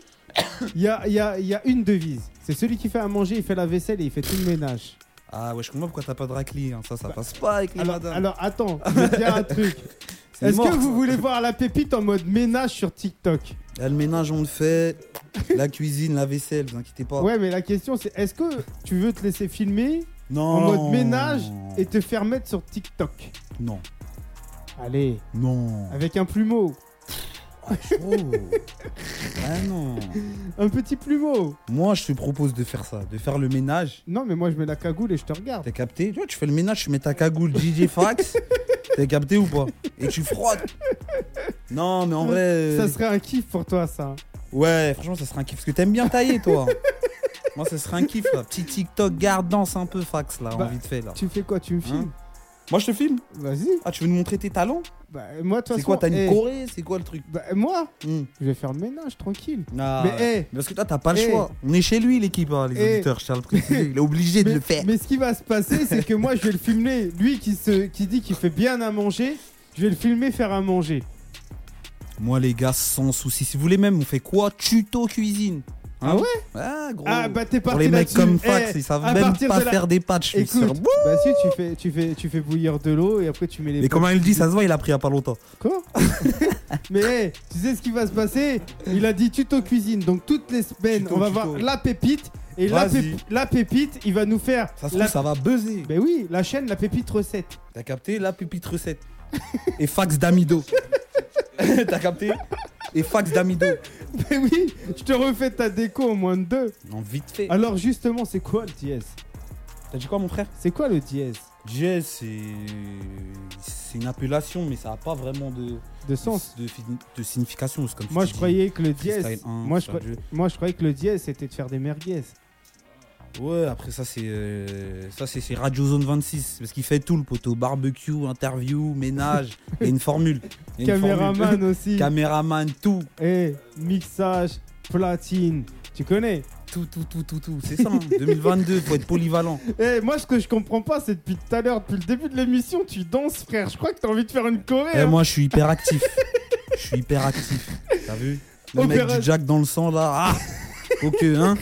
[SPEAKER 2] il y a, il y a- il y a une devise. C'est celui qui fait à manger, il fait la vaisselle et il fait tout le ménage.
[SPEAKER 3] Ah ouais, je comprends pourquoi t'as pas de raclée. hein. Ça, ça passe pas avec les
[SPEAKER 2] Bah, Alors,
[SPEAKER 3] madames.
[SPEAKER 2] alors, attends, je vais te dire un truc.
[SPEAKER 3] C'est
[SPEAKER 2] Est-ce
[SPEAKER 3] mort,
[SPEAKER 2] que
[SPEAKER 3] ça.
[SPEAKER 2] vous voulez voir la pépite en mode ménage sur TikTok
[SPEAKER 3] Là, Eh, le ménage, on le fait. la cuisine, la vaisselle, vous inquiétez pas.
[SPEAKER 2] Ouais, mais la question c'est est-ce que tu veux te laisser filmer
[SPEAKER 3] Non.
[SPEAKER 2] en mode ménage et te faire mettre sur TikTok
[SPEAKER 3] Non.
[SPEAKER 2] Allez,
[SPEAKER 3] Non.
[SPEAKER 2] avec un plumeau,
[SPEAKER 3] Oh. ah non.
[SPEAKER 2] un petit plumeau.
[SPEAKER 3] Moi, je te propose de faire ça, de faire le ménage.
[SPEAKER 2] Non, mais moi je mets la cagoule et je te regarde.
[SPEAKER 3] T'as capté Tu vois, tu fais le ménage, tu mets ta cagoule DJ Fax. T'as capté ou pas Et tu frottes. Non, mais en vrai. euh,
[SPEAKER 2] Ça serait un kiff pour toi ça.
[SPEAKER 3] Ouais, franchement, ça serait un kiff. Parce que t'aimes bien tailler, toi. Moi, ça serait un kiff, là. Petit TikTok, garde, danse un peu, fax, là,
[SPEAKER 2] Bah,
[SPEAKER 3] en vite fait, là.
[SPEAKER 2] Tu fais quoi
[SPEAKER 3] Hein
[SPEAKER 2] Tu me filmes
[SPEAKER 3] Moi, je te filme.
[SPEAKER 2] Vas-y.
[SPEAKER 3] Ah, tu veux nous montrer tes talents
[SPEAKER 2] Bah, moi, de toute
[SPEAKER 3] C'est
[SPEAKER 2] façon,
[SPEAKER 3] quoi T'as une
[SPEAKER 2] eh,
[SPEAKER 3] corée C'est quoi le truc
[SPEAKER 2] bah, Moi,
[SPEAKER 3] Hmm.
[SPEAKER 2] je vais faire le ménage tranquille.
[SPEAKER 3] Ah,
[SPEAKER 2] Mais,
[SPEAKER 3] ouais.
[SPEAKER 2] eh,
[SPEAKER 3] Parce que toi, t'as pas le
[SPEAKER 2] eh.
[SPEAKER 3] choix. On est chez lui, l'équipe, hein, les
[SPEAKER 2] Eh.
[SPEAKER 3] auditeurs, je tiens à le préciser. Il est obligé de
[SPEAKER 2] Mais,
[SPEAKER 3] le faire.
[SPEAKER 2] mais ce qui va se passer, c'est que moi, je vais le filmer. Lui qui, se, qui dit qu'il fait bien à manger, je vais le filmer faire à manger.
[SPEAKER 3] Moi, les gars, sans souci. Si vous voulez, même, on fait quoi Tuto cuisine.
[SPEAKER 2] Ah ouais
[SPEAKER 3] Ah, gros.
[SPEAKER 2] Ah, bah, t'es parti
[SPEAKER 3] Pour les mecs
[SPEAKER 2] là-dessus.
[SPEAKER 3] comme fax,
[SPEAKER 2] Eh,
[SPEAKER 3] ils savent
[SPEAKER 2] à
[SPEAKER 3] même
[SPEAKER 2] partir
[SPEAKER 3] pas
[SPEAKER 2] de là-
[SPEAKER 3] faire des patchs. je suis sûr.
[SPEAKER 2] Écoute, bah si, tu fais, tu, fais, tu fais bouillir de l'eau et après, tu mets les.
[SPEAKER 3] Mais comment il le dit, ça se voit, il a pris il y a pas longtemps.
[SPEAKER 2] Quoi Mais hey, tu sais ce qui va se passer Il a dit tuto cuisine. Donc toutes les semaines,
[SPEAKER 3] Tuto,
[SPEAKER 2] on va
[SPEAKER 3] tuto.
[SPEAKER 2] voir la pépite. Et la,
[SPEAKER 3] Vas-y.
[SPEAKER 2] pép- la pépite, il va nous faire.
[SPEAKER 3] Ça se
[SPEAKER 2] la...
[SPEAKER 3] trouve, ça va buzzer.
[SPEAKER 2] Ben oui, la chaîne La Pépite Recette.
[SPEAKER 3] T'as capté la pépite recette. Et fax d'amido. T'as capté Et fax d'amido.
[SPEAKER 2] Mais Ben oui, je te refais ta déco en moins de deux.
[SPEAKER 3] Non, vite fait.
[SPEAKER 2] Alors justement, c'est quoi le dièse
[SPEAKER 3] T'as dit quoi, mon frère
[SPEAKER 2] C'est quoi le dièse
[SPEAKER 3] Jazz, c'est. C'est une appellation, mais ça n'a pas vraiment de,
[SPEAKER 2] de sens
[SPEAKER 3] de, fi- de signification. c'est Comme
[SPEAKER 2] Moi je
[SPEAKER 3] dis.
[SPEAKER 2] croyais que le
[SPEAKER 3] Freestyle
[SPEAKER 2] dièse,
[SPEAKER 3] 1,
[SPEAKER 2] moi je,
[SPEAKER 3] freestyle
[SPEAKER 2] croyais- moi je croyais que le dièse c'était de faire des merguez.
[SPEAKER 3] Ouais, après, ça, c'est. euh, Ça, c'est c'est Radio Zone 26. Parce qu'il fait tout le poteau barbecue, interview, ménage. Il y a une formule. Il y a une
[SPEAKER 2] Caméraman
[SPEAKER 3] formule.
[SPEAKER 2] aussi.
[SPEAKER 3] Caméraman, tout.
[SPEAKER 2] Eh, mixage, platine. Tu connais
[SPEAKER 3] Tout, tout, tout, tout, tout. C'est ça, hein. 2022, faut être polyvalent.
[SPEAKER 2] Eh, moi ce que je comprends pas, c'est depuis tout à l'heure, depuis le début de l'émission, tu danses frère. Je crois que t'as envie de faire une choré.
[SPEAKER 3] Eh,
[SPEAKER 2] hein.
[SPEAKER 3] moi, je suis hyper actif. je suis hyper actif. T'as vu Le mec
[SPEAKER 2] Opéra-
[SPEAKER 3] du Jack dans le sang, là. Ah Ok, hein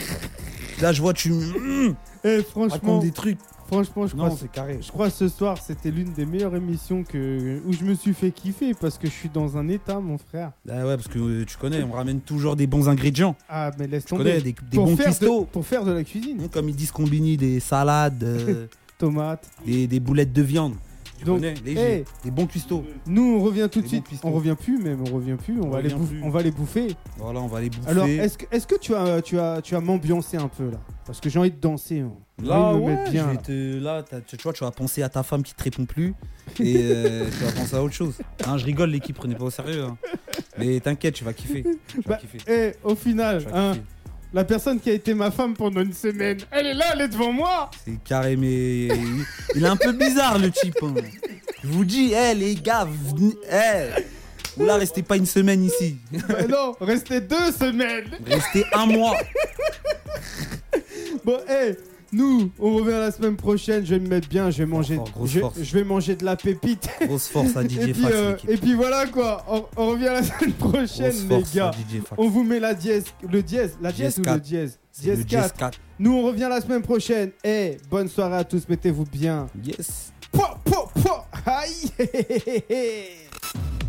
[SPEAKER 3] Là, je vois, tu me
[SPEAKER 2] Eh,
[SPEAKER 3] racontes
[SPEAKER 2] franchement,
[SPEAKER 3] des trucs.
[SPEAKER 2] franchement, je crois,
[SPEAKER 3] carré.
[SPEAKER 2] je crois que ce soir c'était l'une des meilleures émissions que où je me suis fait kiffer parce que je suis dans un état, mon frère.
[SPEAKER 3] Ah ouais, parce que euh, tu connais, on ramène toujours des bons ingrédients.
[SPEAKER 2] Ah, mais laisse
[SPEAKER 3] Tu
[SPEAKER 2] tomber.
[SPEAKER 3] connais, des, des bons
[SPEAKER 2] faire de,
[SPEAKER 3] cuistots.
[SPEAKER 2] pour faire de la cuisine.
[SPEAKER 3] Hein, Comme ils disent combini, des salades, euh,
[SPEAKER 2] Tomates.
[SPEAKER 3] des, des boulettes de viande. Tu
[SPEAKER 2] Donc,
[SPEAKER 3] connais, léger.
[SPEAKER 2] hey.
[SPEAKER 3] Des bons cuistots.
[SPEAKER 2] Nous, on revient tout de
[SPEAKER 3] Les
[SPEAKER 2] suite.
[SPEAKER 3] bons pistons.
[SPEAKER 2] On revient plus, même. On revient plus. On,
[SPEAKER 3] On
[SPEAKER 2] va, les
[SPEAKER 3] revient
[SPEAKER 2] bouffer-
[SPEAKER 3] plus.
[SPEAKER 2] on va les bouffer.
[SPEAKER 3] Voilà, on va les bouffer.
[SPEAKER 2] Alors, est-ce que, est-ce que tu as, tu as, tu as m'ambiancé un peu là Parce que j'ai envie de danser. hein. J'ai
[SPEAKER 3] Là,
[SPEAKER 2] envie de me
[SPEAKER 3] ouais,
[SPEAKER 2] mettre bien.
[SPEAKER 3] je vais
[SPEAKER 2] là.
[SPEAKER 3] te- là, t'as- tu tu vois, tu vas penser à ta femme qui te répond plus et euh, tu vas penser à autre chose. Hein, je rigole, l'équipe, prenez pas au sérieux. hein. Mais t'inquiète, tu vas kiffer. Tu vas
[SPEAKER 2] Bah,
[SPEAKER 3] kiffer.
[SPEAKER 2] eh, au final,
[SPEAKER 3] Tu vas
[SPEAKER 2] hein,
[SPEAKER 3] kiffer.
[SPEAKER 2] la personne qui a été ma femme pendant une semaine, elle est là, elle est devant moi.
[SPEAKER 3] C'est carré, mais il, il est un peu bizarre le type. hein. Je vous dis, eh les gars, venez, eh, oula, restez pas une semaine ici,
[SPEAKER 2] Bah non, restez deux semaines.
[SPEAKER 3] restez un mois.
[SPEAKER 2] Bon, hey, nous, on revient la semaine prochaine. Je vais me mettre bien. Je vais manger.
[SPEAKER 3] fort, grosse
[SPEAKER 2] je-
[SPEAKER 3] force.
[SPEAKER 2] je vais manger de la pépite.
[SPEAKER 3] Grosse force à
[SPEAKER 2] Et
[SPEAKER 3] DJ
[SPEAKER 2] puis,
[SPEAKER 3] Fax,
[SPEAKER 2] euh,
[SPEAKER 3] l'équipe.
[SPEAKER 2] et puis voilà quoi, on, on revient la semaine
[SPEAKER 3] Grosse
[SPEAKER 2] prochaine les
[SPEAKER 3] force
[SPEAKER 2] gars.
[SPEAKER 3] à DJ Fax.
[SPEAKER 2] On vous met la dièse, le dièse, la dièse
[SPEAKER 3] Dièse
[SPEAKER 2] ou le
[SPEAKER 3] quatre.
[SPEAKER 2] dièse
[SPEAKER 3] C'est
[SPEAKER 2] Dièse
[SPEAKER 3] le
[SPEAKER 2] 4.
[SPEAKER 3] 4.
[SPEAKER 2] Nous on revient la semaine prochaine. Eh, bonne soirée à tous, mettez-vous bien.
[SPEAKER 3] Yes.
[SPEAKER 2] Po, po, po. Aïe. hé, hé, hé, hé.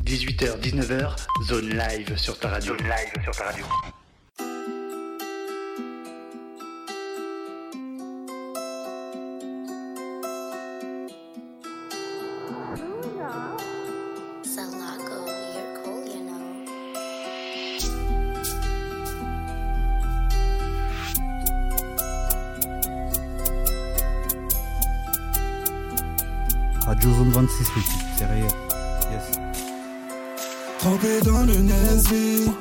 [SPEAKER 1] 18h, 19h, zone live sur ta radio. Zone live sur ta radio.
[SPEAKER 5] Salako, you're cool, you know.
[SPEAKER 8] Salako,
[SPEAKER 3] Radio Zone 26, le type, c'est réel. Yes.
[SPEAKER 7] Trempé dans le Nesby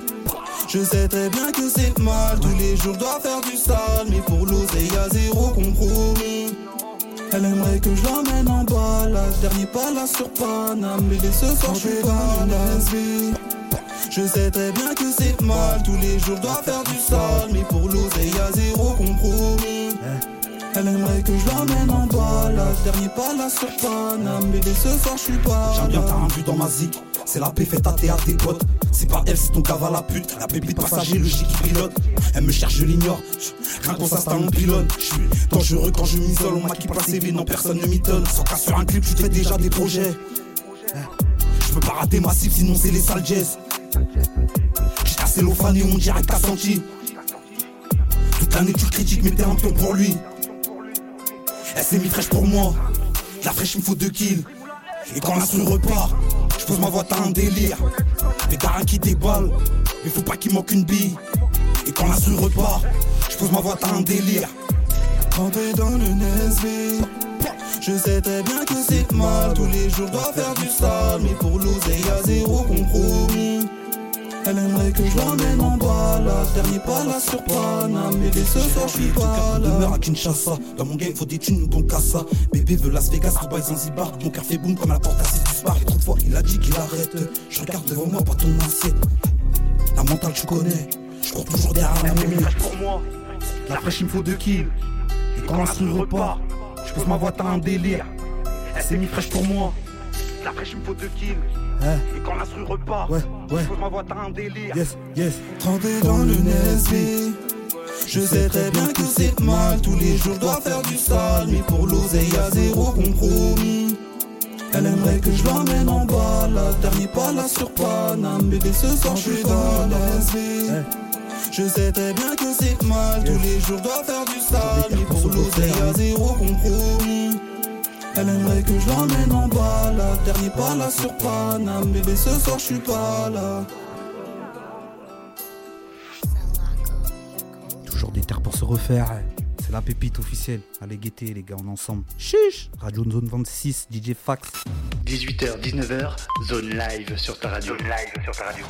[SPEAKER 7] Je sais très bien que c'est mal Tous les jours dois faire du sale Mais pour l'oseille y'a zéro compromis Elle aimerait que je l'emmène en balade Dernier pas là sur Paname Mais dès ce soir je suis pas Nesby Je sais très bien que c'est mal Tous les jours dois faire du sale Mais pour l'oseille y'a zéro compromis elle aimerait que je l'emmène en balade Dernier pas là sur Paname Mais dès ce soir je suis pas
[SPEAKER 5] J'aime bien t'as un but dans ma zik C'est la paix faite à tes à tes potes C'est pas elle c'est ton cave à la pute La pépite passager le J qui pilote Elle me cherche je l'ignore Rien qu'on s'installe on pilonne Je suis dangereux quand je m'isole On m'a qui place CV non personne ne m'étonne Sans cas sur un clip je fais déjà des projets Je peux pas rater ma cible sinon c'est les sales jazz J'ai ta cellophane et on dirait que t'as senti Toute l'année tu critiques mais t'es un pion pour lui elle s'est mis fraîche pour moi. De La fraîche, il me faut deux kills. Et quand l'instru repart, je pose ma voix, t'as un délire. Des darins qui déballent, mais faut pas qu'il manque une bille. Et quand l'instru repart, je pose ma voix, t'as un délire.
[SPEAKER 7] Trempé dans le Nesby Je sais très bien que c'est mal Tous les jours dois faire du sale Mais pour l'oseille y'a zéro compromis Elle aimerait que je l'emmène en balade Dernier pas là sur Paname Mais dès ce soir je suis pas là
[SPEAKER 5] Demeure à Kinshasa, dans mon game faut des thunes ou bon cassa. Bébé veut Las Vegas, Dubaï, Zanzibar. Mon cœur fait boum comme la porte assise du spar. Et trop de fois il a dit qu'il arrête. Je regarde devant moi, pas ton assiette. La mentale tu connais, je cours toujours derrière la même pour moi. La fraîche il me faut deux kills. Et quand l'instru repart, je pose ma voix, t'as un délire. Elle s'est mis fraîche pour moi. La fraîche il me faut deux kills. Et quand l'instru repart,
[SPEAKER 3] Ouais, ouais.
[SPEAKER 5] je pose ma voix, t'as un délire.
[SPEAKER 3] Yes, yes.
[SPEAKER 7] Trempé dans le Nesby Je sais très bien que c'est mal Tous les jours dois faire du sale Mais pour l'oseille y'a zéro compromis Elle aimerait que je l'emmène en balade Dernier pas là sur Paname Mais dès ce soir je suis dans le Nesby
[SPEAKER 3] Ouais.
[SPEAKER 7] Je sais très bien que c'est mal Tous les jours dois faire du sale
[SPEAKER 3] J'avais perdu
[SPEAKER 7] Mais pour
[SPEAKER 3] son
[SPEAKER 7] l'oseille
[SPEAKER 3] beau-frère, hein.
[SPEAKER 7] y'a zéro compromis elle aimerait que je l'emmène en balade Dernier pas là sur Paname Mais dès ce soir je suis pas là
[SPEAKER 3] Toujours des terres pour se refaire. hein. C'est la pépite officielle. Allez guetter les gars, on est ensemble. Chiche Radio Zone 26, DJ Fax.
[SPEAKER 1] 18h, 19h, zone live sur ta radio. Zone live sur ta radio.